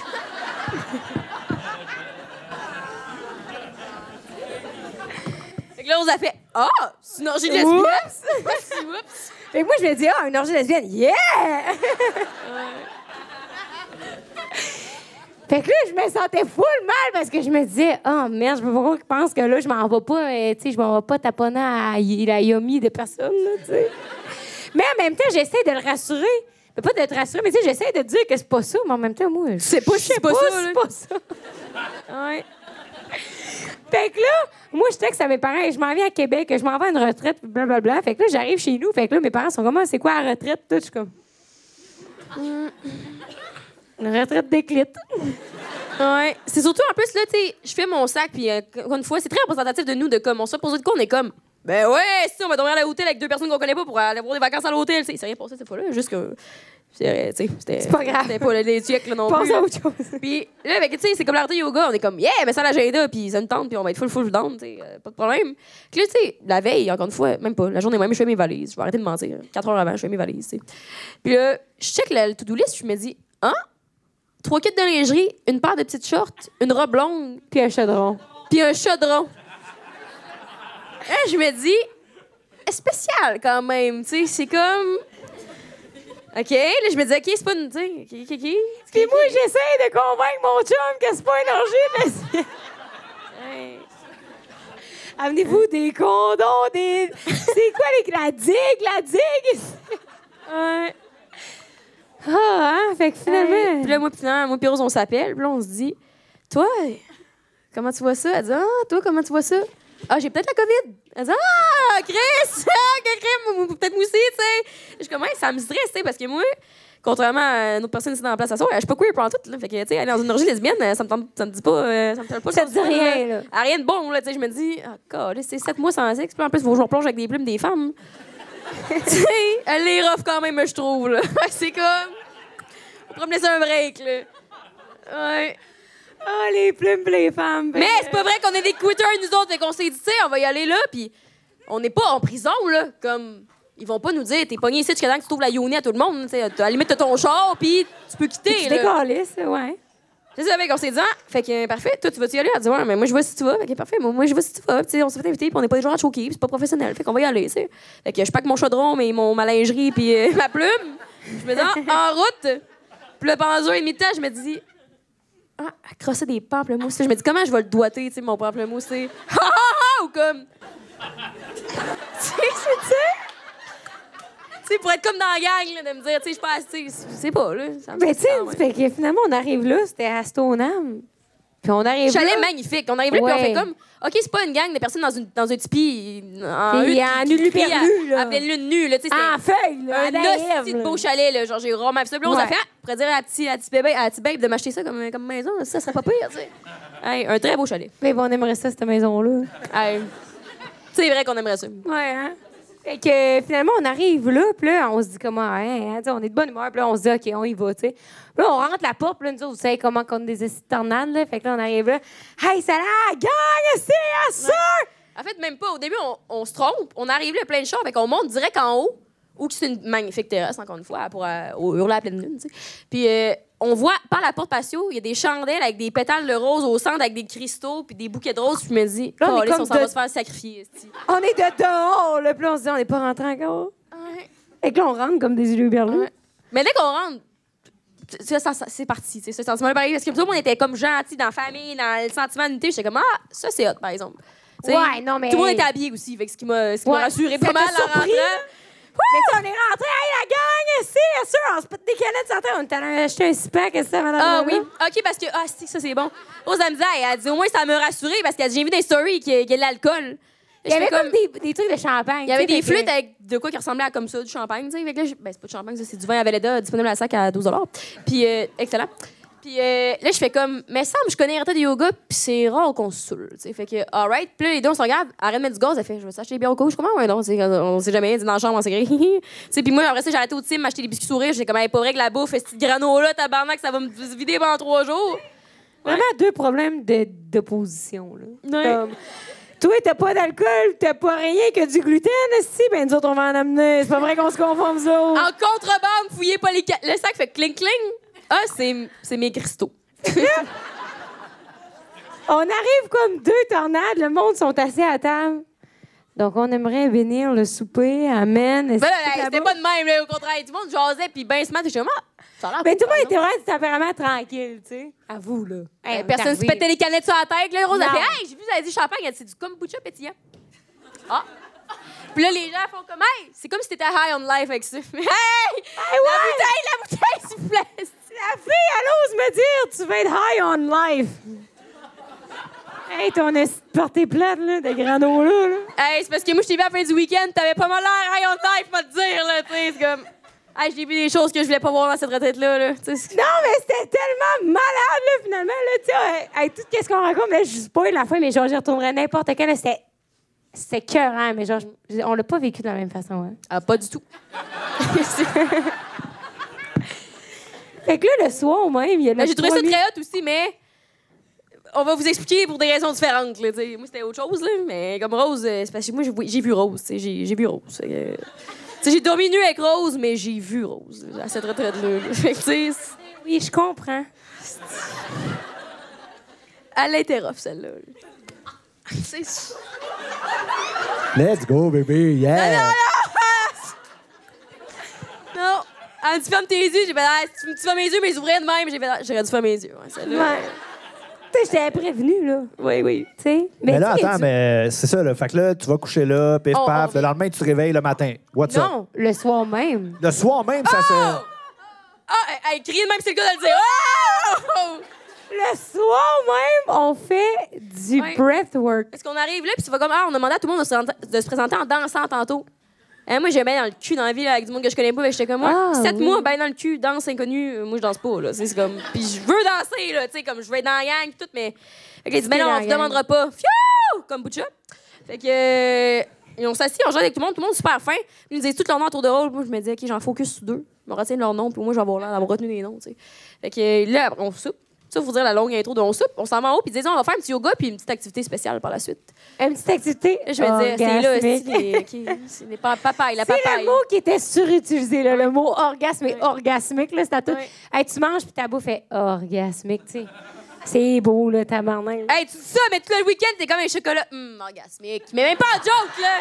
B: Fait que là, Rose a fait Ah, c'est une orgie de lesbiennes.
A: Oups!
B: Oups.
A: Fait que moi, je me dis, ah, une orgie lesbienne, yeah! Fait que là, je me sentais full mal parce que je me disais, oh merde, je peux pas croire qu'ils pensent que là, je m'en vais pas, euh, tu sais, je m'en vais pas taponner à y- la Yomi de personne, là, tu sais. Mais en même temps, j'essaie de le rassurer. Mais pas de te rassurer, mais tu sais, j'essaie de dire que c'est pas ça, mais en même temps, moi, je
B: C'est pas,
A: je sais pas,
B: ça,
A: c'est
B: là.
A: pas ça. ouais. Fait que là, moi, je texte à mes parents et je m'en viens à Québec, je m'en vais à une retraite, blablabla. Fait que là, j'arrive chez nous. Fait que là, mes parents sont comme, Ah, c'est quoi la retraite? Tout, je suis comme. Hmm. Une retraite d'éclite.
B: Ouais. C'est surtout en plus, là, tu sais, je fais mon sac, puis euh, encore une fois, c'est très représentatif de nous, de comme on se pose de quoi, on est comme. Ben ouais, si on va dormir à l'hôtel avec deux personnes qu'on connaît pas pour aller voir des vacances à l'hôtel, tu sais, c'est rien passé cette fois-là, juste que. C'est tu sais, c'était-
A: pas grave.
B: C'était pas les tuecs, là, non
A: Pense
B: plus.
A: à
B: là.
A: autre chose.
B: Puis là, avec, tu sais, c'est comme l'arté yoga, on est comme, yeah, mais ça l'agenda, puis ça nous tente, puis on va être full, full down, tu sais, euh, pas de problème. Puis là, tu sais, la veille, encore une fois, même pas, la journée même, je fais mes valises, je vais arrêter de mentir. Quatre heures avant, je fais mes valises, tu sais. Puis là, je check la- le to-do list, je me dis, hein? Trois kits de lingerie, une paire de petites shorts, une robe longue,
A: Puis un chaudron.
B: puis un chaudron. Là, je me dis, spécial quand même, tu sais, c'est comme. OK, là, je me dis, OK, c'est pas une. Tu sais, OK, OK, OK.
A: Puis moi, j'essaie de convaincre mon chum que c'est pas une orgie de lesbienne.
B: Ouais.
A: Amenez-vous des condoms, des. C'est quoi les. La digue, la digue!
B: Ouais.
A: Ah, hein? Fait que finalement.
B: Puis là, moi, puis finalement, moi, puis Rose, on s'appelle. Puis là, on se dit, toi, comment tu vois ça? Elle dit, ah, toi, comment tu vois ça? Ah, j'ai peut-être la COVID. Elle dit, ah, Chris, ah, que crème, mou- mou- peut-être moi aussi, tu sais. Je suis comme, Ouais, ça me stresse, tu sais, parce que moi, contrairement à une autre personne ici dans la place à soir, je suis pas queer pour en tout, là. Fait que, tu sais, aller dans une orgie lesbienne, euh, ça me tente, ça me dit pas, euh, ça me tente pas. le
A: Ça te dit
B: soir,
A: rien, là.
B: À rien de bon, là, tu sais. Je me dis, ah, God, c'est sept mois sans sexe. Puis en plus, faut que je replonge avec des plumes des femmes. tu sais, elle est rough quand même, je trouve, là. c'est comme. On pourrait me laisser un break, là. Ouais.
A: Ah, les plumes pis les femmes.
B: Mais c'est pas vrai qu'on est des quitters, nous autres, et qu'on s'est dit, tu sais, on va y aller là, puis on n'est pas en prison, là. Comme, ils vont pas nous dire, t'es pogné ici jusqu'à temps que tu trouves la yoni à tout le monde. tu sais. À la limite, t'as ton char, puis tu peux quitter,
A: Tu
B: là.
A: décolles, ça, ouais.
B: C'est ça, mec, on s'est dit, ah, fait que euh, parfait, toi, tu vas-tu y aller? Elle dit, ouais, mais moi, je vois si tu vas. Fait que parfait, moi, moi je vois si tu vas. Puis, tu sais, on s'est fait inviter, puis on n'est pas des gens à choquer, puis c'est pas professionnel. Fait qu'on va y aller, tu sais. Fait que je pack mon chaudron, mais mon, ma lingerie, puis euh, ma plume. Je me dis, ah, en route. Puis là, pendant un et demi de temps, je me dis, ah, à crosser des pamplemousses. là. Je me dis, comment je vais le doiter, tu sais, mon pamplemousse, tu sais. Ha, ha, ha, ou comme. tu sais, c'est ça. Tu sais, pour être comme dans la gang, là, de me dire, tu sais, je passe, tu sais, c'est pas, là. ça me
A: Mais
B: stresse
A: tu sais,
B: quand même.
A: fait que finalement, on arrive là, c'était à Stoneham. Puis on arrive
B: Chalet
A: là,
B: magnifique. On arrive là,
A: Ouais.
B: puis on fait comme, OK, c'est pas une gang de personnes dans, une, dans un tipi en
A: Puis à nu
B: puis à-
A: perdu, là. Ah,
B: à pleine lune nue. Là, tu sais, c'était-
A: en feuille, là,
B: un
A: à la
B: hostie
A: lèvre,
B: de beau
A: là.
B: chalet, là. Genre, j'ai vraiment vu ça. Puis là, on
A: Ouais.
B: s'est fait, ah, on pourrait dire à la petite à la petite bébé, à la petite babe de m'acheter ça comme, comme maison. Ça serait pas pire, tu sais. Hey, un très beau chalet.
A: Mais bon, on aimerait ça, cette maison-là.
B: Hey. C'est vrai qu'on aimerait ça.
A: Ouais, hein? Fait que finalement, on arrive là, puis là, on se dit comment, hein, hein, tu sais, on est de bonne humeur, puis là, on se dit, OK, on y va, tu sais. Puis là, on rentre la porte, puis là, nous autres, vous savez comment qu'on est des essais de tornades, là. Fait que là, on arrive là. Hey, ça la gang, c'est à ça!
B: En fait, même pas. Au début, on, on se trompe. On arrive là, plein de chars, fait qu'on monte direct en haut, où que c'est une magnifique terrasse, encore une fois, pour euh, au- hurler à la pleine lune, tu sais. Puis euh, on voit, par la porte patio, il y a des chandelles avec des pétales de rose au centre, avec des cristaux, puis des bouquets de roses. Puis je me dis,
A: Là, on est
B: Calisse,
A: Ah, comme
B: on s'en
A: de-
B: va se faire sacrifier, esti.
A: On est de dehors, là, puis là, on se dit, on n'est pas rentré encore. Fait que là, on rentre comme des yeux berlus.
B: Ouais. Mais dès qu'on rentre, tu- tu- ça, ça- c'est parti, tu sais, ce sentiment pareil. Parce que tout le monde était comme gentil dans la famille, dans le sentiment d'unité. J'étais comme, ah, ça, c'est hot, par exemple. Tu sais,
A: Ouais, non, mais-
B: Tout le monde était habillé aussi, fait que ce qui m'a ce qui m'a
A: Ouais.
B: rassuré
A: Ça
B: pas mal
A: t'a
B: en
A: surpris,
B: rentrant.
A: hein? Mais tu sais, on est rentré, hey, la gang, c'est sûr, on se pète des canettes, certains, on est allé acheter un spa, qu'est-ce que ça, madame?
B: Ah oui,
A: Roland?
B: ok, parce que, ah, si, ça, c'est bon. Rose, elle me dit, elle dit, au moins, ça m'a rassuré parce que j'ai vu des stories qu'il y a- qu'il y a de l'alcool.
A: Il y avait
B: J'étais
A: comme des, des trucs de champagne.
B: Il y avait
A: tu sais,
B: des
A: fait que-
B: flûtes avec de quoi qui ressemblait à comme ça, du champagne, tu sais. Fait que là, j'ai- ben, c'est pas du champagne, ça, c'est du vin à Valletta, disponible à la sac à 12 Puis, euh, excellent. Puis euh, là, je fais comme, mais Sam, je connais un tas de yoga, puis c'est rare qu'on se saoule, tu sais. Fait que, alright. Puis là, les deux, on se regarde, arrête de mettre du gaz, elle fait, je vais s'acheter des bières au coach. Comment, ouais, non, tu sais, on sait jamais, dit dans la chambre, on s'est grillé. Tu sais, puis moi, après ça, j'ai arrêté au team, m'acheter des biscuits sourires. J'ai comme, hey, pas vrai que la bouffe, ce petit granola, tabarnak, ça va me vider pendant trois jours.
A: Vraiment deux problèmes de- d'opposition. là. Comme, toi, t'as pas d'alcool, t'as pas rien que du gluten, si, ben nous autres, on va en amener. C'est pas vrai qu'on se conforme, nous autres.
B: En contrebande, fouillez pas les ca- Le sac fait cling cling. Ah, c'est c'est mes cristaux.
A: On arrive comme deux tornades, le monde sont assis à table. Donc, on aimerait venir le souper. Amen. esti,
B: Ben, là,
A: tout
B: hey, c'était
A: là-bas.
B: pas de même, là, au contraire. Tout le monde jasait, puis ben ce matin, j'étais comme, ah, ça a l'air
A: Ben,
B: cool,
A: tout le
B: par
A: monde
B: exemple.
A: était vraiment du tempérament tranquille, tu sais. À vous, là.
B: Ben,
A: Hey, on est
B: Personne se
A: arrivé.
B: pétait les canettes sur la tête. Là, Rose, elle
A: Non.
B: fait, hey, j'ai vu, elle a dit champagne. Elle dit, c'est du kombucha pétillant. Ah. Puis là, les gens font comme, hey, c'est comme si t'étais high on life avec ça. hey! La bouteille, la bouteille, s'il vous plaît.
A: La fille, elle ose me dire, tu vas être high on life. hey, ton esti de portée plate, là, de granola, là.
B: Hey, c'est parce que moi, je t'ai vu à la fin du week-end, t'avais pas mal l'air high on life, moi te dire, là, tu sais, c'est comme. Hey, j'ai vu des choses que je voulais pas voir dans cette retraite-là, là. Tu sais, c'est-
A: Non, mais c'était tellement malade, là, finalement, là, tu sais, euh, hey, tout ce qu'on raconte, mais je spoil la fin, mais genre, j'y retournerais n'importe quand, là, c'était... C'était cœur, hein, mais genre, je- on l'a pas vécu de la même façon, hein.
B: Ah, pas du tout.
A: Fait que là, le soir, même, il y a
B: Ben,
A: notre
B: J'ai trouvé ça
A: premier-
B: très hot aussi, mais on va vous expliquer pour des raisons différentes. Là, t'sais. moi, c'était autre chose, là, mais comme Rose, euh, c'est parce que moi, j'ai- j'ai vu Rose. t'sais, J'ai j'ai vu Rose. Fait que, t'sais, J'ai dormi nu avec Rose, mais j'ai vu Rose là, à cette retraite-là. là. Fait que, t'sais, c'est-
A: Oui, je comprends.
B: elle était rough, celle-là. là. C'est sûr.
G: Let's go, baby, yeah!
B: Non! Elle me dit, ferme tes yeux. J'ai fait, ah, si tu me dis, ferme mes yeux, mais ils ouvraient de même. J'ai fait, ah, j'aurais dû fermer mes yeux. ouais, celle-là.
A: Ouais. Tu sais, je t'avais prévenu, là.
B: Oui, oui.
A: Tu sais.
G: Mais là,
A: tu sais,
G: attends,
A: tu-
G: mais c'est ça, là. Fait que là, tu vas coucher là, pif
B: On-
G: paf.
B: on-
G: Le lendemain, tu te réveilles le matin. What's up?
A: Non, le soir même.
G: Le soir même, ça se.
B: Ah, elle, elle criait de même, c'est le cas de le dire. Oh!
A: Le soir même, on fait du
B: Ouais.
A: breathwork.
B: Parce qu'on arrive là, puis tu vas comme, ah, on a demandé à tout le monde de se, renta- de se présenter en dansant tantôt. Hein, moi, j'ai bien dans le cul dans la ville avec du monde que je connais pas, mais j'étais comme, moi,
A: Ah,
B: sept
A: oui.
B: mois, ben dans le cul, danse inconnue, euh, moi, je danse pas, là. Tu sais, C'est comme, puis je veux danser, là, tu sais, comme, je veux être dans la gang, tout, mais. Fait que, ils disent, ben
A: dans
B: non, on
A: la
B: vous
A: gang.
B: demandera pas. Fiou! Comme Butcha. Fait que. euh, et on s'assit, on joue avec tout le monde, tout le monde super fin. Ils nous disent tout leur nom autour de rôle. Moi, je me dis, OK, j'en focus sur deux. Je me retiens de leur nom, puis moi, j'en vais l'air d'avoir retenu les noms, tu sais. Fait que euh, là, on soupe. Ça, il faut dire la longue intro de on soupe. On s'en va en haut, puis ils disent, on va faire un petit yoga, puis une petite activité spéciale par la suite.
A: Une petite activité.
B: Je me disais, c'est là, euh,
A: orgasmique.
B: c'est les, ok, c'est les pa- papayes, la
A: C'est
B: papaye.
A: le mot qui était surutilisé, là, le mot orgasme et orgasmique. Là, c'est à tout.
B: Ouais.
A: Hey, tu manges puis ta bouffe est orgasmique. tu sais. C'est beau, là, ta
B: Euh,
A: marnaine.
B: Hey, tu dis ça, mais tout le week-end, t'es comme un chocolat. Hum, orgasmique. Mais même pas en joke, là!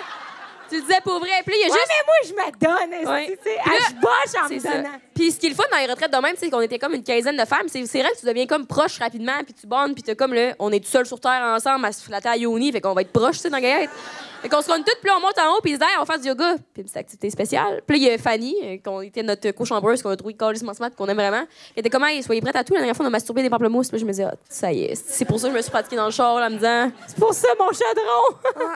B: Tu le disais pour vrai. Puis là, il y a
A: Ouais,
B: juste.
A: mais moi, je me donne. esti, tu sais. Ah, Je boche en me
B: C'est ça.
A: donnant.
B: Puis ce qui est le fun dans les retraites de même, c'est qu'on était comme une quinzaine de femmes. C'est c'est vrai que tu deviens comme proche rapidement, puis tu bondes, puis t'es comme là, on est tout seul sur terre ensemble à se flatter à Yoni, fait qu'on va être proche, tu sais, dans la Gaillette. Fait qu'on se rend toutes, puis là, on monte en haut, puis ils se disent, Hey, on va faire du yoga. Puis c'est une activité spéciale. Puis là, il y a Fanny, euh, qu'on était notre co-chambreuse, qu'on a trouvé carrément smart, qu'on aime vraiment. Elle était comme, Hey, soyez prête à tout. La dernière fois, on a masturbé des pamplemousses, puis là, je me disais, Ah, ça y est, c'est pour ça que je me suis pratiquée dans le char, là, en me disant,
A: C'est pour ça, mon chaudron.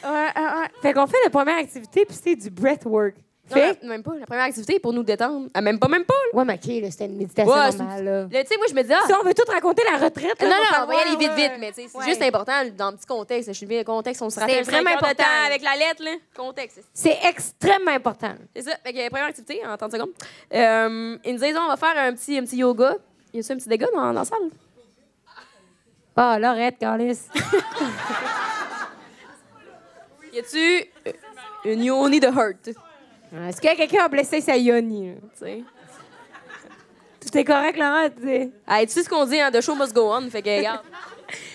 B: ouais, ouais, ouais.
A: fait qu'on fait la première activité, puis c'est du breathwork.
B: Non,
A: Fait.
B: la- même pas. La première activité pour nous détendre. Ah, même pas, même pas. là.
A: Ouais, mais OK, là, c'était une méditation
B: Ouais,
A: normale. Ben, Là.
B: Là, tu sais, moi, je me disais, Ah,
A: Si on veut tout raconter la retraite, là, faut
B: Non, non, on
A: savoir,
B: va y aller vite,
A: ouais.
B: vite, mais tu sais, c'est
A: Ouais.
B: juste important dans le petit contexte. Je suis bien le contexte, on se rappelle.
A: vraiment
B: cinq heures de
A: important.
B: temps Avec la lettre, là. Contexte.
A: C'est extrêmement important.
B: C'est ça. Fait que, euh, première activité, en 30 secondes. Euh, ils nous disent, on va faire un petit, un petit yoga. Y a-tu un petit dégât dans, dans la salle?
A: Ah, Lorette, Carlis.
B: Y a-tu euh, une yoni de hurt? Tu
A: Est-ce que quelqu'un a blessé sa yoni? là?
B: sais.
A: Tout est correct, Lorette. tu sais.
B: Hey, tu sais ce qu'on dit, hein? The show must go on. Fait que, regarde.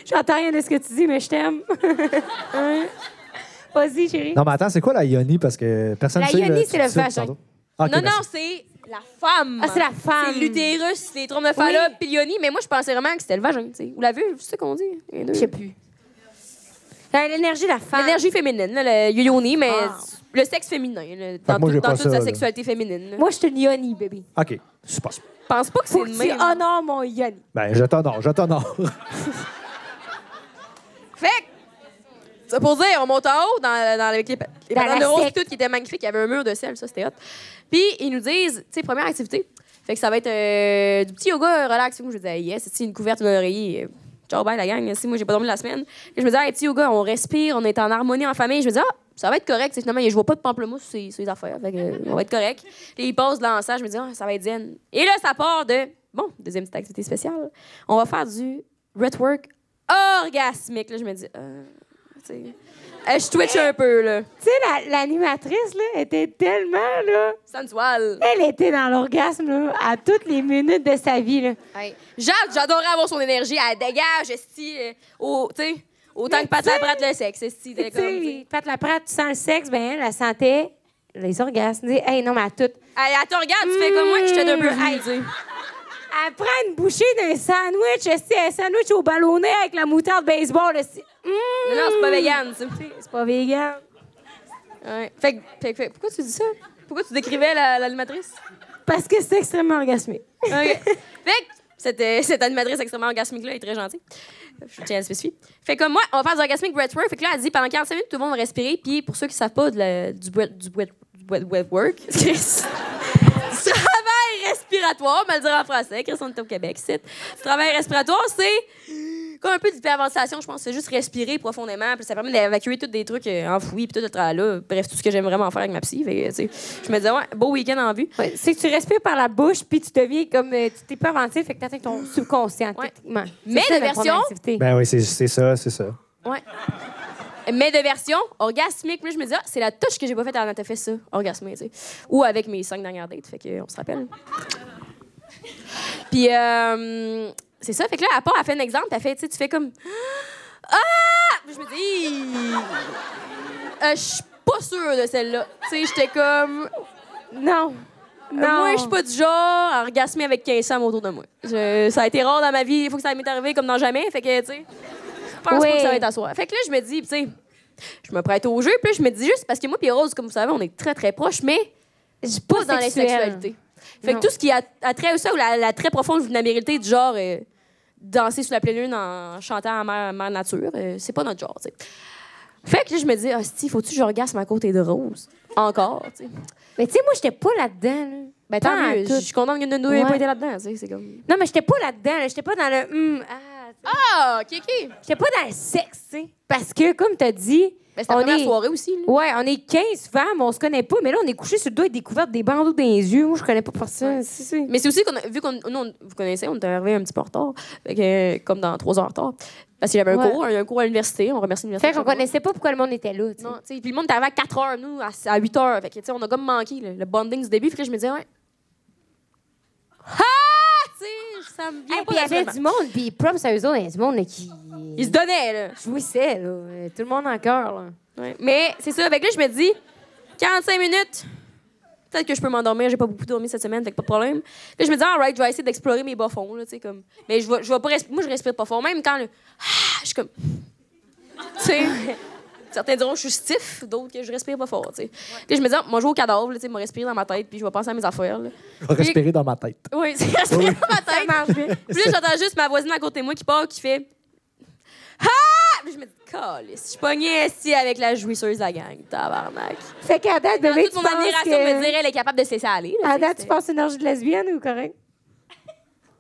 A: J'entends rien de ce que tu dis, mais je t'aime. Hein? Vas-y, chérie.
G: Non, mais attends, c'est quoi la yoni? Parce que personne
A: La
G: sait.
A: yoni,
G: là,
A: c'est le
G: tu sais,
A: vagin.
G: pardon. Ah, ok,
B: non,
G: merci.
B: non, c'est la femme.
A: Ah, c'est la femme.
B: C'est l'utérus, les trompes de Fallope, puis le yoni. Mais moi, je pensais vraiment que c'était le vagin, tu sais. Ou la vulve, c'est ça qu'on dit. les deux.
A: Je sais plus. Euh, L'énergie de la femme.
B: L'énergie féminine, là, le yoni, mais
A: Ah.
B: le sexe féminin, là,
G: que
B: dans,
G: moi,
B: tout-
G: j'ai
B: dans
G: pas
B: toute
G: ça,
B: sa
G: là.
B: sexualité féminine. là.
A: Moi, je suis une yoni, bébé.
G: OK, super.
B: Je pense pas que c'est
A: Faut que
B: le
A: tu
B: même.
A: honores mon yoni.
G: Ben, je t'honore, je t'honore.
B: Fait que, c'est pour dire, on monte en haut dans, dans- avec les, pa- les
A: Dans
B: bananes
A: la
B: de rose
A: secte.
B: pis tout qui était magnifique. Il y avait un mur de sel, ça, c'était hot. Puis ils nous disent, tu sais, première activité. Fait que ça va être euh, du petit yoga relax. Moi, je disais, yes, c'est une couverte, un oreiller. Ciao, bye la gang. Si moi, j'ai pas dormi la semaine. Puis je me disais, hey, petit yoga, on respire, on est en harmonie en famille. Je me disais, ah, ça va être correct. Tu sais, finalement, je vois pas de pamplemousse sur les- sur les affaires. Fait que, euh, on va être correct. Et ils passent de l'encens. Je me dis, ah, ça va être zen. Et là, ça part de, bon, deuxième petite activité spéciale. On va faire du breathwork orgasmique. Là, je me dis, euh, tu sais. Euh, je twitch un peu, là.
A: Tu sais, la- l'animatrice, là, était tellement, là...
B: Sensual.
A: Elle était dans l'orgasme, là, à toutes les minutes de sa vie, là.
B: Hey. Jade, j'adorais avoir son énergie. Elle dégage, esti, euh, au, tu sais, autant
A: Mais
B: que Pat la
A: tu sais-
B: prête le sexe, esti. de
A: Tu
B: comme, tu sais.
A: sais, Pat Laprade, tu sens le sexe, ben elle, elle sentait les orgasmes. Tu sais, Hey, non, mais à toutes.
B: Elle, elle te regarde, tu fais comme moi, je te donne un peu
A: Mmh.
B: hey, tu sais.
A: Elle prend une bouchée d'un sandwich, esti, un sandwich au ballonnet avec la moutarde baseball, esti. Mmh!
B: Non, non, c'est pas vegan, tu sais.
A: C'est pas vegan.
B: Ouais. Fait, que- fait, que- fait que- pourquoi tu dis ça? Pourquoi tu décrivais la- l'animatrice?
A: Parce que c'est extrêmement orgasmé.
B: OK. Fait que cette, euh, cette animatrice extrêmement orgasmique-là est très gentille. Je tiens à le spécifier. Fait comme moi, on va faire du orgasmic breathwork. Fait que là, elle dit pendant 45 minutes, tout le monde va respirer. Puis pour ceux qui savent pas de la- du breath, du breath, du breath- breathwork, Chris, du travail respiratoire, on va le dire en français, Chris, on est au Québec, c'est. Du travail respiratoire, c'est comme un peu d'hyperventilation, je pense. C'est juste respirer profondément. Puis ça permet d'évacuer tous des trucs euh, enfouis. Puis tout le tralala. Bref, tout ce que j'aime vraiment faire avec ma psy. Fait que, tu sais, je me disais, ouais, beau week-end en vue.
A: Ouais, c'est que tu respires par la bouche, puis tu deviens comme. euh, tu t'es pas ventilé, fait que t'atteins ton subconscient,
B: Ouais.
A: techniquement. C'est
B: Mais
A: ça,
B: la
A: première
B: version-
A: activité.
G: ben oui, c'est- c'est ça, c'est ça.
B: mais de version orgasmique. Puis là, je me dis, ah, c'est la touche que j'ai pas faite avant t'as fait ça, orgasmique, tu sais. Ou avec mes cinq dernières dates, fait qu'on se rappelle. Puis, euh, c'est ça. Fait que là, à part, elle fait un exemple, elle fait, tu sais, tu fais comme. Ah! Puis je me dis, Euh, je suis pas sûre de celle-là. Tu sais, j'étais comme.
A: Non. Non.
B: Euh, Moi, je suis pas du genre à orgasmer avec 15 femmes autour de moi. Je- ça a été rare dans ma vie. Il faut que ça m'est arrivé comme dans jamais. Fait que, tu sais, je pense
A: Oui.
B: pas que ça va être à soir. Fait que là, je me dis, tu sais, je me prête au jeu. Puis là, je me dis juste, parce que moi puis Rose, comme vous savez, on est très, très proches, mais
A: Je suis
B: pas dans les sexualités. Fait
A: Non.
B: que tout ce qui a a trait à ça, ou la, la très profonde vulnérabilité du genre euh, danser sous la pleine lune en chantant à mère, mère nature, euh, c'est pas notre genre, tu sais. Fait que là, je me dis, ah, si, faut-tu que j'orgasme à côté de Rose? Encore, tu sais.
A: Mais tu sais, moi, j'étais pas là-dedans, là.
B: Ben, tant
A: Pas à
B: mieux.
A: tout.
B: Je suis contente que nous n'ayons
A: Ouais.
B: pas été là-dedans, tu sais. C'est comme.
A: Non, mais j'étais pas là-dedans, là. J'étais pas dans le. hum, ah, tu sais.
B: Ah, OK, OK.
A: J'étais pas dans le sexe, tu sais. Parce que, comme t'as dit.
B: Ben, c'était la
A: on
B: première
A: est...
B: soirée aussi. Là.
A: Ouais, on est 15 femmes, on se connaît pas, mais là, on est couché sur le dos et découverte des bandeaux dans les yeux. Moi, je connais pas personne. Si, si.
B: Mais c'est aussi qu'on a, vu qu'on nous, on- vous connaissez, on est arrivé un petit peu en retard, Fait que, euh, comme dans trois heures en retard. Parce qu'il y avait un
A: Ouais.
B: cours, un cours à l'université, on remercie l'université.
A: Fait qu'on connaissait pas pourquoi le monde était là, tu sais.
B: Non, tu sais, puis le monde était arrivé à 4 heures, nous, à, à 8 heures. Fait que, tu sais, on a comme manqué là, le bonding du début. Fait que là, je me disais, ouais. Ah! Tu sais, ça me vient
A: Hey,
B: pas
A: puis il y avait
B: naturellement.
A: du monde, puis props à eux autres, il y a du monde là, qui
B: Ils se donnaient, là.
A: jouissait, là. Euh, Tout le monde en cœur, là.
B: Ouais. Mais c'est ça. Fait que là, je me dis, 45 minutes, peut-être que je peux m'endormir. J'ai pas beaucoup dormi cette semaine, fait que pas de problème. Puis je me dis, alright, je vais essayer d'explorer mes bas-fonds, là, tu sais, comme. Mais je vais, je vais pas resp- Moi, je respire pas fort. Même quand le. Ah, je suis comme. tu sais. Certains diront que je suis stiff, d'autres que je respire pas fort, tu sais. Puis je me dis, ah, moi, je vais au cadavre, là, tu sais, me respirer dans ma tête, puis je vais penser à mes affaires, là.
G: Je vais respirer dans ma tête.
B: Oui, c'est respirer dans ma tête. Puis là, j'entends juste ma voisine à côté de moi qui part, qui fait Ah! Puis je me dis, calisse, je pognais ici avec la jouisseuse de la gang, tabarnak.
A: Fait qu'à date,
B: Dans
A: bébé,
B: toute
A: tu
B: mon
A: penses
B: admiration
A: que- Ah,
B: me dire, elle est capable de cesser à aller. là,
A: À
B: tu sais,
A: date, tu
B: c'était-
A: passes une orgie de lesbienne ou correct?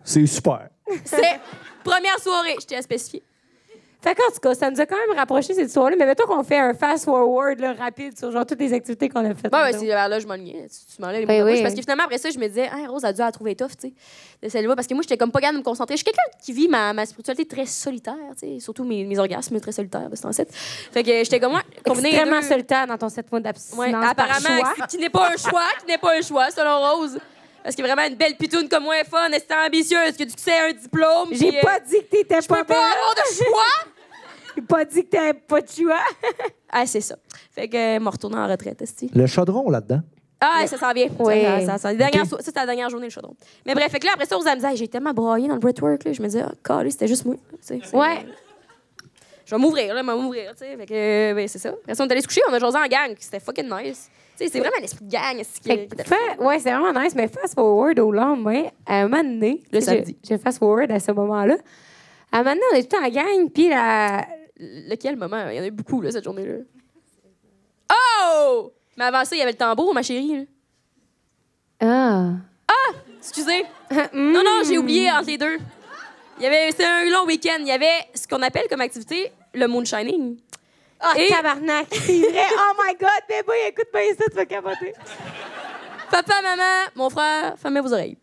G: C'est super.
B: C'est première soirée, je t'ai spécifié.
A: Fait qu'en tout cas, ça nous a quand même rapprochés cette soirée, mais mettons qu'on fait un fast-forward là, rapide sur genre toutes les activités qu'on a faites.
B: Bon, ben,
A: mettons.
B: c'est vers là, je m'enlignais. Tu, tu m'enlèves les mots
A: Ben
B: de la bouche.
A: oui.
B: Parce que finalement, après ça, je me disais, Hein, Rose a dû la trouver tough, tu sais, de celle-là. Parce que moi, j'étais comme pas capable de me concentrer. Je suis quelqu'un qui vit ma, ma spiritualité très solitaire, tu sais, surtout mes, mes orgasmes très solitaires, de ce temps-ci. Fait que j'étais comme, moi, combiner les
A: extrêmement
B: deux-
A: solitaire dans ton 7 mois d'abstinence
B: Ouais,
A: par
B: apparemment,
A: choix.
B: qui n'est pas un choix, qui n'est pas un choix, selon Rose. Parce que vraiment, une belle pitoune comme moi est fun, elle est ambitieuse, que tu sais un diplôme.
A: J'ai
B: puis, euh,
A: pas dit que t'étais
B: Je peux
A: pas
B: pas
A: belle.
B: avoir de choix!
A: J'ai pas dit que t'avais pas de choix.
B: ah, c'est ça. Fait que, euh, m'a retourné en retraite, esti.
G: Le chaudron là-dedans.
B: Ah, ça s'en vient.
A: Ouais.
B: Ça, ça, ça, les dernières so- ça, c'était la dernière journée, le chaudron. Mais bref, fait que là, après ça, Rose, elle me disait, Hey, j'ai tellement broyé dans le breathwork, là. Je me disais, ah, calé, c'était juste moi. Tu sais, c'est-
A: Ouais.
B: Je vais m'ouvrir, là, je vais m'ouvrir, tu sais. Fait que, euh, ben, c'est ça. Après ça, on est allé se coucher, on a jasé en gang, c'était fucking nice. Tu sais, c'est vraiment un esprit de gang, esti, qui-
A: Fait
B: qui
A: que
B: était-
A: fa- ouais, c'est vraiment nice, mais fast forward au lendemain, à un moment donné,
B: Le
A: tu sais,
B: samedi.
A: Je, je fast forward à ce moment-là. À un moment donné, on est tout en gang, puis la.
B: Lequel moment? Il y en a eu beaucoup, là, cette journée-là. Oh! Mais avant ça, il y avait le tambour, ma chérie. là.
A: Ah.
B: Excusez.
A: Mm-hmm.
B: Non, non, j'ai oublié entre les deux. Il y avait... C'était un long week-end. Il y avait ce qu'on appelle comme activité le moonshining.
A: Ah,
B: Et-
A: tabarnak! C'est vrai! Oh my god, bébé, écoute bien ça, tu vas capoter.
B: Papa, maman, mon frère, fermez vos oreilles.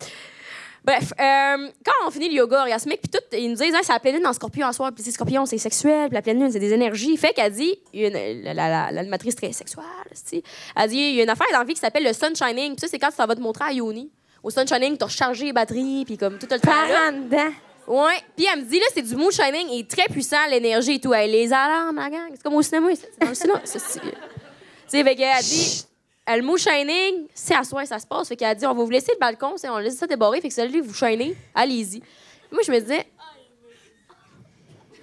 B: Bref, euh, quand on finit le yoga orgasmique, puis tout, ils nous disent, Hey, c'est la pleine lune en scorpion en soir, puis c'est scorpion, c'est sexuel, puis la pleine lune, c'est des énergies. Fait qu'elle dit, une- la- la- la- l'animatrice très sexuelle, esti, elle dit, il y a une affaire dans la vie qui s'appelle le sunshining, puis ça, c'est quand ça va te montrer à Yoni. Au sunshining, t'as rechargé les batteries, puis comme tout le temps. là.
A: Par en dedans.
B: Ouais, puis elle me dit, là, c'est du moonshining, il est très puissant, l'énergie et tout. Elle, les alarmes, la gang, c'est comme au cinéma, c'est dans le cinéma. ça, c'est- Tu sais, fait qu'elle dit, elle, le moonshining, c'est à soir, ça se passe. Fait qu'elle dit, on va vous laisser le balcon, c'est- on laisse ça débarrer, fait que celui-là, vous shinez, allez-y. Moi, je me disais,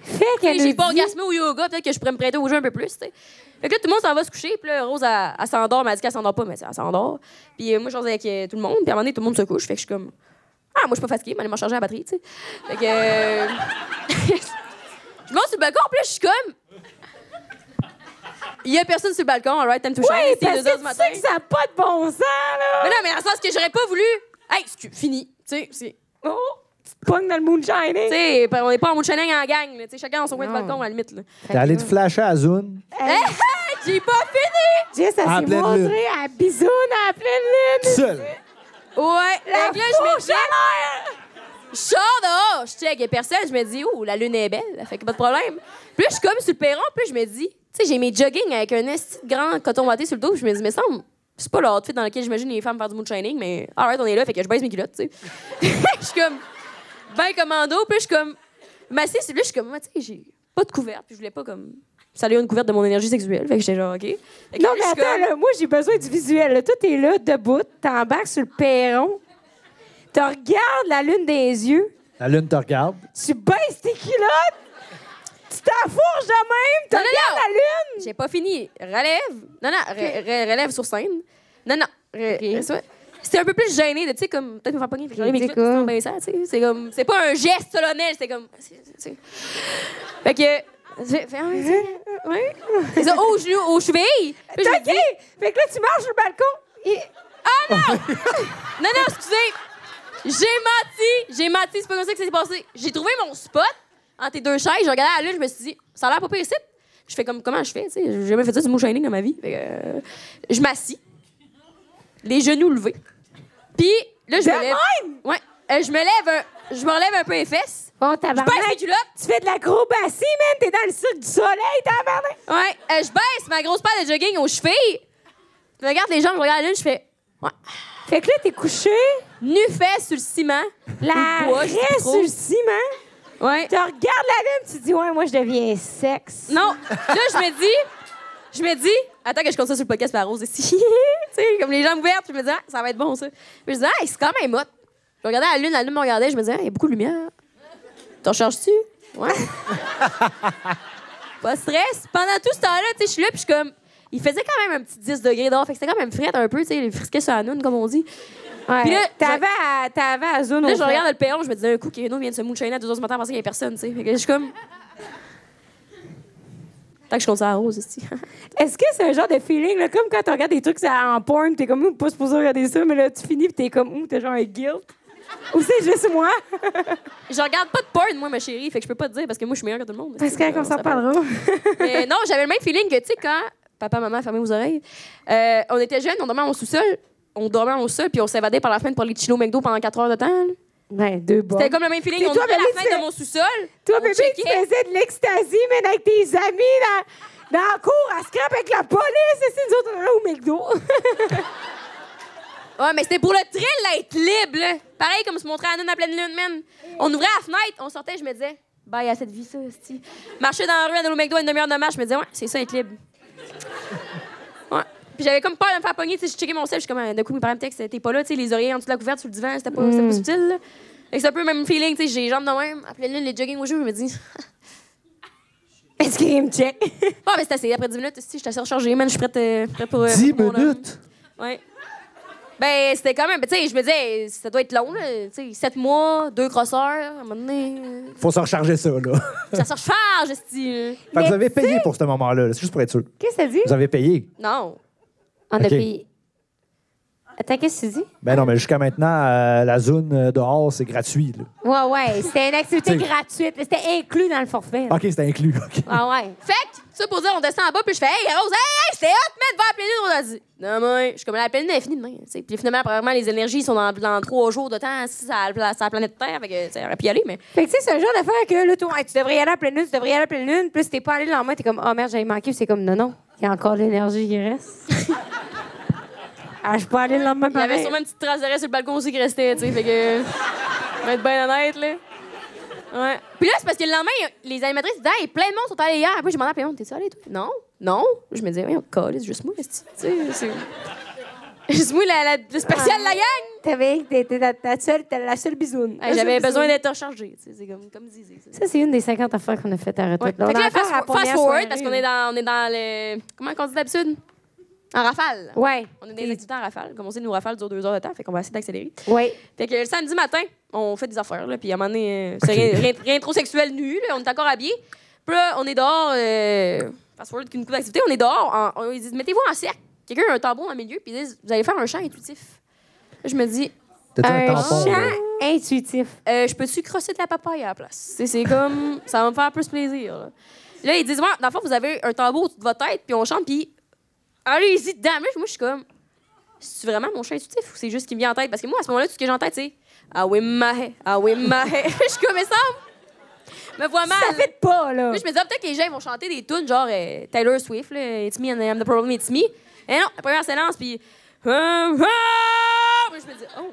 A: Fait
B: Hey,
A: qu'elle
B: j'ai pas
A: nous dit-
B: orgasmé au yoga, peut-être que je pourrais me prêter au jeu un peu plus, tu sais. Fait que là, tout le monde s'en va se coucher, puis là, Rose, elle, elle s'endort, mais elle dit qu'elle s'endort pas, mais elle s'endort. Puis euh, moi, je j'en avec euh, tout le monde, puis à un moment donné, tout le monde se couche, fait que je suis comme, ah, moi, je suis pas fatiguée, mais elle m'a chargé la batterie, tu sais. Fait que. euh, je monte sur le balcon, puis là, je suis comme. Il y a personne sur le balcon, alright, t'aimes toucher,
A: Ouais,
B: c'est
A: parce
B: 2 heures
A: que
B: du
A: tu
B: matin.
A: sais que ça n'a pas de bon sens, là!
B: Mais non, mais dans le sens que j'aurais pas voulu. Hey, c'est fini, tu sais, c'est.
A: Oh! Tu te pognes dans le moonshining!
B: Tu sais, on n'est pas en mode challenge en gang, là, tu sais, chacun dans son coin de
A: Non.
B: balcon, à la limite, là.
G: T'es allé te flasher à Zune.
A: Hey,
B: J'ai pas fini!
A: Jess, elle
G: En
A: s'est
G: pleine lune.
A: montrée à bisoune à la pleine lune!
G: Seul.
B: Ouais, fait que là, je me
A: fourche hein?
B: dis. Je sors dehors, je check, y a personne, je me dis, ouh, la lune est belle, fait que pas de problème. Puis là, je suis comme sur le perron, puis là, je me dis, tu sais, j'ai mes jogging avec un esti de grand coton watté sur le dos, puis je me dis, mais ça, c'est pas l'outfit dans lequel j'imagine les femmes faire du moonshining, mais alright, on est là, fait que je baisse mes culottes, tu sais. je suis comme, ben commando, puis je suis comme, massée sur lui, je suis comme, moi, tu sais, j'ai pas de couverte, puis je voulais pas comme. Ça une couverte de mon énergie sexuelle, fait que j'étais genre, OK. Fait que
A: Non,
B: là,
A: mais
B: je suis
A: attends,
B: comme-
A: là, moi, j'ai besoin du visuel. là. Toi, t'es là, debout, t'embarques sur le perron, tu regardes la lune des yeux,
G: La lune te regarde.
A: tu baisses tes culottes, tu t'enfourges de même, tu
B: Non, non,
A: regardes
B: non.
A: la lune!
B: J'ai pas fini. Relève. Non, non, re- re- relève sur scène. Non, non. re- re- sur- C'était un peu plus gêné de, tu sais, comme, peut-être me faire pogner. Fait que j'enlève mes
A: C'est
B: culottes,
A: quoi?
B: c'est bien ça, tu sais. C'est comme, c'est pas un geste solennel, c'est comme. c'est- c'est- Fait que. Fait, fait, ouais, c'est- ouais. C'est ça, oh, aux genoux, aux chevilles. Puis je me dis-
A: OK! Fait que là, tu marches sur le balcon. Et...
B: Non, non, excusez. J'ai menti. J'ai menti. C'est pas comme ça que ça s'est passé. J'ai trouvé mon spot entre tes deux chaises. J'ai regardé la lune. Je me suis dit, ça a l'air pas pire ici. Je fais comme, comment je fais? tu sais? J'ai jamais fait ça du moonshining dans ma vie. Fait que, euh, je m'assis. Les genoux levés. Puis là, je
A: De
B: me lève. Ouais. Euh, je me lève un, je me relève un peu les fesses.
A: Bon,
B: Je baisse mes
A: tabarnak,
B: culottes.
A: tu fais de l'acrobatie, man! T'es dans le cirque du soleil, tabarnak!
B: Ouais. Euh, je baisse ma grosse paire de jogging aux chevilles. Je regarde les jambes, je regarde la lune, je fais. Ouais.
A: Fait que là, t'es couché,
B: Nu fait sur le ciment.
A: la
B: bois, je sais
A: reste
B: trop.
A: sur le ciment,
B: Ouais.
A: tu regardes la lune, tu dis, ouais, moi, je deviens sexe.
B: Non, là, je me dis, je me dis, attends que je compte ça sur le podcast par Rose ici. tu sais, comme les jambes ouvertes, je me dis, ah, ça va être bon, ça. Puis je dis, ah, c'est quand même hot. Je regardais la lune, la lune me regardait, je me disais, il y a beaucoup de lumière. T'en charges-tu? Ouais. Pas de stress. Pendant tout ce temps-là, tu sais, je suis là, puis je suis comme, il faisait quand même un petit 10 degrés dehors, fait que c'était quand même frais un peu, tu sais, il frisquait sur la noune, comme on dit.
A: Ouais.
B: Puis là,
A: t'avais à, t'avais à zone
B: Là,
A: au
B: je
A: fait.
B: regarde le péon, je me disais, un coup, Keno vient de se moonshiner à 2 h du matin parce qu'il y a personne, tu sais. Fait que je suis comme. Tant que je compte ça à Rose aussi.
A: Est-ce que c'est un genre de feeling, là, comme quand tu regardes des trucs ça, en porn, t'es comme, ouh, pas supposé regarder ça, mais là, tu finis, pis t'es comme, ouh, t'as genre un guilt? Ou c'est juste moi?
B: Je regarde pas de porn, moi, ma chérie. Fait que je peux pas te dire parce que moi, je suis meilleure que tout le monde.
A: Parce que quand on s'en parlera.
B: Mais non, j'avais le même feeling que, tu sais, quand papa, maman, fermez vos oreilles. Euh, on était jeunes, on dormait en sous-sol. On dormait en sous-sol, puis on s'évadait par la fenêtre pour aller chiller au McDo pendant 4 heures de temps. là.
A: Ouais, Ben, deux bons.
B: C'était comme le même feeling.
A: C'est
B: On
A: toi,
B: ouvrait
A: bébé,
B: la fenêtre
A: tu
B: de
A: fais-
B: mon sous-sol.
A: Toi,
B: on
A: bébé, tu
B: checkait.
A: faisais de l'extasie, mais avec tes amis dans, dans la cour, à se cramper avec la police, et c'est nous autres, on allait au McDo.
B: Ouais, mais c'était pour le thrill d'être libre, là. Pareil comme se montrer à la lune à pleine lune, man. On ouvrait la fenêtre, on sortait, je me disais, bye à cette vie, ça, hostie. Marcher dans la rue, aller au McDo à une demi-heure de marche, je me disais, ouais, c'est ça, être libre. Ouais. Puis j'avais comme peur de me faire pogner, tu sais, je checkais mon sel, je suis comme, Ah, d'un coup, mes parents me textent, t'es pas là, tu sais, les oreilles en dessous de la couverte, sur le divan, c'était pas, c'était pas subtil, là. Fait que c'est un peu le même feeling, tu sais, j'ai les jambes de même, à pleine lune, les jogging au jeu, je me dis,
A: Est-ce qu'il me check?
B: ah, mais c'est assez, après 10 minutes, si, je suis assez rechargée, man, je suis prête, euh, prête pour. euh,
G: 10
B: pour mon homme.
G: minutes?
B: Ouais. Ben, c'était quand même. Tu sais, je me disais, ça doit être long, là. Tu sais, sept mois, deux crosseurs, à un moment donné. euh,
G: Faut se recharger ça, là.
B: Ça se recharge, euh. style.
G: Fait que
A: Mais
G: vous avez payé pour ce moment-là, là. c'est juste pour être sûr.
A: Qu'est-ce que ça dit?
G: Vous avez payé.
B: Non.
A: On
G: Ok.
A: a payé. Attends, qu'est-ce que tu dis?
G: Ben non, mais jusqu'à maintenant, euh, la zone euh, dehors, c'est gratuit. là.
A: Ouais, ouais, c'était une activité
G: T'sais-
A: gratuite. C'était inclus dans le forfait.
G: OK, c'est inclus. OK.
A: Ah ouais.
B: Fait que, ça pour dire, on descend en bas, puis je fais, hey, Rose, hey, hey, c'est hot, man, va à la pleine lune, on a dit. Non, mais, je suis comme, la pleine lune est finie demain. tu sais. Puis finalement, premièrement, les énergies sont dans, dans trois jours de temps, si ça, la, sur la planète Terre, fait que, tu sais, on aurait pu y aller, mais.
A: Fait que tu sais, c'est un genre d'affaire que là, toi, Hey, tu devrais y aller à la pleine lune, tu devrais y aller à la pleine lune. Plus t'es pas allé le lendemain, t'es comme, oh merde, j'avais manqué. Puis c'est comme, non, non, il y a encore de l'énergie qui reste. ah, je suis pas allée le lendemain
B: Il y avait
A: pareil.
B: sûrement une petite trace de reste sur le balcon aussi qui restait, tu sais. Fait que. On va être bien honnête, là. Ouais. Puis là, c'est parce que le lendemain, il y a- les animatrices disaient, hey, plein de monde sont allés hier. Moi, j'ai demandé à plein de monde, t'es-tu allé, toi? Non. Non. Je me disais, oui, on colle, c'est juste moi, esti. tu sais. c'est- Juste moi, la, la, le spécial de la gang.
A: T'avais, t'étais la, ta seule, t'étais la seule bisoune.
B: Hey, Ah, J'avais besoin d'être rechargée, tu sais. C'est comme, comme disait.
A: Ça, c'est une des 50 affaires qu'on a faites à
B: Ouais.
A: retraite.
B: Fait que
A: On a
B: là,
A: encore
B: fast,
A: la première
B: fast forward,
A: soirée.
B: parce qu'on est dans, on est dans le. Comment on dit d'habitude? En rafale.
A: Ouais.
B: On est des activités en rafale. Comme on sait, nos rafales durent deux heures de temps, fait qu'on va essayer d'accélérer.
A: Ouais.
B: Fait que le samedi matin, on fait des affaires, là, puis à un moment donné, euh, c'est rien, rien- rien trop sexuel nu, là, on est encore habillés. Puis là, on est dehors, euh, fast forward qu'une coupe d'activité, on est dehors, en- on, ils disent mettez-vous en cercle. Quelqu'un a un tambour dans le milieu, puis ils disent vous allez faire un chant intuitif. Là, je me dis
G: T'étais un
A: Un
G: tampon. là.
A: chant intuitif.
B: Euh, je peux-tu crosser de la papaye à la place? C'est- C'est comme, ça va me faire plus plaisir. Là, Là, ils disent, ouais, dans le fond, vous avez un tambour au-dessus de votre tête, puis on chante, puis allez-y dedans. Mais là, moi, je suis comme, c'est vraiment mon chant intuitif ou c'est juste ce qui me vient en tête? Parce que moi, à ce moment-là, tout ce que j'ai en tête, c'est, ah oui, ma ah oui, ma Je suis comme, mais ça me me vois mal.
A: Ça fait pas, là.
B: Là, Ah, je me disais, ah, peut-être que les gens ils vont chanter des tunes genre euh, Taylor Swift, là, It's me and I'm the problem, it's me. Et non, la première séance, puis. Ah, ah! Puis je me dis, oh.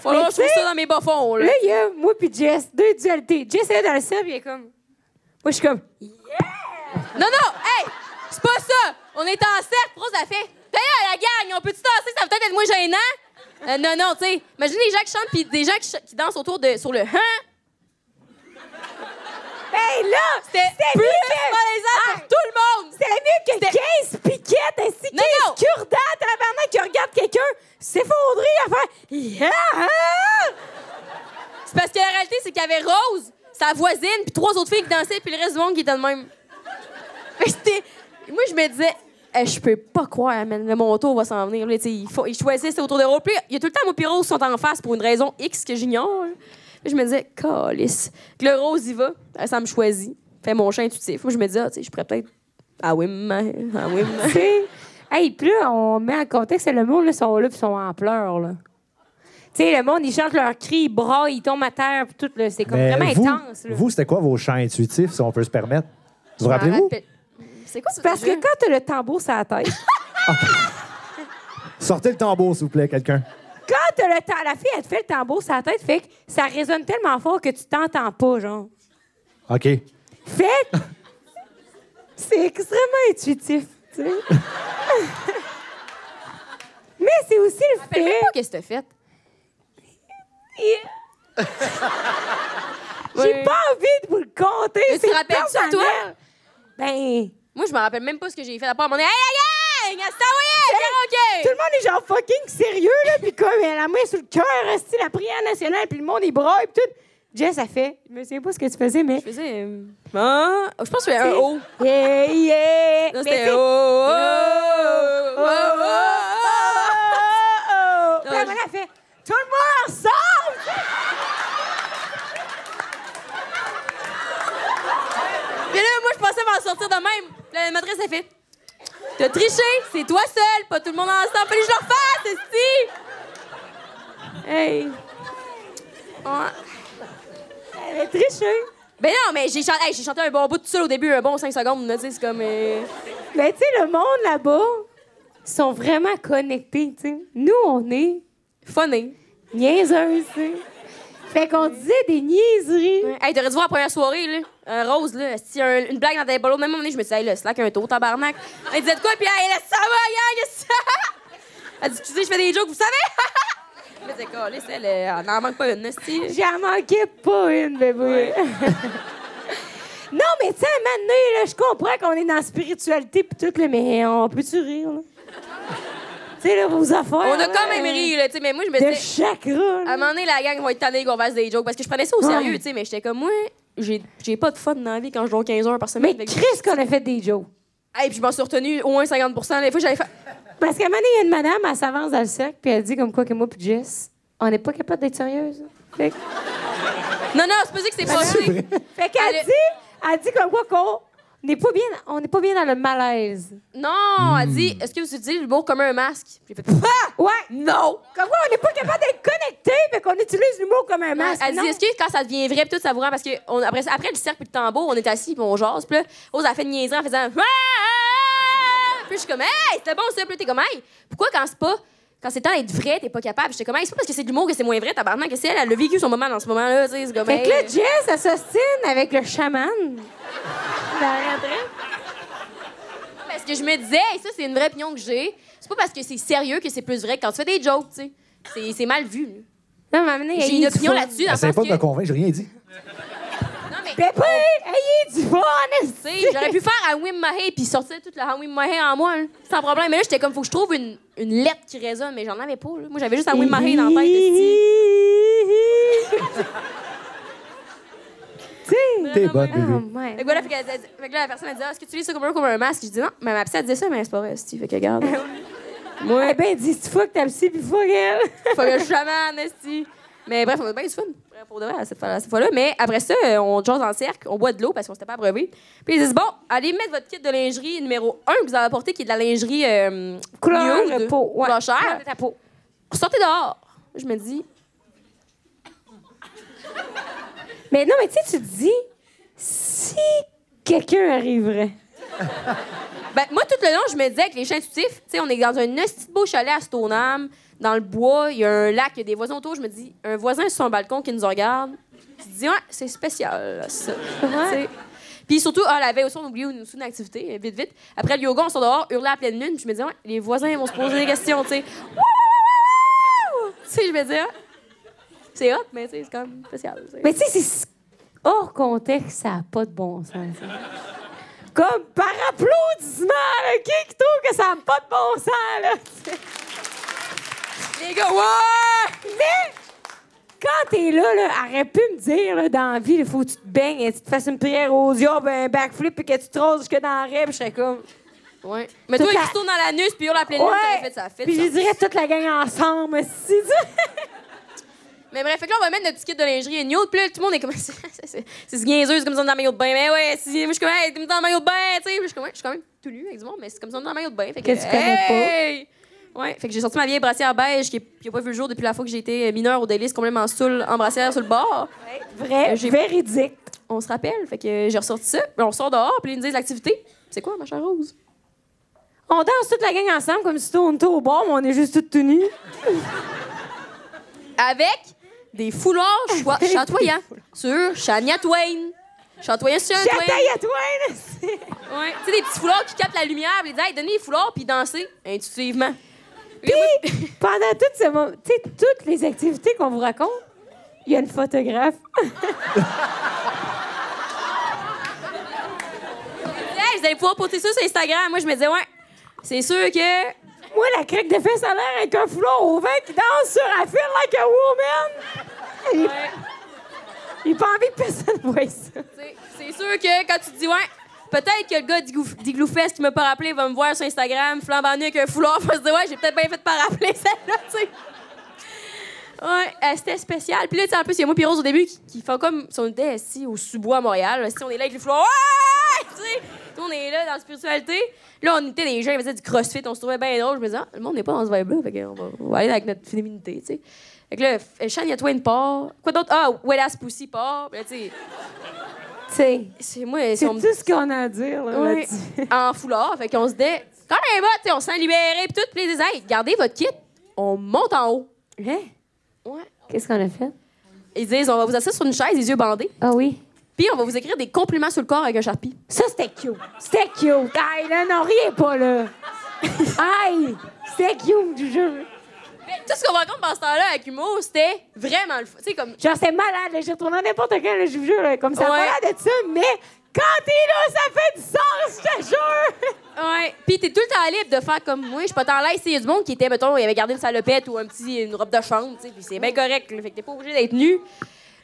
B: Faut
A: Mais
B: que je trouve
A: tu sais-
B: ça dans mes bas-fonds, là.
A: Là, il y a moi puis Jess, deux dualités. Jess est là dans le cercle, il est comme. Moi, je suis comme.
B: Non, non, hey! C'est pas ça! On est en cercle, pro, ça fait. D'ailleurs, la gang, on peut-tu danser? Ça va peut-être être moins gênant? Euh, non, non, tu sais. Imagine les gens qui chantent, puis des gens qui, ch- qui dansent autour de. sur le. Hein?
A: Hey, là! Ah.
B: C'était plus
A: mieux
B: malaisant pour tout le monde!
A: C'est mieux que 15 piquettes, ainsi que
B: Non, non.
A: 15 cure-dents, tabarnak, qui regarde quelqu'un s'effondrer à faire. Yeah! ah!
B: C'est parce que la réalité, c'est qu'il y avait Rose, sa voisine, puis trois autres filles qui dansaient, puis le reste du monde qui était le même. Fait que c'était- Moi, je me disais, Eh, je peux pas croire, man, le monto va s'en venir. Là, Tu sais, ils, font- ils choisissent autour de Rose. Puis il y a tout le temps mon pyro qui sont en face pour une raison X que j'ignore. là. Puis je me disais, calice. Que le Rose, il va. Ah, Ça me choisit. Fait mon chien intuitif. Moi, je me disais, ah, tu sais, je pourrais peut-être. Ah oui, man. Ah oui, man.
A: Tu sais, hey, puis là, on met en contexte, le monde, là, sont là, puis sont en pleurs, là. Tu sais, le monde, ils chantent leurs cris, ils braillent, ils tombent à terre, puis tout, là. C'est comme
G: Mais
A: vraiment
G: vous,
A: intense, là.
G: vous c'était quoi vos chants intuitifs, si on peut se permettre? Vous vous rappelez-vous?
B: C'est quoi
A: Parce que quand t'as le tambour sur la tête,
G: Sortez le tambour, s'il vous plaît, quelqu'un.
A: Quand t'as le ta- la fille, elle te fait le tambour sur la tête, fait que ça résonne tellement fort que tu t'entends pas, genre.
G: OK.
A: Fait que c'est extrêmement intuitif, tu sais. Mais c'est aussi le
B: Je sais
A: fait.
B: pas qu'est-ce que t'as fait.
A: J'ai pas envie de vous le compter.
B: Mais tu
A: c'est
B: te rappelles-tu,
A: permanent.
B: toi?
A: Ben,
B: Moi, je me rappelle même pas ce que j'ai fait. À part, on est Hey, la gang! C'est
A: tout
B: OK!
A: le monde est genre fucking sérieux, là, puis comme elle a la main sur le cœur, reste la prière nationale, puis le monde est bras, puis tout. Jess a fait. Je me souviens pas ce que tu faisais, mais.
B: Je faisais. euh, Ah, je pense que c'était un haut. Non,
A: Yeah, yeah. Mais
B: c'était
A: c'est-
B: oh, oh, oh,
A: Ah.
B: oh,
A: Oh!
B: Non,
A: Puis
B: je-
A: elle a fait. Tout le monde ensemble!
B: oh. Puis là, moi, je pensais m'en sortir de même. Puis La maîtresse, elle fait T'as triché, c'est toi seul, pas tout le monde ensemble. Fallait que je le refasse, esti!
A: Hey!
B: Ouais.
A: Elle avait triché.
B: Ben non, mais j'ai chanté, hey, j'ai chanté un bon bout tout seul au début, un bon 5 secondes, là, tu sais, c'est comme. euh,
A: Mais Ben, tu sais, le monde là-bas, ils sont vraiment connectés, tu sais. Nous, on est
B: funny.
A: niaiseuses, tu sais. Fait qu'on disait des niaiseries.
B: Hey, t'aurais dû voir la première soirée, là. Un rose, là. Si un- une blague dans tes bolos, même à un moment donné, je me disais, hey, le slack, un taux, tabarnak. Elle disait de quoi, puis hey, là, ça va, gang, qu'est-ce que ça? Elle dit, excusez, je fais des jokes, vous savez? Mais c'est calé, elle, euh, elle n'en manque pas une, esti.
A: J'en manquais pas une, bébé. non, mais tu sais, à un moment donné, là, je comprends qu'on est dans la spiritualité pis tout, là, mais on peut-tu rire, là? tu sais, là, vos affaires.
B: On a
A: là,
B: quand même ri, là, tu sais, mais moi, je me
A: De
B: disais,
A: chakra,
B: à un
A: là.
B: moment donné, la gang va être tannée qu'on fasse des jokes, parce que je prenais ça au sérieux,
A: Ouais.
B: tu sais, mais j'étais comme, moi, j'ai j'ai pas de fun dans la vie quand je joue 15 heures par semaine.
A: Mais Chris qu'on a fait des jokes.
B: Hey, puis je m'en suis retenue au moins 50 Les fois, j'avais fait.
A: Parce qu'à un moment donné, il y a une madame, elle s'avance dans le cercle, puis elle dit comme quoi que moi puis Jess, on n'est pas capable d'être sérieuse. Fait, que-
B: Non, non, c'est pas ça que c'est
A: Ah,
B: pas vrai.
A: fait qu'elle
B: Elle-
A: dit, elle dit comme quoi qu'on n'est pas bien, on n'est pas bien dans le malaise.
B: Non, elle dit, est-ce que vous utilisez l'humour comme un masque? J'ai fait, ah!
A: Ouais.
B: Non!
A: Comme quoi, on n'est pas capable d'être connecté, fait qu'on utilise l'humour comme un masque.
B: Elle
A: non?
B: dit, est-ce que quand ça devient vrai, pis tout ça vous rend- parce que on- après, ça- après le cercle puis le tambour, on est assis puis on jase, puis là, Rose a fait niaiser en faisant, Ah! puis je suis comme, hey, c'était bon ça, puis là, t'es comme, hey, pourquoi quand c'est pas, quand c'est temps d'être vrai, t'es pas capable? J'étais comme, hey, c'est pas parce que c'est de l'humour que c'est moins vrai, tabarnak, que c'est elle, elle a vécu son moment dans ce moment-là, tu sais, c'est comme,
A: Fait que là,
B: hey,
A: Jess, elle s'ostine avec le chaman.
B: Ben,
A: La retraite.
B: parce que je me disais, hey, ça, c'est une vraie opinion que j'ai, c'est pas parce que c'est sérieux que c'est plus vrai que quand tu fais des jokes, tu sais. C'est- C'est mal vu. là.
A: Non, mais à un moment donné,
B: J'ai
A: ayez
B: une
A: du
B: opinion
A: fun.
B: là-dessus. dans le
G: Essayez
B: sens
G: pas de me
B: que-
G: convaincre, j'ai rien dit.
B: Non, mais-
A: Pépé, ayez du fun,
B: Tu
A: esti.
B: sais, J'aurais pu faire un Wim Mahé puis sortir toute la Wim Mahé en moi, là, sans problème. Mais là, j'étais comme, faut que je trouve une, une lettre qui résonne, mais j'en avais pas. là. Moi, j'avais juste un Wim Mahé dans la tête. esti.
A: Tu sais.
G: T'es bonne, bébé.
A: Oh, ouais.
B: Fait que, voilà, fait que, elle- fait que là, la personne a dit, Ah, est-ce que tu lis ça comme un, comme un masque? J'ai dit non, mais ma psy, elle disait ça, mais c'est pas vrai, esti. Fait que regarde,
A: Moi, eh ben, dis tu fuck ta psy pis fuck elle.
B: faut que je chamane, esti. Mais bref, on a bien du fun. Bref, Pour de vrai, à cette, fois- à cette fois-là. Mais après ça, euh, on jase en cercle, on boit de l'eau parce qu'on s'était pas abreuvé. Puis ils disent, bon, allez mettre votre kit de lingerie numéro 1 que vous avez apporté, qui est de la lingerie euh,
A: Couleur
B: nude,
A: de peau. Ouais.
B: couleur chair.
A: Couleur de ta peau.
B: Sortez dehors. Je me dis,
A: Mais non, mais tu sais, tu te dis, si quelqu'un arriverait.
B: Ben, moi, tout le long, je me disais que les chiens intuitifs, tu sais, on est dans un esti de beau chalet à Stoneham, dans le bois, il y a un lac, il y a des voisins autour. Je me dis, un voisin sur son balcon qui nous regarde, tu te dis, ouais, c'est spécial, ça. Tu sais. Puis surtout, ah, la veille aussi, on oubliait une, une activité, euh, vite, vite. Après le yoga, on sort dehors, hurler à pleine lune, puis je me dis, ouais, les voisins vont se poser des questions, tu sais. Wouh! Tu sais, je me dis, ah, c'est hot, mais tu sais, c'est quand même spécial. tu sais.
A: Mais tu sais, c'est hors contexte, ça n'a pas de bon sens. ça. Comme par applaudissement, là, qui qui trouve que ça n'a pas de bon sens, là? tu sais.
B: Les gars, ouais!
A: Mais quand t'es là, là, aurait pu me dire, là, dans la vie, il faut que tu te baignes et que tu te fasses une prière aux yeux, ben, un backflip et que tu te roses jusque dans la raie, puis je serais comme.
B: Ouais. Mais
A: Toute
B: toi,
A: la-
B: il se tourne dans la nuce, puis hurle à pleine lune, t'aurais fait ça, fait
A: Puis
B: ça.
A: je dirais toute la gang ensemble, si
B: Mais bref, fait que là, on va mettre notre ticket de lingerie et nude. Puis là, tout le monde est comme. c'est- C'est c'est niaiseux, c'est comme ça dans le maillot de bain. Mais ouais, si, moi, je suis comme, hey, t'es dans le maillot de bain, tu sais. Puis Je suis comme, Ouais, je suis quand même tout nu avec du monde, mais c'est comme ça dans le maillot de bain. Fait que,
A: Que tu connais pas.
B: pas. Ouais, fait que j'ai sorti ma vieille brassière beige qui n'a pas vu le jour depuis la fois que j'ai été mineure au délice, complètement saoule, en brassière sur le bord.
A: Vrai,
B: Euh, j'ai-
A: véridique.
B: On se rappelle, fait que j'ai ressorti ça. Puis on sort dehors, puis ils nous disent l'activité. C'est quoi, ma chère Rose?
A: On danse toute la gang ensemble comme si tout on était au bord, mais on est juste toutes tenues.
B: Avec des foulards choi- chatoyants sur Shania Twain. Chatoyant sur Shania Twain.
A: J'attaille à toi, là, c'est-
B: Ouais. Tu sais, des petits foulards qui captent la lumière, puis ils disent, hey, donnez les foulards, puis dansez intuitivement.
A: Puis, pendant tout ce moment, tu sais, toutes les activités qu'on vous raconte, il y a une photographe.
B: Hey, vous allez pouvoir poster ça sur Instagram. Moi, je me disais, ouais, c'est sûr que.
A: Moi, la craque de fesses à l'air avec un foulard au vent qui danse sur I feel like a woman. Il- Il n'a pas envie que personne voie ça.
B: C'est- C'est sûr que quand tu te dis, ouais, peut-être que le gars d'Igloo- d'Igloofest qui m'a pas rappelé va me voir sur Instagram flambant nu avec un foulard, va se dire, ouais, j'ai peut-être bien fait de pas rappeler celle-là, tu sais. Ouais, euh, c'était spécial. Puis là, tu sais, en plus, il y a moi et Rose au début qui, qui font comme si on était assis au sous-bois à Montréal. là, Si on est là avec les foulards, ouais! Tu sais, Nous, on est là dans la spiritualité. Là, on était des gens, ils faisaient du crossfit, on se trouvait bien drôle. Je me disais, ah, le monde n'est pas dans ce vibe-là, fait qu'on va, on va aller avec notre féminité, tu sais. Fait que là, F- Shania Twain part. Quoi d'autre? Ah, Wet Ass Pussy part. Puis Là, tu sais.
A: Tu sais,
B: C'est moi,
A: c'est
B: si on
A: tout
B: me-
A: ce qu'on a à dire là,
B: Ouais.
A: là-dessus.
B: en foulard, fait qu'on se dit quand même hot, tu sais, on s'en libéré puis tout, puis les hey, gardez votre kit, on monte en haut.
A: Hein?
B: Ouais.
A: Qu'est-ce qu'on a fait?
B: Ils disent on va vous asseoir sur une chaise, les yeux bandés,
A: Ah oui.
B: puis on va vous écrire des compliments sur le corps avec un charpie.
A: Ça, c'était cute. C'était cute. Aïe, là, non, riez pas, là. Aïe, c'était cute, du jeu.
B: Mais tout ce qu'on rencontre dans ce temps-là avec humour, c'était vraiment le fou. Tu sais comme
A: Genre, c'était malade. là. J'ai retourné à n'importe quel, là, je vous jure. là, Comme ça,
B: Ouais.
A: malade de ça, mais quand t'es là, ça fait du sens, je te jure.
B: ouais, puis t'es tout le temps libre de faire comme moi, je suis pas tant là, il y a du monde qui était mettons, il avait gardé une salopette ou un petit une robe de chambre, tu sais, puis c'est bien correct, là. fait que t'es pas obligé d'être nu.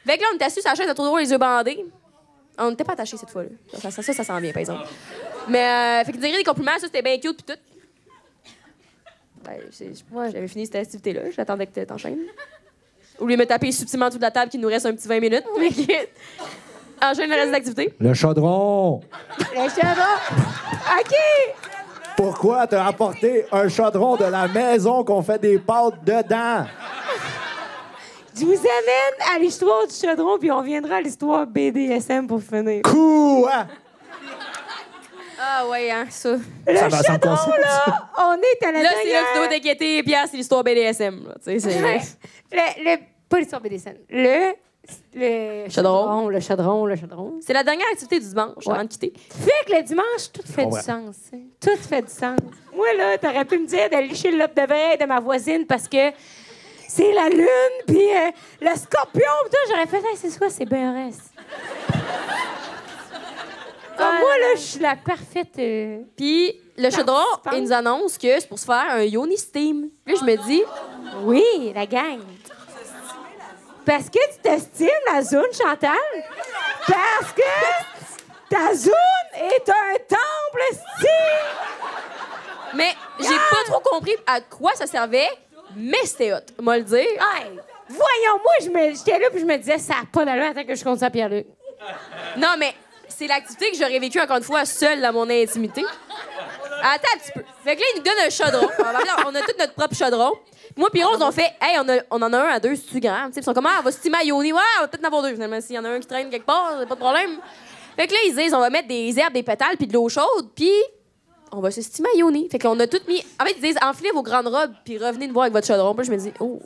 B: Fait que là on était assis sur la chaise à tour de rôle, les yeux bandés. On n'était pas attachés cette fois-là. Ça, ça, ça, ça sent bien, par exemple. Mais, euh, fait que dire des compliments, ça, c'était bien cute, puis tout. Ben, c'est- je- moi, j'avais fini cette activité-là. J'attendais que t- t'enchaînes. Ou lui me taper subtilement tout de la table qu'il nous reste un petit 20 minutes. Mais que- enchaîne le reste de l'activité.
G: Le chaudron.
B: Eh,
A: Le chevron. OK.
G: Pourquoi t'as apporté un chaudron de la maison qu'on fait des pâtes dedans?
A: Je vous amène à l'histoire du chaudron, puis on reviendra à l'histoire BDSM pour finir.
G: Quoi?
B: Ah ouais, hein, ça.
A: Le
G: Ça va, ça me
A: chaudron,
G: concerne,
A: là, on est à la
B: Là, c'est là
A: dernière...
B: que tu dois t'inquiéter. Puis, ah, c'est l'histoire BDSM. là. Tu sais, c'est...
A: Ouais. le, le, pas l'histoire BDSM. Le... Le
B: Chaudron.
A: Le chaudron, le chaudron.
B: c'est la dernière activité du dimanche avant de quitter.
A: Fait que le dimanche, tout fait
G: comprends.
A: du sens. hein. Tout fait du sens. Moi, là, t'aurais pu me dire de licher le lobe de veille de ma voisine parce que c'est la lune, puis euh, le scorpion, puis tout. J'aurais fait, Hey, c'est quoi, c'est BRS? Ah, moi, là, je suis la parfaite. euh,
B: Puis, le chaudron,
A: pense.
B: il nous annonce que c'est pour se faire un Yoni Steam. Puis, je me dis,
A: Oui, la gang. Parce que tu t'estimes la zone, Chantal. Parce que ta zone est un temple, style.
B: mais j'ai pas trop compris à quoi ça servait, mais c'était hot, moi le dire.
A: Hey, voyons, moi, je me- j'étais là puis je me disais, ça n'a pas d'allure attends que je compte ça à Pierre-Luc.
B: Non, mais c'est l'activité que j'aurais vécue encore une fois seule dans mon intimité. Attends un petit peu. Fait que là, il nous donne un chaudron. On va- On a tout notre propre chaudron. Moi, puis Rose, on fait Hey, on, a- on en a un à deux, c'est-tu grave? Tu sais, Ils sont comme Ah, on va se timer à Yoni. Ouais, on va peut-être en avoir deux finalement. S'il y en a un qui traîne quelque part, c'est pas de problème. Fait que là, ils disent On va mettre des herbes, des pétales, puis de l'eau chaude, puis on va se stimer à Yoni. Fait que là, on a tout mis. En fait, ils disent Enfilez vos grandes robes, puis revenez nous voir avec votre chaudron. Puis là, je me dis Oh.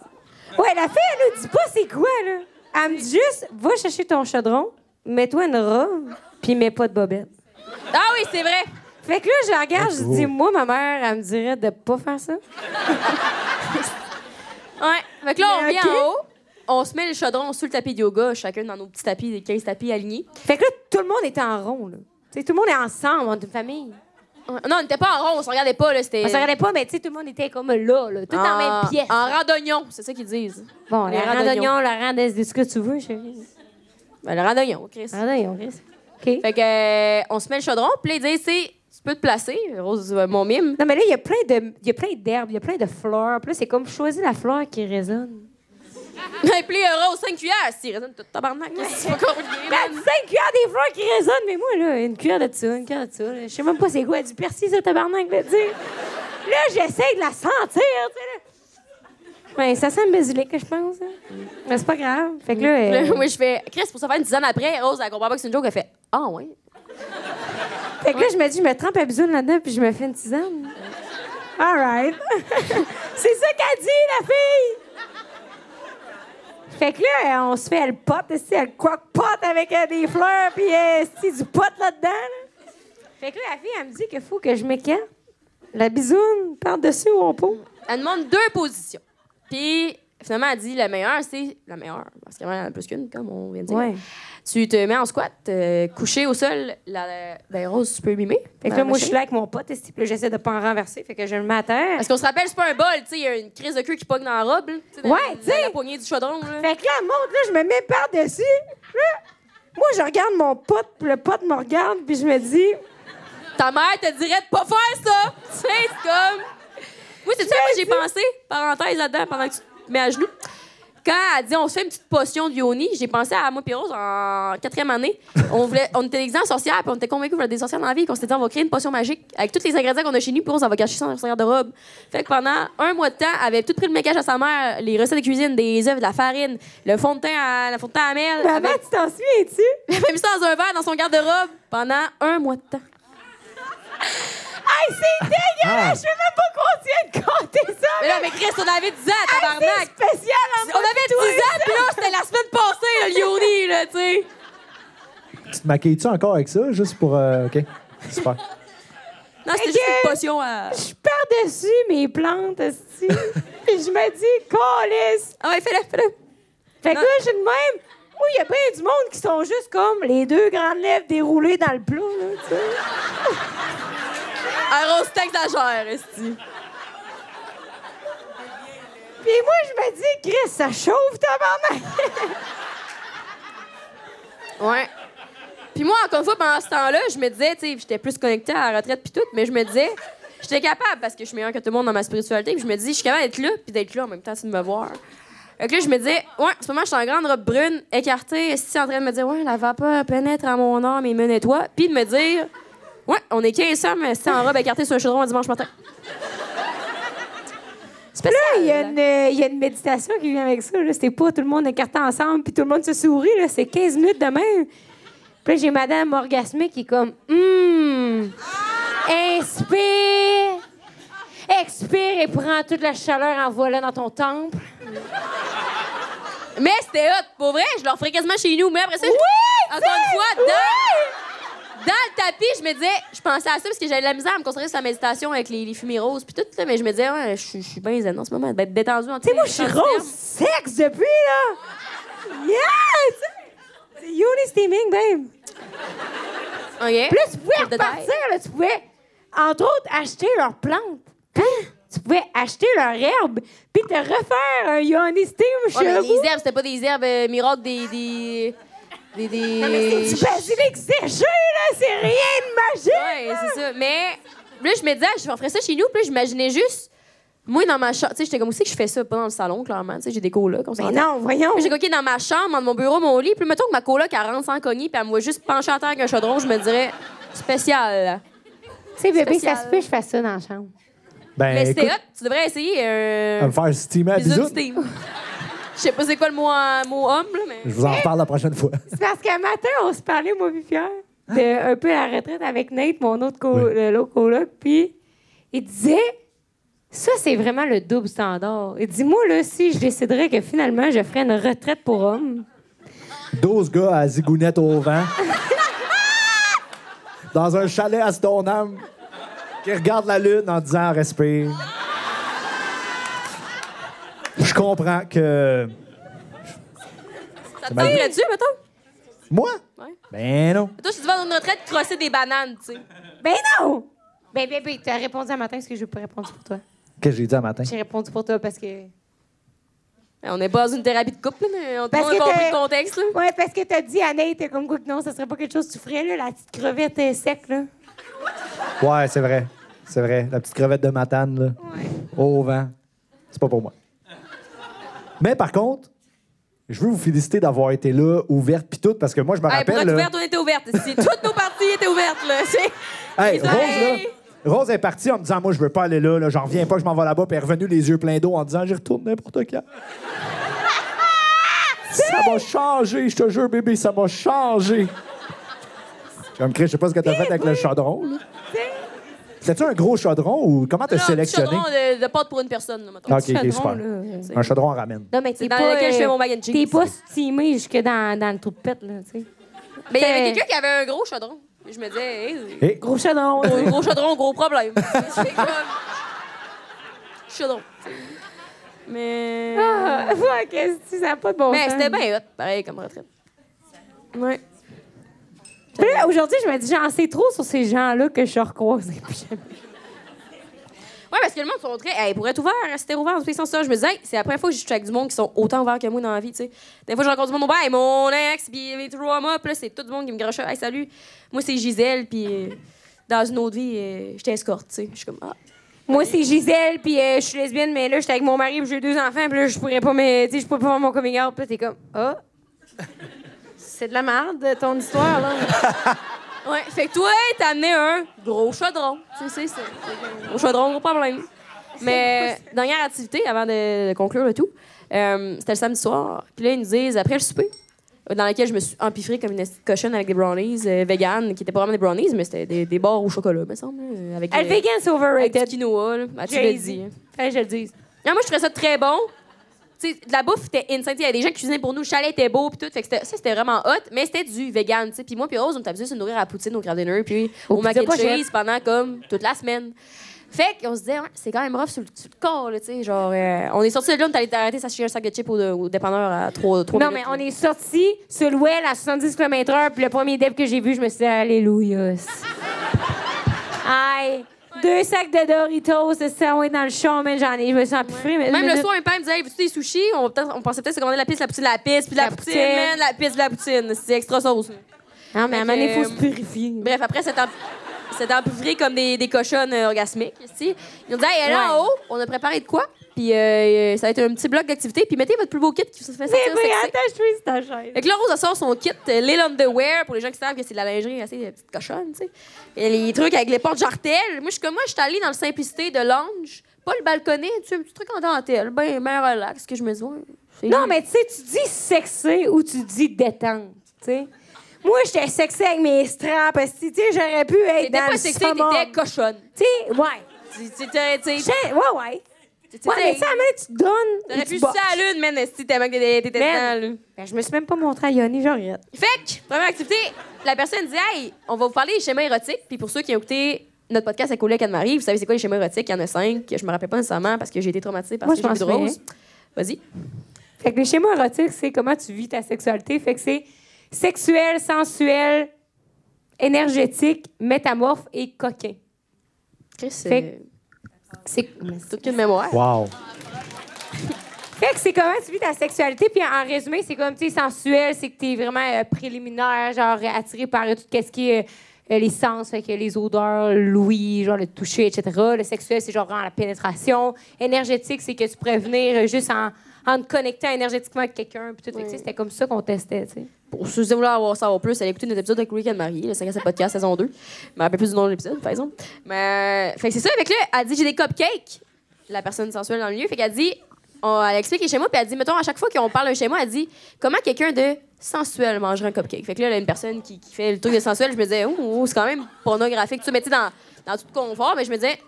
A: Ouais, la fille, elle nous dit pas c'est quoi, là. Elle me dit juste, va chercher ton chaudron, mets-toi une robe, puis mets pas de bobette.
B: Ah oui, c'est vrai.
A: Fait que là, je la regarde, je dis, moi, ma mère, elle me dirait de pas faire ça.
B: Ouais. Fait que là, on
A: Mais
B: vient
A: ok.
B: en haut. On se met le chaudron sur le tapis de yoga, chacun dans nos petits tapis, des 15 tapis alignés.
A: Fait que là, tout le monde était en rond, là. Tu sais, tout le monde est ensemble, on est une famille.
B: Ouais. Non, on n'était pas en rond, on se regardait pas, là. C'était.
A: On se regardait pas, mais tu sais, tout le monde était comme là, là, tout
B: en-
A: Ah, en même pièce.
B: En randonnion, c'est ça qu'ils disent.
A: Bon,
B: les
A: la rang
B: randonnions.
A: d'oignon, la rang de de ce que tu veux, chérie.
B: Ben, le randonnion, Chris.
A: Rang d'oignon, Chris. OK.
B: Fait que, euh, on se met le chaudron, puis là, ils disent, tu sais, tu peux te placer, Rose, euh, mon mime.
A: Non, mais là, il y a plein de- il y a plein d'herbes, il y a plein de fleurs. Puis là, c'est comme choisir la fleur qui résonne.
B: Et puis, euh, Rose, 5 cuillères, s'il résonne tout tabarnak. Qu'est-ce que tu vas compliquer,
A: Là, Ah, tu
B: man?
A: sais, une cuillère des fleurs qui résonne, mais moi, là, une cuillère de ça, une cuillère de ça. là, Je sais même pas c'est quoi, du persil, ça, tabarnak, là, tu sais. Là, j'essaie de la sentir, tu sais, là. Ouais, ça sent le basilic, je pense. hein. Mais c'est pas grave. Fait que là, euh,
B: Là, moi, je fais, Chris, pour ça faire une dizaine après, Rose, elle comprend pas que c'est une joke, elle fait, ah, ouais.
A: Fait que là, je me dis, je me trempe à bisoune là-dedans, puis je me fais une tisane. All right. C'est ça qu'a dit, la fille! Fait que là, on se fait le pot, esti, le croque-pot avec euh, des fleurs, puis euh, esti, du pot là-dedans. là. Fait que là, la fille, elle me dit qu'il faut que je m'écarte. La bisoune, par-dessus mon pot.
B: Elle demande deux positions. Puis, finalement, elle dit la meilleure, c'est la meilleure. Parce qu'il y en a plus qu'une, comme on vient de dire.
A: Ouais.
B: Tu te mets en squat, euh, couché au sol. La, ben, Rose, tu peux mimer.
A: Fait que là,
B: Dans la
A: Ben, moi, je suis
B: machine.
A: là avec mon pote, esti, puis là, j'essaie de pas en renverser, fait que je le mets à terre.
B: Parce qu'on se rappelle, c'est pas un bol, tu sais, il y a une crise de queue qui pogne dans la robe. là, tu sais, dans
A: Ouais,
B: la-
A: tu sais.
B: La poignée du chaudron, là.
A: Fait que là, elle monte, là, je me mets par-dessus. Là, Moi, je regarde mon pote, puis le pote me regarde, puis je me dis...
B: Ta mère te dirait de pas faire ça. Tu sais, c'est comme. Oui, c'est ça que j'ai pensé, parenthèse là-dedans, pendant que tu te mets à genoux. Quand elle dit on se fait une petite potion de yoni, j'ai pensé à moi et Rose en quatrième année. On, voulait, on était exempts sorcières, puis on était convaincus qu'on avait des sorcières dans la vie, qu'on s'était dit on va créer une potion magique. Avec tous les ingrédients qu'on a chez nous, puis Rose, on va cacher ça dans le de robe. Fait que pendant un mois de temps, elle avait tout pris le maquillage à sa mère, les recettes de cuisine, des œufs, de la farine, le fond de teint à, la fond de teint
A: «
B: à miel. Elle
A: Maman,
B: avait-
A: tu t'en souviens-tu?
B: elle avait mis ça dans un verre dans son garde-robe pendant un mois de temps.
A: Hey, c'est dégueulasse! Je veux même pas qu'on tienne compter ça!
B: Ah. Mais là, mais Chris, on avait
A: Hey,
B: 10 ans,
A: Ah, c'est
B: tabarnak!
A: spécial en
B: On avait 10 ans, puis là, c'était la semaine passée, le Yoni, là, tu sais.
G: Tu te maquilles-tu encore avec ça, juste pour. euh, OK. Super.
B: Non, c'était
A: Ok.
B: juste une potion à.
A: Je pars dessus mes plantes, esti. Puis je me dis, calisse!
B: Ah ouais, fais-le, fais-le.
A: Fait que là, je suis de même. Moi, il y a bien du monde qui sont juste comme les deux grandes lèvres déroulées dans le plat, là, tu sais.
B: Un rose t'exagère, esti.
A: Puis moi, je me dis, Chris, ça chauffe, tabarnak!
B: Ouais. Puis moi, encore une fois, pendant ce temps-là, je me disais, tu sais, j'étais plus connectée à la retraite puis tout, mais je me disais, j'étais capable, parce que je suis meilleure que tout le monde dans ma spiritualité, puis je me dis, je suis capable d'être là, puis d'être là en même temps, tu sais, de me voir. Donc là, je me disais, ouais, en ce moment, je suis en grande robe brune, écartée, si en train de me dire, ouais, la vapeur pénètre à mon âme et me nettoie, puis de me dire, ouais, on est 15 hommes, si en robe écartée sur un chaudron un dimanche matin.
A: Là, il y, a une, euh, il y a une méditation qui vient avec ça. là. C'était pas tout le monde écarté ensemble, puis tout le monde se sourit. là. C'est 15 minutes de même. Puis là, j'ai Madame Orgasmée qui est comme Hum, inspire, expire et prends toute la chaleur, envoie-la dans ton temple.
B: Mais c'était hot, pour vrai, je leur ferais quasiment chez nous. Mais après ça, je-
A: Oui,
B: encore une
A: tu-
B: fois, dans,
A: oui!
B: dans le tapis, je me disais, je pensais à ça parce que j'avais de la misère à me concentrer sur la méditation avec les, les fumées roses puis tout, là, mais je me disais, ouais, je suis- je suis bien zen en ce moment, d'être détendue en
A: Tu sais, moi, je suis rose sexe depuis, là. Yes! C'est Yoni Steaming, babe.
B: OK.
A: Puis là, tu pouvais
B: Pour de taille.
A: repartir, là, tu pouvais, entre autres, acheter leurs plantes. Hein? Tu pouvais acheter leur herbe, puis te refaire un Yoni Steam
B: Ouais, mais
A: chez vous.
B: les herbes, c'était pas des herbes euh, miracles, des. des. des. des-
A: C'est du basilic séché, là, c'est rien de magique.
B: Ouais, c'est ça. Mais là, je me disais, je ferais ça chez nous. Puis là, j'imaginais juste, moi, dans ma chambre. Tu sais, j'étais comme aussi que je fais ça, pas dans le salon, clairement. Tu sais, j'ai des colas comme ça.
A: Mais non, voyons.
B: J'ai coqué dans ma chambre, dans mon bureau, mon lit. Puis mettons que ma coloc, elle rentre sans cogner, puis elle me voit juste pencher à terre avec un chaudron, je me dirais, spécial.
A: Tu sais, bébé,
B: spécial.
A: ça se peut, je fasse ça dans la chambre.
G: Ben,
B: Mais c'était
G: écoute,
B: hot, tu devrais essayer euh,
G: à
B: un.
G: me faire steamer à
B: bisou de
G: bisous.
B: Steve. Je sais pas c'est quoi le mot, euh, mot homme, là, mais.
G: Je vous en reparle la prochaine fois.
A: C'est parce qu'un matin, on se parlait, moi, puis Pierre,
B: Hein?
A: de un peu la retraite avec Nate, mon autre co
G: Oui.
A: euh, l'autre coloc, puis il disait Ça, c'est vraiment le double standard. Il dit Moi, là, si je déciderais que finalement, je ferais une retraite pour hommes,
G: 12 gars à zigounette au vent. dans un chalet à Stoneham. Qui regarde la lune en disant respire. Je comprends que.
B: Ça te
G: ma vie.
B: tente là-dessus, mettons?
G: Moi?
B: Ouais.
G: Ben non.
B: Toi, je suis devant une retraite crosser des bananes, tu sais.
A: ben non Ben, bébé, tu as répondu un matin, parce que je n'ai pas répondu pour toi.
G: Qu'est-ce que j'ai dit un matin?
A: J'ai répondu pour toi parce que.
B: Mais Ben, On n'est pas dans une thérapie de couple, là, mais on tout le
A: Parce
B: monde a
A: que
B: compris
A: t'es-
B: le contexte, là.
A: Ouais, parce que t'as dit à Nate, t'es comme quoi que non, ça serait pas quelque chose que tu ferais, là, la petite crevette euh, sec, là.
G: Ouais, c'est vrai. C'est vrai. La petite crevette de Matane, là. Au vent. C'est pas pour moi. Mais par contre, je veux vous féliciter d'avoir été là, ouverte pis tout, parce que moi, je me
B: Hey, pour
G: rappelle.
B: être
G: là-
B: ouverte, on était ouverte. Si toutes nos parties étaient ouvertes, là. C'est-
G: Hey,
B: C'est-
G: Rose, là, Rose est partie en me disant Moi, je veux pas aller là, là j'en reviens pas, je m'en vais là-bas. Puis elle est revenue les yeux pleins d'eau en disant J'y retourne n'importe quand. ça m'a changé, je te jure, bébé, ça m'a changé. Comme Chris, je sais pas ce que t'as fait avec le chaudron. là. C'était-tu un gros chaudron ou comment t'as
B: Non,
G: sélectionné?
B: chaudron de, de pâte pour une personne, là, mettons.
G: Ok, ok, super.
A: Non,
G: Un chaudron en ramène.
A: mais t'es
B: dans
A: pas,
B: lequel je fais
A: euh,
B: mon mac and cheese.
A: T'es pas stimé jusque dans, dans le trou de pète, là, tu sais.
B: Mais il y avait
A: T'sais,
B: quelqu'un qui avait un gros chaudron. Et Je me disais, hey,
G: Et
A: Gros chaudron. là.
B: gros, gros chaudron, gros problème. C'est comme- chaudron. Mais.
A: Ah, ouais, qu'est-ce que tu- ça n'a pas de bon
B: Mais
A: sens.
B: c'était bien hot, pareil, comme retraite. Ouais.
A: Puis là, Aujourd'hui, je me dis, j'en sais trop sur ces gens-là que je recroiserai plus jamais.
B: Ouais, parce que le monde sont très. Hey, pour être ouvert, rester ouvert, en sans ça. Je me disais, hey, c'est la première fois que je suis avec du monde qui sont autant ouverts que moi dans la vie, tu sais. Des fois, je rencontre du monde, bon, hey, mon ex, puis les trois mois, puis là, c'est tout le monde qui me groche. Hey, salut. Moi, c'est Gisèle, puis euh, dans une autre vie, euh, j'étais escorte, tu sais. Je suis comme, ah.
A: Moi, c'est Gisèle, puis euh, je suis lesbienne, mais là, j'étais avec mon mari, puis j'ai deux enfants, puis là, je pourrais pas, mais, tu sais, je pourrais pas voir mon coming out. Puis là, t'es comme, ah, c'est de la merde, ton histoire, là.
B: Ouais, fait que toi, t'as amené un gros chaudron. Tu sais, c'est- c'est. c'est- Gros chaudron, gros problème. Mais dernière activité, avant de, de conclure le tout, euh, c'était le samedi soir. Puis là, ils nous disent, après le souper, euh, dans lequel je me suis empiffrée comme une esti de cochonne avec des brownies euh, vegan, qui étaient pas vraiment des brownies, mais c'était des, des barres au chocolat, me semble. euh, Avec,
A: Elle
B: euh,
A: vegan, c'est
B: avec du
A: overrated.
B: quinoa, là. Ah, tu l'as
A: Jay-Z.
B: dit.
A: Fallait que je le dise.
B: Non, moi, je trouvais ça très bon. Tu sais, de la bouffe, c'était insane. Il y a des gens qui cuisinaient pour nous. Le chalet était beau, puis tout. Fait que c'était- ça, c'était vraiment hot. Mais c'était du vegan, tu sais. Puis moi, puis Rose, on était habitués de se nourrir à la poutine, au crab dinner, puis
A: Au
B: au,
A: pizza
B: mac and
A: pochette.
B: cheese pendant comme toute la semaine. Fait qu'on se disait, ouais, c'est quand même rough sur le, sur le corps, là, tu sais. Genre, euh, on est sorti de là, on est allé arrêter s'acheter un sac de chips au, au dépanneur à 3,
A: Non, mais on est sortis sur l'ouel à 70 km/h, puis le premier dev que j'ai vu, je me suis dit, Alléluia. Aïe. Deux sacs de Doritos, c'est ça, on est dans le champ, mais j'en ai, je me suis empiffrée. mais-
B: Même
A: mais-
B: le soir, un père me disait, hey, veux-tu des sushis? On, va peut-être- on pensait peut-être se commander la piste, la poutine, la piste, puis de la,
A: La
B: poutine,
A: poutine.
B: man, la piste, de la poutine. C'est extra sauce.
A: Non, mais à un moment donné, il faut se
B: Euh,
A: purifier.
B: Bref, après, c'est emp- c'est empoeuvré comme des, des cochonnes euh, orgasmiques. ici. Ils nous dit, hey, là en haut, on a préparé de quoi? Puis euh, euh, ça va être un petit bloc d'activité. Puis mettez votre plus beau kit qui vous fait
A: Mais
B: sentir
A: oui,
B: sexy.
A: attache-toi sur ta chaise.
B: Fait que là, Rose elle sort son kit, euh, Lil Underwear, pour les gens qui savent que c'est de la lingerie assez euh, petite cochonne, tu sais. Et Les trucs avec les portes jartelles. Moi, je suis comme moi, je suis allée dans le simplicité de l'ange. Pas le balconnet, tu sais, un petit truc en dentelle. Ben, ben relax, que je me dis, ouais, c'est-
A: Non, mais tu sais, tu dis sexy ou tu dis détente, tu sais. Moi, j'étais sexy avec mes straps, parce que, tu sais, j'aurais pu être
B: T'étais
A: dans
B: pas
A: le
B: sexy,
A: summum.
B: t'étais cochonne.
A: Tu sais, ouais.
B: Tu- tu- t'aurais- tu-
A: J'ai- Ouais, ouais.
B: t'étais-
A: Ouais, mais tu sais, à un moment donné, tu te donnes.
B: T'aurais
A: ou tu
B: pu
A: bosses.
B: sucer à la lune, man, si tellement que t'étais t'étais
A: Man.
B: dedans, là.
A: Ben, je me suis même pas montrée à Yoni, je regrette.
B: Fait que, première activité, la personne dit Hey, on va vous parler des schémas érotiques. Puis pour ceux qui ont écouté notre podcast avec Oleg Anne-Marie, vous savez c'est quoi les schémas érotiques Il y en a cinq. que Je me rappelle pas nécessairement parce que j'ai été traumatisée par
A: Moi,
B: ces
A: je m'en
B: jeux de
A: souviens.
B: rose. Vas-y.
A: Fait que les schémas érotiques, c'est comment tu vis ta sexualité. Fait que c'est sexuel, sensuel, énergétique, métamorphe et coquin.
B: Chris,
A: Fait
B: c'est
A: C'est
B: toute une mémoire.
G: Wow.
A: Fait que c'est comment tu vis ta sexualité, puis en résumé, c'est comme, tu sais, sensuel, c'est que t'es vraiment euh, préliminaire, genre euh, attiré par euh, tout ce qui est euh, euh, les sens, fait que les odeurs, l'ouïe, genre le toucher, etc. Le sexuel, c'est genre vraiment la pénétration. Énergétique, c'est que tu pourrais venir euh, juste en, en te connectant énergétiquement avec quelqu'un, puis tout. Fait que, tu sais, c'était comme ça qu'on testait, tu sais.
B: Pour ceux qui voulaient avoir ça en plus, allez écouter notre épisode avec Oleg Anne-Marie, le 5 à 7 podcast saison 2. Je me rappelle plus du nom de l'épisode, par exemple. Mais, euh, fait que c'est ça. Fait que là, elle dit J'ai des cupcakes. La personne sensuelle dans le lieu. Fait qu'elle dit on- Elle explique les schémas, puis elle dit Mettons, à chaque fois qu'on parle d'un schéma, elle dit Comment quelqu'un de sensuel mangerait un cupcake Fait que là, là, une personne qui, qui fait le truc de sensuel, je me disais Oh, oh, c'est quand même pornographique. Tu sais, mais tu sais, dans, dans tout confort, mais je me disais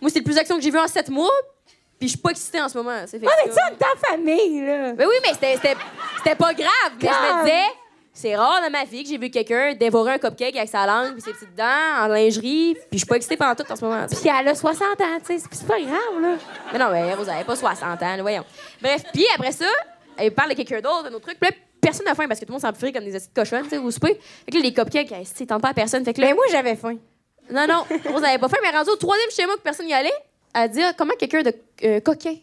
B: Moi, c'est le plus d'action que j'ai vu en 7 mois, puis je suis pas excitée en ce moment. tu sais. Fait que
A: Ah,
B: c'est
A: mais ça, ta famille, là!
B: mais oui, mais c'était- c'était c'était pas grave. Mais je
A: Grave.
B: me disais, c'est rare dans ma vie que j'ai vu quelqu'un dévorer un cupcake avec sa langue puis ses petites dents en lingerie, puis je suis pas excitée pendant tout en ce moment. tu sais.
A: Puis elle a 60 ans, tu sais, c'est- c'est pas grave, là.
B: Mais non, mais vous avez pas 60 ans, là, voyons. Bref, puis après ça, elle parle de quelqu'un d'autre, d'un autre truc, puis là, personne n'a faim parce que tout le monde s'en comme des assises de cochonne, tu sais, au souper. Fait que là, les cupcakes, elles, tu sais, tentent pas à personne. Fait que là,
A: Mais Ben, moi, j'avais faim.
B: non, non, vous n'avez pas faim, mais rendu au troisième schéma que personne n'y allait, à dire comment quelqu'un de euh, coquin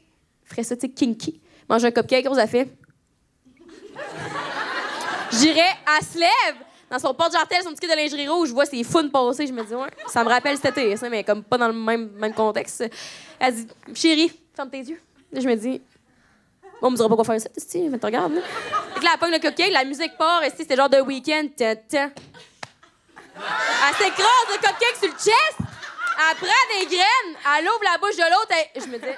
B: ferait ça, tu sais, kinky, mange un cupcake, Rose a fait. J'irais, elle se lève dans son porte-jartel, son petit kit de lingerie rouge, je vois ses fun passer, je me dis, ouais, ça me rappelle cet été, ça, mais comme pas dans le même, même contexte. Elle dit, chérie, ferme tes yeux. Là, je me dis, on me dira pas quoi faire ça, tu mais tu regardes, là. Fait que là, elle pogne le cupcake, la musique part, et si c'était genre de week-end, ta, ta. Elle s'écrase le cupcake sur le chest. Elle prend des graines. Elle ouvre la bouche de l'autre. elle- Je me dis.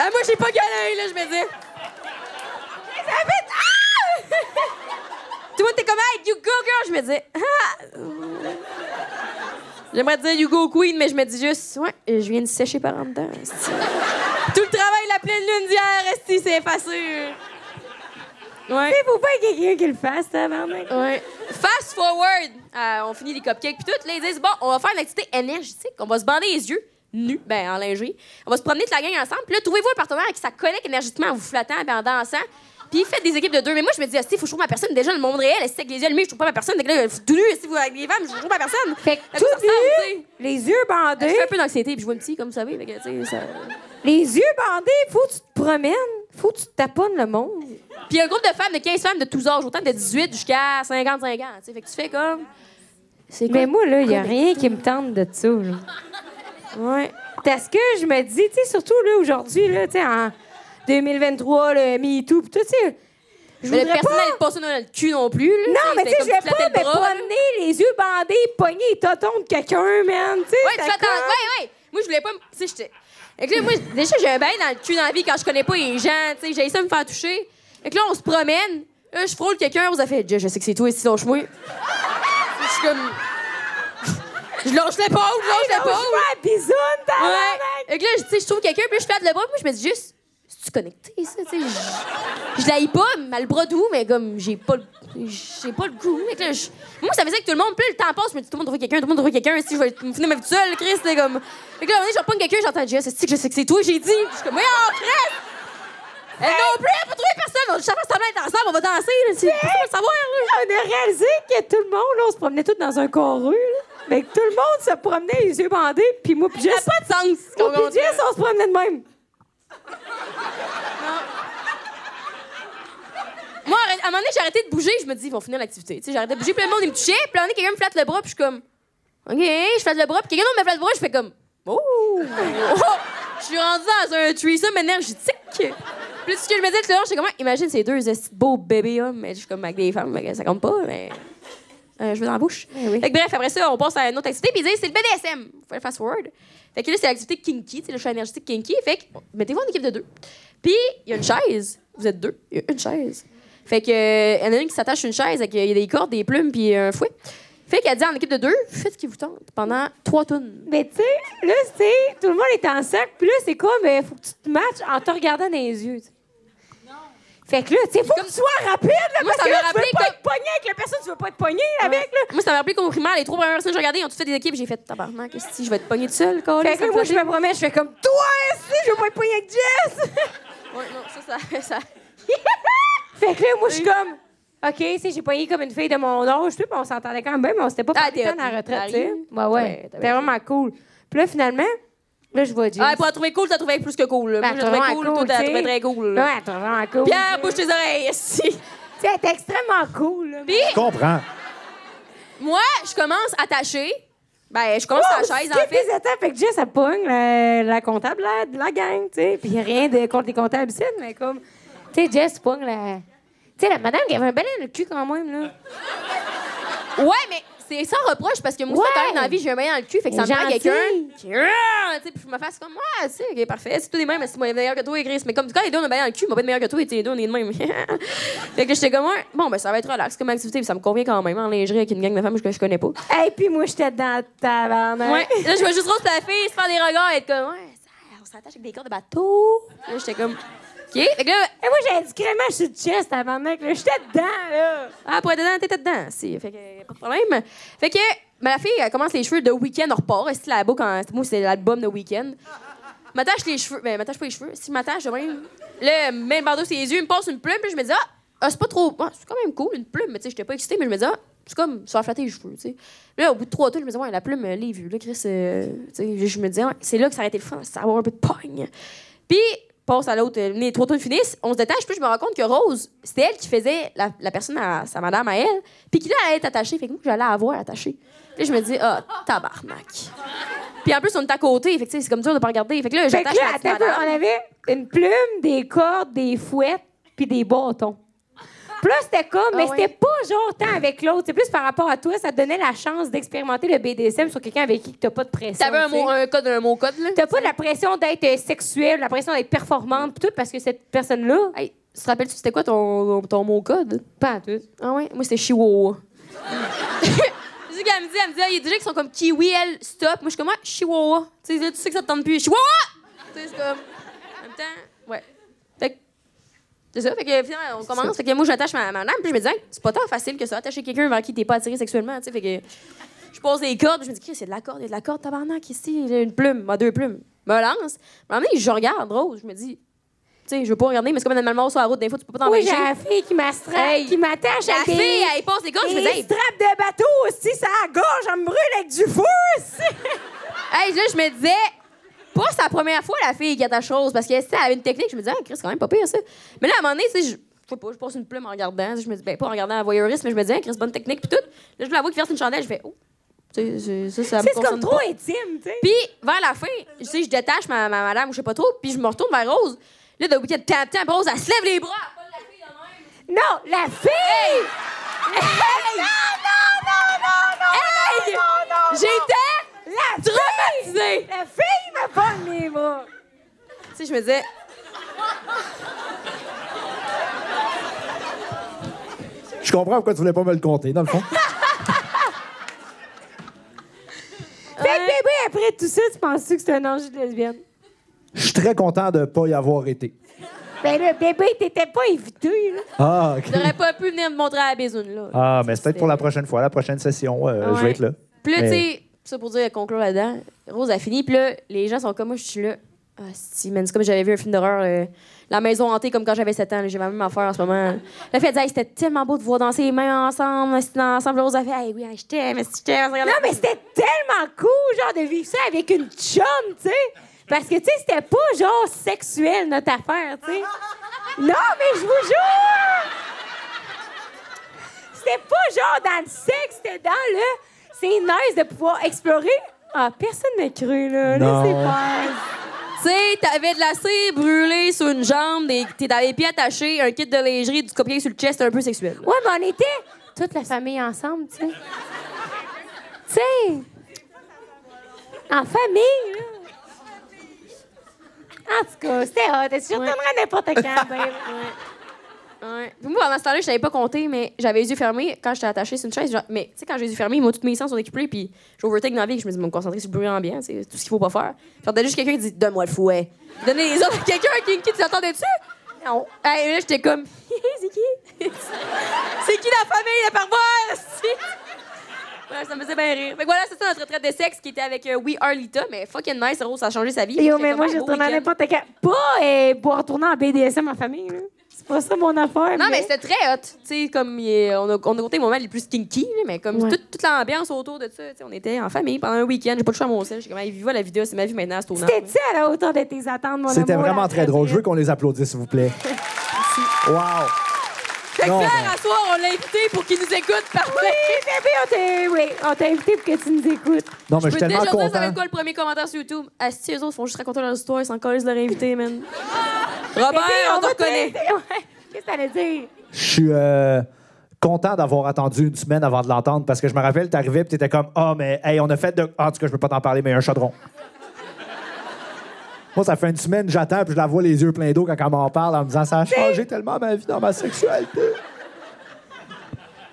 B: Ah, moi, j'ai pas galé, là, je me dis. Tout le monde était comme, hey, you go, girl. Je me disais, ah. J'aimerais dire you go queen, mais je me dis juste, ouais, je viens de sécher par en dedans. esti. Tout le travail de la pleine lune d'hier, esti, c'est effacé. Ouais.
A: Il faut pas qu'il y ait quelqu'un qui le fasse, tabarnak.
B: Ouais. Fast forward, Euh, on finit les cupcakes puis tout. Là, ils disent bon, on va faire une activité énergétique. On va se bander les yeux, nus, ben en lingerie. On va se promener toute la gang ensemble. Puis là, trouvez-vous un partenaire qui ça connecte énergétiquement en vous flattant, ben en dansant. Puis faites des équipes de deux. Mais moi, je me dis, il faut que je trouve ma personne. Déjà, le monde réel, est avec les yeux allumés, je trouve pas ma personne. Fait que là, tout nu, si vous avec les femmes, je trouve pas ma personne.
A: Fait que
B: Ça
A: tout
B: ressemble,
A: nu, Hein?
B: tu sais.
A: les yeux
B: Je
A: bandés,
B: fais un peu d'anxiété puis je vois un petit, comme vous savez. Fait que, tu sais, ça-
A: les yeux bandés, faut que tu te promènes, faut que tu taponnes le monde.
B: Puis un groupe de femmes, de 15 femmes de tous âges, autant de 18 jusqu'à 55 ans. tu sais. Fait que tu fais comme. C'est quoi?
A: Mais Ben, moi, là, il n'y a rien qui me tente de ça. Là. Ouais. Parce que je me dis, tu sais, surtout là, aujourd'hui, là, tu sais, en 2023, le MeToo, pis tout, tu sais, je
B: Mais le
A: voudrais pas...
B: personnel pas ça dans le cul non plus. Là,
A: Non, mais tu sais, je
B: vais
A: vais pas me promener les yeux bandés, pogner les totons de quelqu'un, man, tu sais.
B: Ouais, tu
A: t'as
B: fais attendre.
A: comme-
B: Ouais, ouais. Moi, je voulais pas me. Tu sais, j'étais. Fait que là, moi, déjà, j'ai un bail dans le cul dans la vie quand je connais pas les gens. Tu sais, j'ai ça me faire toucher. Fait que là, on se promène. Là, je frôle quelqu'un. On a fait, je, je sais que c'est toi ici, lâche-moi. je suis comme. Je lâche l'épaule, je lâche
A: Lâche-moi
B: l'épaule.
A: la bisoune, tabarnak!
B: Ah, Ouais. Fait que là, je- tu sais, je trouve quelqu'un, puis là, je flatte le bras, puis moi, je me dis juste, c'est-tu connecté, ça, tu sais? Je, je l'haïs pas, mais le bras doux, mais comme, j'ai pas le. J'ai pas le goût. Fait que là, je- moi, ça faisait que tout le monde, plus le temps passe, je me dis, tout le monde trouve quelqu'un, tout le monde trouve quelqu'un, si je vais me finir ma vie toute seule, Chris, c'est comme. Fait que là, un moment donné, je reprends quelqu'un, j'entends Jess, c'est que je sais que c'est toi, j'ai dit. Puis Je suis comme, mais oh, Chris! Elle non plus, elle peut trouver personne, on chacun se semblant d'être ensemble, on va danser, là, c'est pas ça, on va le savoir, là.
A: On a réalisé que tout le monde, là, on se promenait tous dans un corps mais que tout le monde se promenait les yeux bandés, puis moi, puis
B: Ça
A: Jess,
B: n'a pas de sens.
A: moi,
B: Comment
A: puis Jess, on se promenait de même.
B: Moi, à un moment donné, j'ai arrêté de bouger, je me dis, ils vont finir l'activité. Tu sais, j'ai arrêté de bouger, plein de monde, ils me touchaient, puis à un moment donné, quelqu'un me flatte le bras, puis je suis comme, OK, je flatte le bras, puis quelqu'un d'autre me flatte le bras, je fais comme, Oh! Oh! Je suis rendue dans un threesome énergétique. Plus ce que je me disais tout à l'heure, j'étais comme, Ah, imagine ces deux estis de beaux bébés hommes, mais je suis comme avec des femmes, mais ça compte pas, mais. euh, je veux dans la bouche.
A: Eh
B: Fait que bref, après ça, on passe à une autre activité, puis ils disent, c'est le BDSM. Faut faire fast forward. Fait que là, c'est l'activité kinky, c'est le choix énergétique kinky. Fait que mettez-vous en équipe de deux. Puis, il y a une chaise. Vous êtes deux. Il y a une chaise. Fait que, euh, il y en a une qui s'attache à une chaise avec euh, il y a des cordes, des plumes, puis un fouet. Fait qu'elle dit en équipe de deux, faites ce qui vous tente pendant trois tonnes.
A: Mais tu sais, là, c'est tout le monde est en cercle, puis là, c'est quoi, mais faut que tu te matches en te regardant dans les yeux. tu sais. Fait que là, tu sais, faut que tu sois rapide, là,
B: Moi,
A: parce
B: ça
A: que
B: m'a
A: là, tu veux
B: rappelé
A: pas
B: comme-
A: être pogné avec la personne, tu veux pas être pogné avec, là.
B: Moi, ça m'a rappelé qu'au primaire, les trois premières personnes que j'ai regardées, ils ont toutes fait des équipes. J'ai fait tabarnak, qu'est-ce que je vais être pognée toute seule, câlisse,
A: Fait que
B: ça
A: là,
B: me
A: moi, je
B: flattait.
A: me promets, je fais comme, toi, si, je veux pas être pogné avec Jess!
B: Ouais, non, ça, ça, ça-
A: fait que là, moi, je suis comme, OK, tu sais, j'ai pogné comme une fille de mon âge, tu sais, puis on s'entendait quand même, mais on s'était pas
B: Ah,
A: parlé
B: t'es
A: tant dans la
B: hot,
A: retraite, tu sais.
B: Marie.
A: Ouais,
B: Ouais,
A: ouais,
B: t'avais
A: c'était vraiment cool. Puis là, finalement, là, je vois Jess.
B: Ah, pour la trouver cool, t'as trouvé plus que cool. là.
A: Ben,
B: Moi, j'ai trouvé
A: vraiment
B: cool, toi, t'as
A: tu sais.
B: trouvé très cool. là.
A: Ouais, elle était vraiment cool.
B: Pierre, bouge tes oreilles, si.
A: Tu sais, elle était extrêmement cool, là.
B: Puis,
G: Je comprends.
B: moi, je commence attachée. Ben, je commence à la chaise, en
A: skip
B: fait.
A: les étapes, fait que Jess, elle pogne la, la comptable là, de la gang, tu sais. Puis rien de contre les comptables ici, mais comme... Tu sais, Jess pogne la... Tu sais, la madame qui avait un bel dans le cul quand même, là.
B: Ouais, mais c'est sans reproche parce que moi, ça
A: Ouais.
B: quand même dans la vie, j'ai un mail dans le cul, fait que ça me
A: Elle est
B: prend
A: gentille.
B: quelqu'un qui. Ah, Tu sais, puis je me fasse comme moi, tu sais, ok, parfait. C'est tous les mêmes, mais si moi, il est meilleur que toi, et Chris. Mais comme quand les deux, on a un bail dans le cul, moi, pas de meilleur que toi, et t'es les deux, on est de même. fait que j'étais comme, ouais, bon, ben, ça va être relax comme activité, puis ça me convient quand même en lingerie avec une gang de femmes que je connais pas.
A: Et puis moi, j'étais dans ta tabarnak.
B: Ouais. Là, je vois juste rose la fille se faire des regards et être comme, ouais, ça, on s'attache avec des cordes de bateau. Là, j'étais comme, ok. Fait que là,
A: Et moi, j'avais du crémage sur le chest, tabarnak, là. J'étais dedans, là.
B: Ah, pour être dedans, t'étais dedans. Si. Fait que, euh, pas de problème. Fait que, mais la fille, elle commence les cheveux de week-end, on repart. Elle se la boucle en- Moi, c'est l'album de week-end. M'attache les cheveux. Ben, m'attache pas les cheveux. Si je m'attache, de même. Là, elle me met le bandeau sur les yeux, il me passe une plume, puis je me dis, ah, ah, c'est pas trop. ah, c'est quand même cool, une plume. Mais tu sais, j'étais pas excitée, mais je me dis, ah, c'est comme se faire flatter les cheveux, tu sais. Là, au bout de trois tours, je me dis, ouais, la plume, euh, les vues, là, Chris, euh, tu sais, je- je me dis, ouais, c'est là que ça aurait été le fun, ça va avoir un peu de pogne. Puis, passe à l'autre, euh, les trois tours finissent, on se détache, puis je me rends compte que Rose, c'était elle qui faisait la, la personne à sa madame à elle, puis qui là, allait être attachée, fait que moi, j'allais avoir attachée. Puis là, je me dis, ah, tabarnak. Puis en plus, on est à côté, fait que tu sais, c'est comme dur de pas regarder. Fait que là,
A: Fait que
B: j'attache
A: là,
B: la petite
A: attends un peu,
B: madame.
A: on avait une plume, des cordes, des fouettes, puis des bâtons. Puis là, c'était comme, mais
B: Ah ouais.
A: c'était pas genre tant avec l'autre. C'est plus par rapport à toi, ça te donnait la chance d'expérimenter le BDSM sur quelqu'un avec qui t'as pas de pression.
B: T'avais un,
A: tu sais.
B: mot- hein. un code, un mot code, là.
A: T'as pas la pression d'être euh, sexuelle, la pression d'être performante, pis tout, parce que cette personne-là, elle,
B: Tu te rappelles-tu, c'était quoi ton, ton mot code?
A: Pas à tout.
B: Ah ouais? Moi, c'était Chihuahua. C'est ce qu'elle me dit. Elle me dit, ah, il y a des gens qui sont comme Kiwi, elle, stop. Moi, je suis comme, ouais, Chihuahua. Tu sais, là, tu sais que ça te tente plus. Chihuahua! Tu sais, c'est comme. En même temps, ouais. Fait que. C'est ça. Fait que finalement, on commence. Fait que moi, j'attache ma, ma lame. Puis je me dis, Hey, c'est pas tant facile que ça, attacher quelqu'un vers qui t'es pas attiré sexuellement. Tu sais, fait que. Je pose des cordes. Je me dis, Chris, il y a de la corde, il y a de la corde, tabarnak, ici. Il y a une plume, ma deux plumes. Je Me lance. Mais en même temps, je regarde, Rose. Je me dis, tu sais, je veux pas regarder, mais c'est comme un animal mort sur la route. Des fois, tu peux pas
A: Oui,
B: t'empêcher.
A: j'ai la fille qui m'astra-
B: Hey.
A: qui m'attache
B: la
A: à des...
B: fille, elle passe les cordes. Je me dis,
A: des
B: Hey,
A: straps de bateau aussi, ça à la gorge, elle me brûle avec du feu aussi.
B: Hey, là, je me disais, pas sa première fois, la fille qui attache Rose, parce que si elle avait une technique, je me disais, ah, Chris, c'est quand même pas pire, ça. Mais là, à un moment donné, tu sais, je je sais pas, je passe une plume en regardant. Je me dis, ben, pas en regardant la voyeuriste, mais je me dis, ah, Chris, bonne technique, puis tout. Là, je la vois qui verse une chandelle, je fais, oh, tu sais, c'est- ça, ça me
A: Tu sais, C'est comme
B: concerne
A: trop
B: pas.
A: intime, tu sais.
B: Puis, vers la fin, tu sais, je détache ma, ma madame, ou je sais pas trop, puis je me retourne vers Rose. Là, d'un week-end, tap, tap, Rose, elle se lève les bras, elle pogne la fille de même.
A: Non, la fille! Hey!
B: Hey! J'étais
A: La
B: traumatisée!
A: La fille m'a pas mes bras.
B: Tu sais, je me disais.
G: Je comprends pourquoi tu voulais pas me le compter, dans le fond.
A: Fait que bébé, après tout ça, tu penses-tu que c'est un ange de lesbienne?
G: Je suis très content de pas y avoir été.
A: Ben là, bébé, t'étais pas évité, là.
G: Ah, OK.
B: J'aurais pas pu venir me montrer à la bisoune, là.
G: Ah, mais c'est peut-être pour la prochaine fois, la prochaine session. euh, Je
B: Ouais.
G: vais être là.
B: Puis là,
G: Mais-
B: tu sais, ça pour dire, euh, conclure là-dedans, Rose a fini. Puis là, les gens sont comme, moi, je suis là. Ah, si, man, c'est comme j'avais vu un film d'horreur, euh, La maison hantée, comme quand j'avais 7 ans. là, J'ai ma même affaire en ce moment. La fille a dit, Hey, c'était tellement beau de voir danser les mains ensemble. c'était ensemble, Rose a fait, hey, oui, hey, je t'aime, si je t'aime.
A: Non, mais c'était tellement cool, genre, de vivre ça avec une chum, tu sais. Parce que, tu sais, c'était pas, genre, sexuel, notre affaire, tu sais. Non, mais je vous jure! C'était pas, genre, dans le sexe, c'était dans le... C'est nice de pouvoir explorer. Ah, personne ne cru, là.
G: Non.
A: Laissez faire.
B: Tu sais, t'avais de la cire brûlée sur une jambe, des- t'es dans les pieds attachés, un kit de lingerie, du copier sur le chest, un peu sexuel. là.
A: Ouais, mais on était toute la famille ensemble, tu sais. tu sais, en famille, là. En tout cas, c'était hot. Tu retournerais n'importe quand, ben.
B: Ouais. Puis moi, pendant ce temps-là, je savais pas compter, mais j'avais les yeux fermés quand j'étais attachée sur une chaise. genre- mais tu sais, quand j'ai les yeux fermés, moi, tous mes sens sont équipés, puis j'overtake dans la vie, je me dis, me concentrer sur le bruit ambiant, c'est tout ce qu'il faut pas faire. Puis j'entendais juste quelqu'un qui dit, donne-moi le fouet. Donnez les autres à quelqu'un qui, qui t'entendais dessus. Non. Hey, là, j'étais comme, c'est qui? c'est qui la famille, la paroisse? Ouais, ça me faisait bien rire. Fait que voilà, c'est ça notre retraite de sexe qui était avec euh, We Are Lita, mais fucking nice, Rose, ça a changé sa vie.
A: Yo,
B: C'était
A: mais
B: comme
A: moi,
B: un
A: je
B: beau
A: retournerais
B: week-end.
A: n'importe quand. Pas euh, pour retourner en BDSM en famille, là. C'est pas ça mon affaire.
B: Non, mais c'était très hot. Tu sais, comme il est- on, a, on a compté les moments les plus kinky, là, mais comme
A: Ouais.
B: toute, toute l'ambiance autour de ça, tu sais, on était en famille pendant un week-end. J'ai pas le choix à mon sel. J'ai comme, hey, viva la vidéo, c'est ma vie maintenant, c'est au nord.
A: C'était-tu à la hauteur de tes attentes, mon
G: C'était
A: amour, la
G: vraiment très drôle. Je veux
A: retraite?
G: qu'on les applaudisse, s'il vous plaît. Wow!
B: Fait que
G: Non,
B: Pierre,
G: ben-
B: à soir, on l'a invité pour qu'il nous écoute. Parfait.
A: Oui, bébé, on t'a oui, on t'a invité pour que tu nous écoutes.
G: Non, mais je
B: Je
G: suis
B: peux déjà
G: tellement
B: dire, ça va
G: content.
B: être quoi le premier commentaire sur YouTube? Ah, si, eux autres font juste raconter leur histoire, ils s'en collent de leur invité, man. Robert,
A: Bébé,
B: on te
A: va
B: reconnaît.
A: t'inviter. Ouais. Qu'est-ce que t'allais dire?
G: Je suis euh, content d'avoir attendu une semaine avant de l'entendre parce que je me rappelle, t'arrivais et t'étais comme Ah, mais hey, on a fait de. En tout cas, je peux pas t'en parler, mais il y a un chaudron. Moi, ça fait une semaine, j'attends puis je la vois les yeux pleins d'eau quand elle m'en parle en me disant Ça a changé tellement ma vie dans ma sexualité.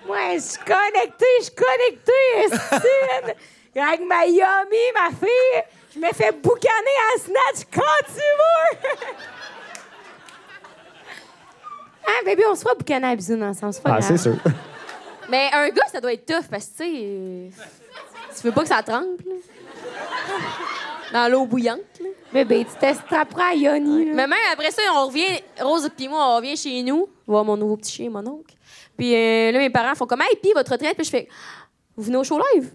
A: Moi, je suis connectée, je suis connectée, Estine. Avec ma Yummy, ma fille, je me fais boucaner à Snatch quand tu veux. hein, bébé, on se fera boucaner à bisoune ensemble, c'est pas
G: Ah,
A: grave.
G: c'est sûr.
B: Mais un gars, ça doit être tough parce que, tu sais, euh, tu veux pas que ça trempe, là. Dans l'eau bouillante, là.
A: Bébé, tu t'attraperas à Yoni. là.
B: Mais même après ça, on revient, Rose puis moi, on revient chez nous, voir mon nouveau petit chien, mon oncle. Puis euh, là, mes parents font comme, hey, puis votre retraite, puis je fais, vous venez au show live?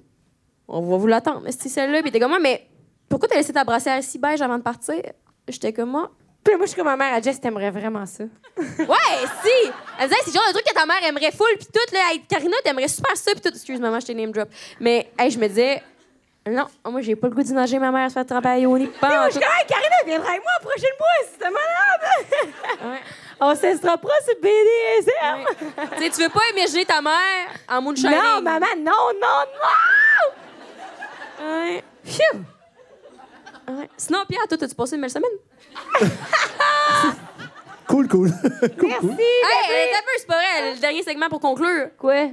B: On va vous l'attendre. Mais c'est celle-là, puis t'es comme, Ouais, mais pourquoi t'as laissé ta brassière si beige avant de partir? J'étais comme, moi,
A: Puis moi, je suis comme ma mère, elle Jess, t'aimerais vraiment ça.
B: ouais, si! Elle me disait, c'est le genre de truc que ta mère aimerait full, puis tout, là, hey, Karina, t'aimerais super ça, puis tout. Excuse, maman, je t'ai name drop. Mais, hey, je me disais, non, moi, j'ai pas le goût d'inager ma mère, se faire travailler au nez, pas en
A: Moi, je
B: tout.
A: suis comme, hey, Karina, viendra avec moi la prochaine fois, si t'es malade.
B: Ouais.
A: on s'estrapera sur BDSM.
B: Tu sais, tu veux pas émerger ta mère en moonshine.
A: Non, maman, non, non, non!
B: Ouais. Phew! Ouais. Sinon, Pierre, toi, t'as-tu passé une belle semaine?
G: Cool, cool. cool, cool.
B: Hey, euh, t'as peu, c'est pas vrai. Le dernier segment pour conclure.
A: Quoi?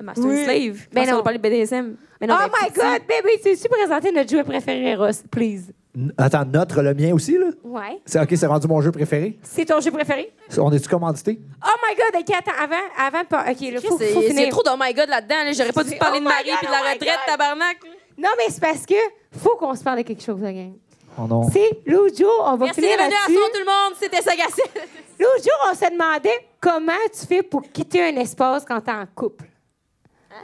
B: Master
A: Oui.
B: and Slave.
A: Ben
B: Ben non.
A: non.
B: On parle de BDSM. Mais non,
A: oh
B: ben,
A: my
B: petit.
A: God, baby, tu veux-tu présenter notre jouet préféré, Ross, please?
G: N- Attends, notre, le mien aussi, là?
A: Ouais.
G: C'est OK, c'est rendu mon jeu préféré.
A: C'est ton jeu préféré?
G: On est-tu commandité?
A: Oh my God, OK, attends, avant, avant de... par- OK, là,
B: Chris,
A: faut,
B: c'est-
A: faut
B: C'est
A: finir.
B: trop de oh my god là-dedans. là. J'aurais pas dû
A: C'est
B: parler
A: oh
B: de
A: my
B: Marie
A: God,
B: puis de
A: oh
B: la
A: my
B: retraite,
A: God.
B: tabarnak.
A: Non, mais c'est parce que faut qu'on se parle de quelque chose, la gang.
G: Oh non.
A: Tu sais, l'autre jour, on va
B: Merci
A: finir
B: d'être venu à
A: là-dessus.
B: son tout le monde. C'était sagacé.
A: L'autre jour, on se demandait comment tu fais pour quitter un espace quand t'es en couple.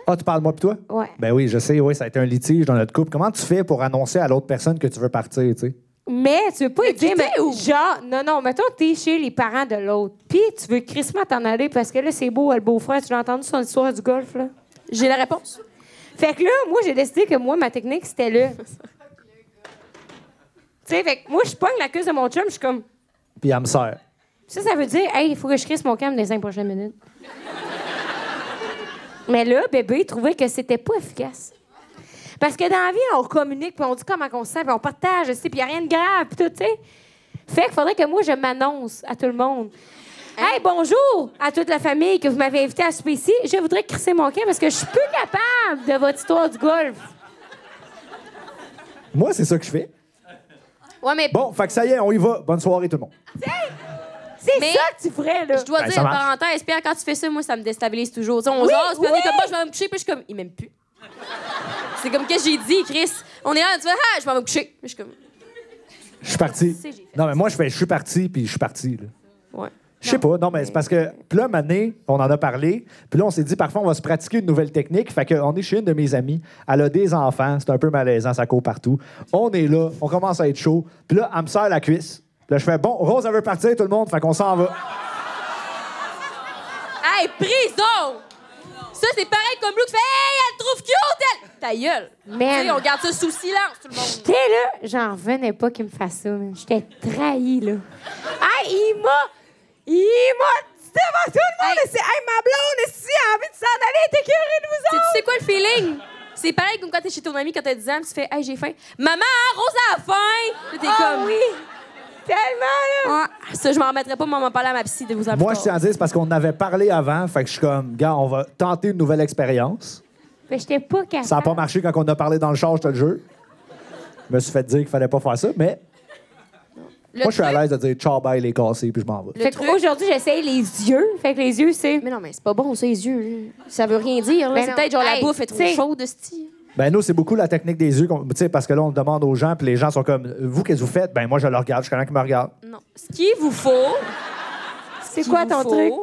G: Ah, tu parles de moi puis toi?
A: Ouais.
G: Ben oui, je sais, oui, ça a été un litige dans notre couple. Comment tu fais pour annoncer à l'autre personne que tu veux partir, tu sais?
A: Mais tu veux pas y dire,
B: quitter
A: mais
B: ou-
A: genre, non, non, mettons, t'es chez les parents de l'autre, puis tu veux crissement t'en aller parce que là, c'est beau, le beau-frère, tu l'as entendu son histoire du golf, là?
B: J'ai la réponse.
A: Fait que là, moi, j'ai décidé que moi, ma technique, c'était là. tu sais, fait que moi, je pogne la cuisse de mon chum, je suis comme,
G: Puis elle me sert.
A: ça, ça veut dire, hey, il faut que je crisse mon cam dans les cinq prochaines minutes. Mais là, bébé, il trouvait que c'était pas efficace. Parce que dans la vie, on communique, puis on dit comment on se sent, puis on partage, tu sais, puis il a rien de grave, puis tout, tu sais. Fait qu'il faudrait que moi, je m'annonce à tout le monde. Hey, bonjour à toute la famille que vous m'avez invité à souper ici. Je voudrais crisser mon camp parce que je suis plus capable de votre histoire du golf.
G: Moi, c'est ça que je fais.
B: Ouais, mais
G: Bon, fait que ça y est, on y va. Bonne soirée, tout le monde.
A: C'est
B: Mais-
A: ça que tu ferais, là.
B: je dois
G: Ben,
B: dire,
G: ça marche.
B: parenthèse, Pierre, quand tu fais ça, moi, ça me déstabilise toujours. Tu sais, on
A: Oui,
B: jase, puis on
A: oui.
B: est comme, moi, je vais me coucher, puis je suis comme, il m'aime plus. c'est comme, qu'est-ce que j'ai dit, Chris? On est là, tu vois, ah, je m'en vais me coucher. Je suis comme,
G: Je suis parti.
B: sais, j'ai fait
G: Non, mais moi, je fais, je suis parti, puis je suis parti, là.
B: ouais.
G: Je sais pas, non, mais c'est parce que, puis là, Mané, on en a parlé, puis là, on s'est dit, parfois, on va se pratiquer une nouvelle technique. Fait qu'on est chez une de mes amies, elle a des enfants, c'est un peu malaisant, ça court partout. On est là, on commence à être chaud, puis là, elle me serre la cuisse. Puis Là, je fais, bon, Rose, elle veut partir, tout le monde, fait qu'on s'en va.
B: Hey, prison! Ça, c'est pareil comme Luke fait, hey, elle te trouve cute, elle! Ta gueule!
A: Man.
B: Tu sais, on garde ça sous silence, tout le monde.
A: J'étais là, j'en revenais pas qu'il me fasse ça, man. J'étais trahie, là. Ah, il m'a. Il m'a dit devant tout le monde, c'est. Hey, ma blonde, si elle a envie de s'en aller, t'es curée de vous
B: Tu sais-
A: autres!
B: tu sais quoi le feeling? C'est pareil comme quand t'es chez ton ami, quand t'as 10 ans, puis tu fais, hey, j'ai faim. Maman, Rose a faim! Là, t'es
A: Ah
B: comme,
A: oui! Tellement, là!
B: Ah, ça, je m'en remettrai pas, mais on m'en parlait à ma psy de vous en
G: Moi, je tiens à dire, c'est parce qu'on en avait parlé avant, fait que je suis comme, gars, on va tenter une nouvelle expérience.
A: Mais j'étais pas capable.
G: Ça n'a pas marché quand on en a parlé dans le char, je te le jure. Je me suis fait dire qu'il fallait pas faire ça, mais moi, je suis à l'aise de dire, ciao, bye, les cassés, puis je m'en vais.
A: Fait
B: truc-
A: qu'aujourd'hui, j'essaye les yeux. Fait que les yeux, c'est.
B: Mais non, mais c'est pas bon, ça, les yeux. là. Ça veut rien dire. là.
A: Ben
B: c'est
A: non.
B: peut-être genre la
A: Hey,
B: bouffe est trop
A: t'sais-
B: chaude, de style.
G: Ben nous, c'est beaucoup la technique des yeux, qu'on- tu sais, parce que là, on le demande aux gens, puis les gens sont comme, vous, qu'est-ce que vous faites? Ben moi, je le regarde, je suis quelqu'un qui me regarde.
B: Non. Ce qu'il vous faut.
A: C'est quoi ton truc?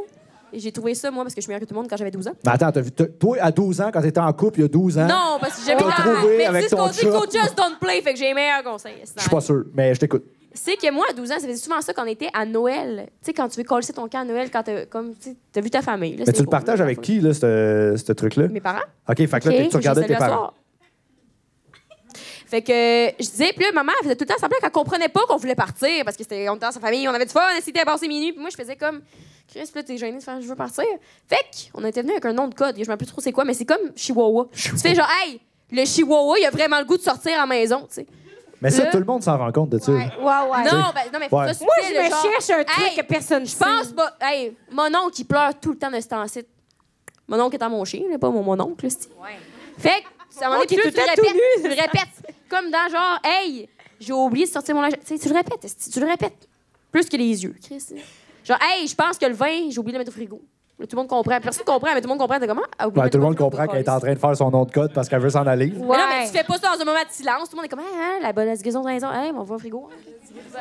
B: J'ai trouvé ça, moi, parce que je suis meilleure que tout le monde quand j'avais 12 ans.
G: Mais attends, t'as vu, t'as- toi, à 12 ans, quand t'étais en couple, il y a 12 ans,
B: Non, parce que j'ai
G: Hein? T'as
B: jamais
G: trouvé
B: Mais
G: avec
B: c'est ce qu'on
G: ton
B: dit, coach
G: chat.
B: just don't play, fait que j'ai les meilleurs conseils.
G: je suis pas sûr, mais je t'écoute.
B: C'est que moi, à 12 ans, ça faisait souvent ça qu'on était à Noël. Tu sais, quand tu veux coller ton camp à Noël, quand t'as comme, tu sais, t'as vu ta famille. là,
G: Mais
B: c'est
G: tu le
B: beau,
G: partages
B: là,
G: avec
B: la
G: qui, là, ce ce truc-là?
B: fois. Mes parents.
G: OK, fait que là, t'es- tu
B: que je
G: regardais tes
B: salue à
G: parents.
B: soir. Fait que euh, je disais, puis là, maman, elle faisait tout le temps semblant qu'elle comprenait pas qu'on voulait partir parce que c'était, on était dans sa famille, on avait du fun, elle s'était passé minuit, puis moi, je faisais comme, Chris, puis là, t'es gênée de faire, je veux partir. Fait qu'on était venu avec un nom de code, je me rappelle plus trop c'est quoi, mais c'est comme Chihuahua. Tu fais genre, hey, le Chihuahua, il a vraiment le goût de sortir à la maison, tu sais.
G: Mais ça,
B: Là-
G: tout le monde s'en rend compte de ça.
A: Ouais, ouais.
B: Non, ben, non, mais faut
G: Ouais.
B: ça, c'est
A: Moi,
B: le
A: je me
B: genre,
A: cherche un truc
B: Hey,
A: que personne
B: Je pense pas. Hey, mon oncle, il pleure tout le temps de ce temps-ci. Mon oncle étant mon chien, là, pas mon, mon oncle, c'est. Fait que, ça m'en est
A: Oncle est
B: plus, tu
A: tout
B: le
A: le temps
B: répètes.
A: tout nu.
B: Tu le répètes. Comme dans genre, hey, j'ai oublié de sortir mon linge. Tu sais, tu le répètes, esti, tu le répètes. Plus que les yeux, Chris. Genre, hey, je pense que le vin, j'ai oublié de le mettre au frigo. Là, tout le monde comprend. Personne comprend, mais tout le monde comprend. T'es comment? Ah, oublié de
G: Ouais, Ben,
B: mettre
G: tout le monde
B: au frigo,
G: comprend qu'elle
B: Chris.
G: est en train de faire son nom de code parce qu'elle veut s'en aller.
B: Mais non,
A: Ouais.
B: mais tu fais pas ça dans un moment de silence. Tout le monde est comme, hey, hein, la bonne esguison de raison. Hey, on va au frigo.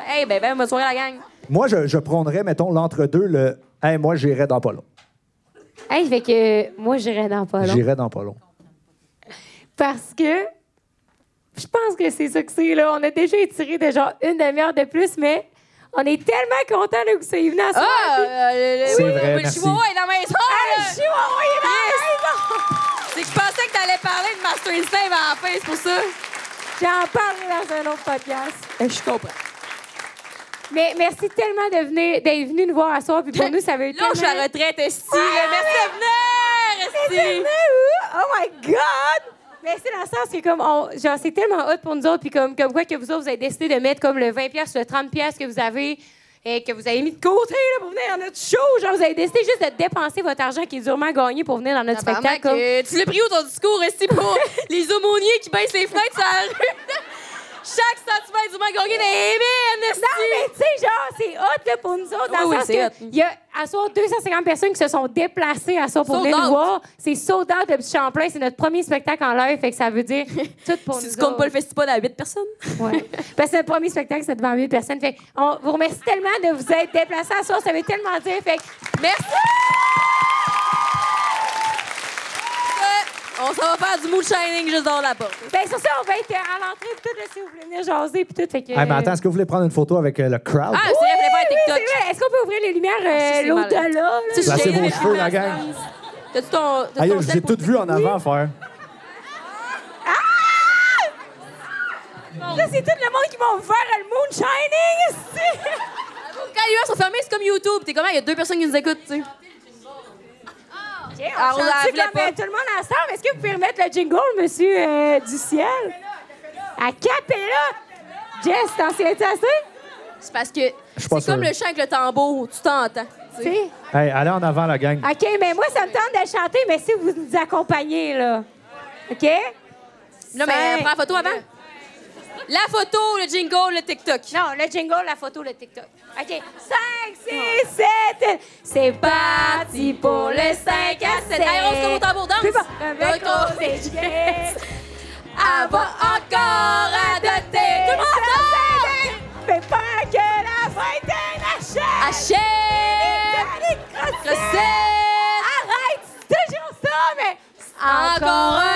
B: Hey, ben, ben, bonne soirée, la gang.
G: Moi, je, je prendrais, mettons, l'entre-deux, le Hey, moi, j'irai dans pas long.
A: Hey, fait que euh, moi, j'irais dans
B: Ah,
A: pas long.
G: J'irai dans pas long.
A: Parce que je pense que c'est ça que c'est, là. On a déjà étiré de genre une demi-heure de plus, mais on est tellement contents là, que ça est venu à ce
B: Ah,
A: soir.
B: euh, le-
G: C'est
B: oui,
G: vrai,
B: mais
G: merci.
B: Le chihuahua est dans la maison. là.
A: Puis- Chihuahua, il est là!
B: C'est que je pensais que t'allais parler de Master Slave à la fin, c'est pour ça. Eh,
A: J'en parle dans un autre podcast.
B: Je comprends.
A: Mais merci tellement de venir- d'être venu nous voir à soir. Puis pour nous, ça veut
B: Là, je suis à
A: tellement-
B: la retraite, Esti.
A: Ouais,
G: Ah,
B: là. Merci de venir,
A: Mais
B: Esti.
A: où? Oh my God! Mais c'est dans le sens que comme on, genre c'est tellement hot pour nous autres puis comme comme quoi que vous autres vous avez décidé de mettre comme le 20 pièces le 30 pièces que vous avez euh, que vous avez mis de côté là, pour venir à notre show. Genre, vous avez décidé juste de dépenser votre argent qui est durement gagné pour venir dans
B: Ah,
A: notre
B: ben,
A: spectacle.
G: euh,
A: comme-
B: tu l'as pris où ton discours, Esti, pour les aumôniers qui baissent les fenêtres sur la rue? Chaque centimètre du mec gagné des mines, esti!
A: Non, mais tu sais, genre, c'est hot là, pour nous autres. Dans
B: Oui,
A: le
B: oui,
A: sens
B: c'est
A: que
B: hot.
A: Il y a à soir 250 personnes qui se sont déplacées à soir pour
B: Sold
A: venir nous
B: out.
A: voir. C'est sold out de Petit Champlain. C'est notre premier spectacle en live. Fait que ça veut dire tout pour
B: Si
A: nous
B: tu comptes pas le
A: autres.
B: festival à 8 personnes.
A: Ouais. Parce que notre premier spectacle, c'est devant 1000 personnes. Fait que on vous remercie tellement de vous être déplacés à soir. Ça veut tellement dire. Fait que
B: Merci! Euh, On s'en va faire du mood shining juste dans la porte.
A: Ben, sur ça, on va être euh, à l'entrée, puis tout, là, si vous voulez venir jaser, puis tout. Fait que, euh,
G: Hey, mais attends, est-ce que vous voulez prendre une photo avec euh, le crowd?
B: Ah, c'est vrai, fallait faire
A: Oui,
B: un
A: c'est
B: TikTok.
A: vrai. Est-ce qu'on peut ouvrir les lumières euh,
B: Ah, ça, c'est
A: l'au-delà? là?
B: Tu sais,
G: Placez
B: j'ai-
G: vos cheveux, la gang.
B: T'as-tu ton.
G: Ah,
B: T'as-tu
G: je
B: ton
G: vous
B: sel
G: ai
B: pour-
G: tout vu en avant faire.
A: Ça, c'est tout le monde qui va me faire euh, le moon shining, ici!
B: Quand les lumières sont fermées, c'est comme YouTube. T'es comment? Il y a deux personnes qui nous écoutent, tu sais.
A: OK, on
B: Ah, on
A: chante-tu
B: la voulait
A: comme,
B: pas.
A: euh, tout le monde ensemble. Est-ce que vous pouvez remettre le jingle, monsieur euh, du ciel? À capella! Jess, t'en souviens-tu assez?
B: C'est parce que. C'est
G: pas
B: comme
G: sûr.
B: le chant avec le tambour. Tu t'entends.
A: Tu
B: tu sais.
A: sais?
G: Hey, allez en avant, la gang.
A: OK, mais moi, ça me tente de chanter, mais si vous nous accompagnez, là. OK?
B: Non, mais
A: Cinq.
B: euh, prends la photo avant. La photo, le jingle, le TikTok.
A: Non, le jingle, la photo, le TikTok. OK. 5, 6, 7. C'est parti pour le 5 à 7.
B: Hey, Rose, comme au tambour, danse.
A: Plus fort.
B: Rose,
A: Avec Rose et Jess.
B: Elle va encore adopter. Tout le monde
A: Fais pas que la fête est la chaîne.
B: ensemble! Achète!
A: Arrête, c'est toujours ça, mais...
B: Encore un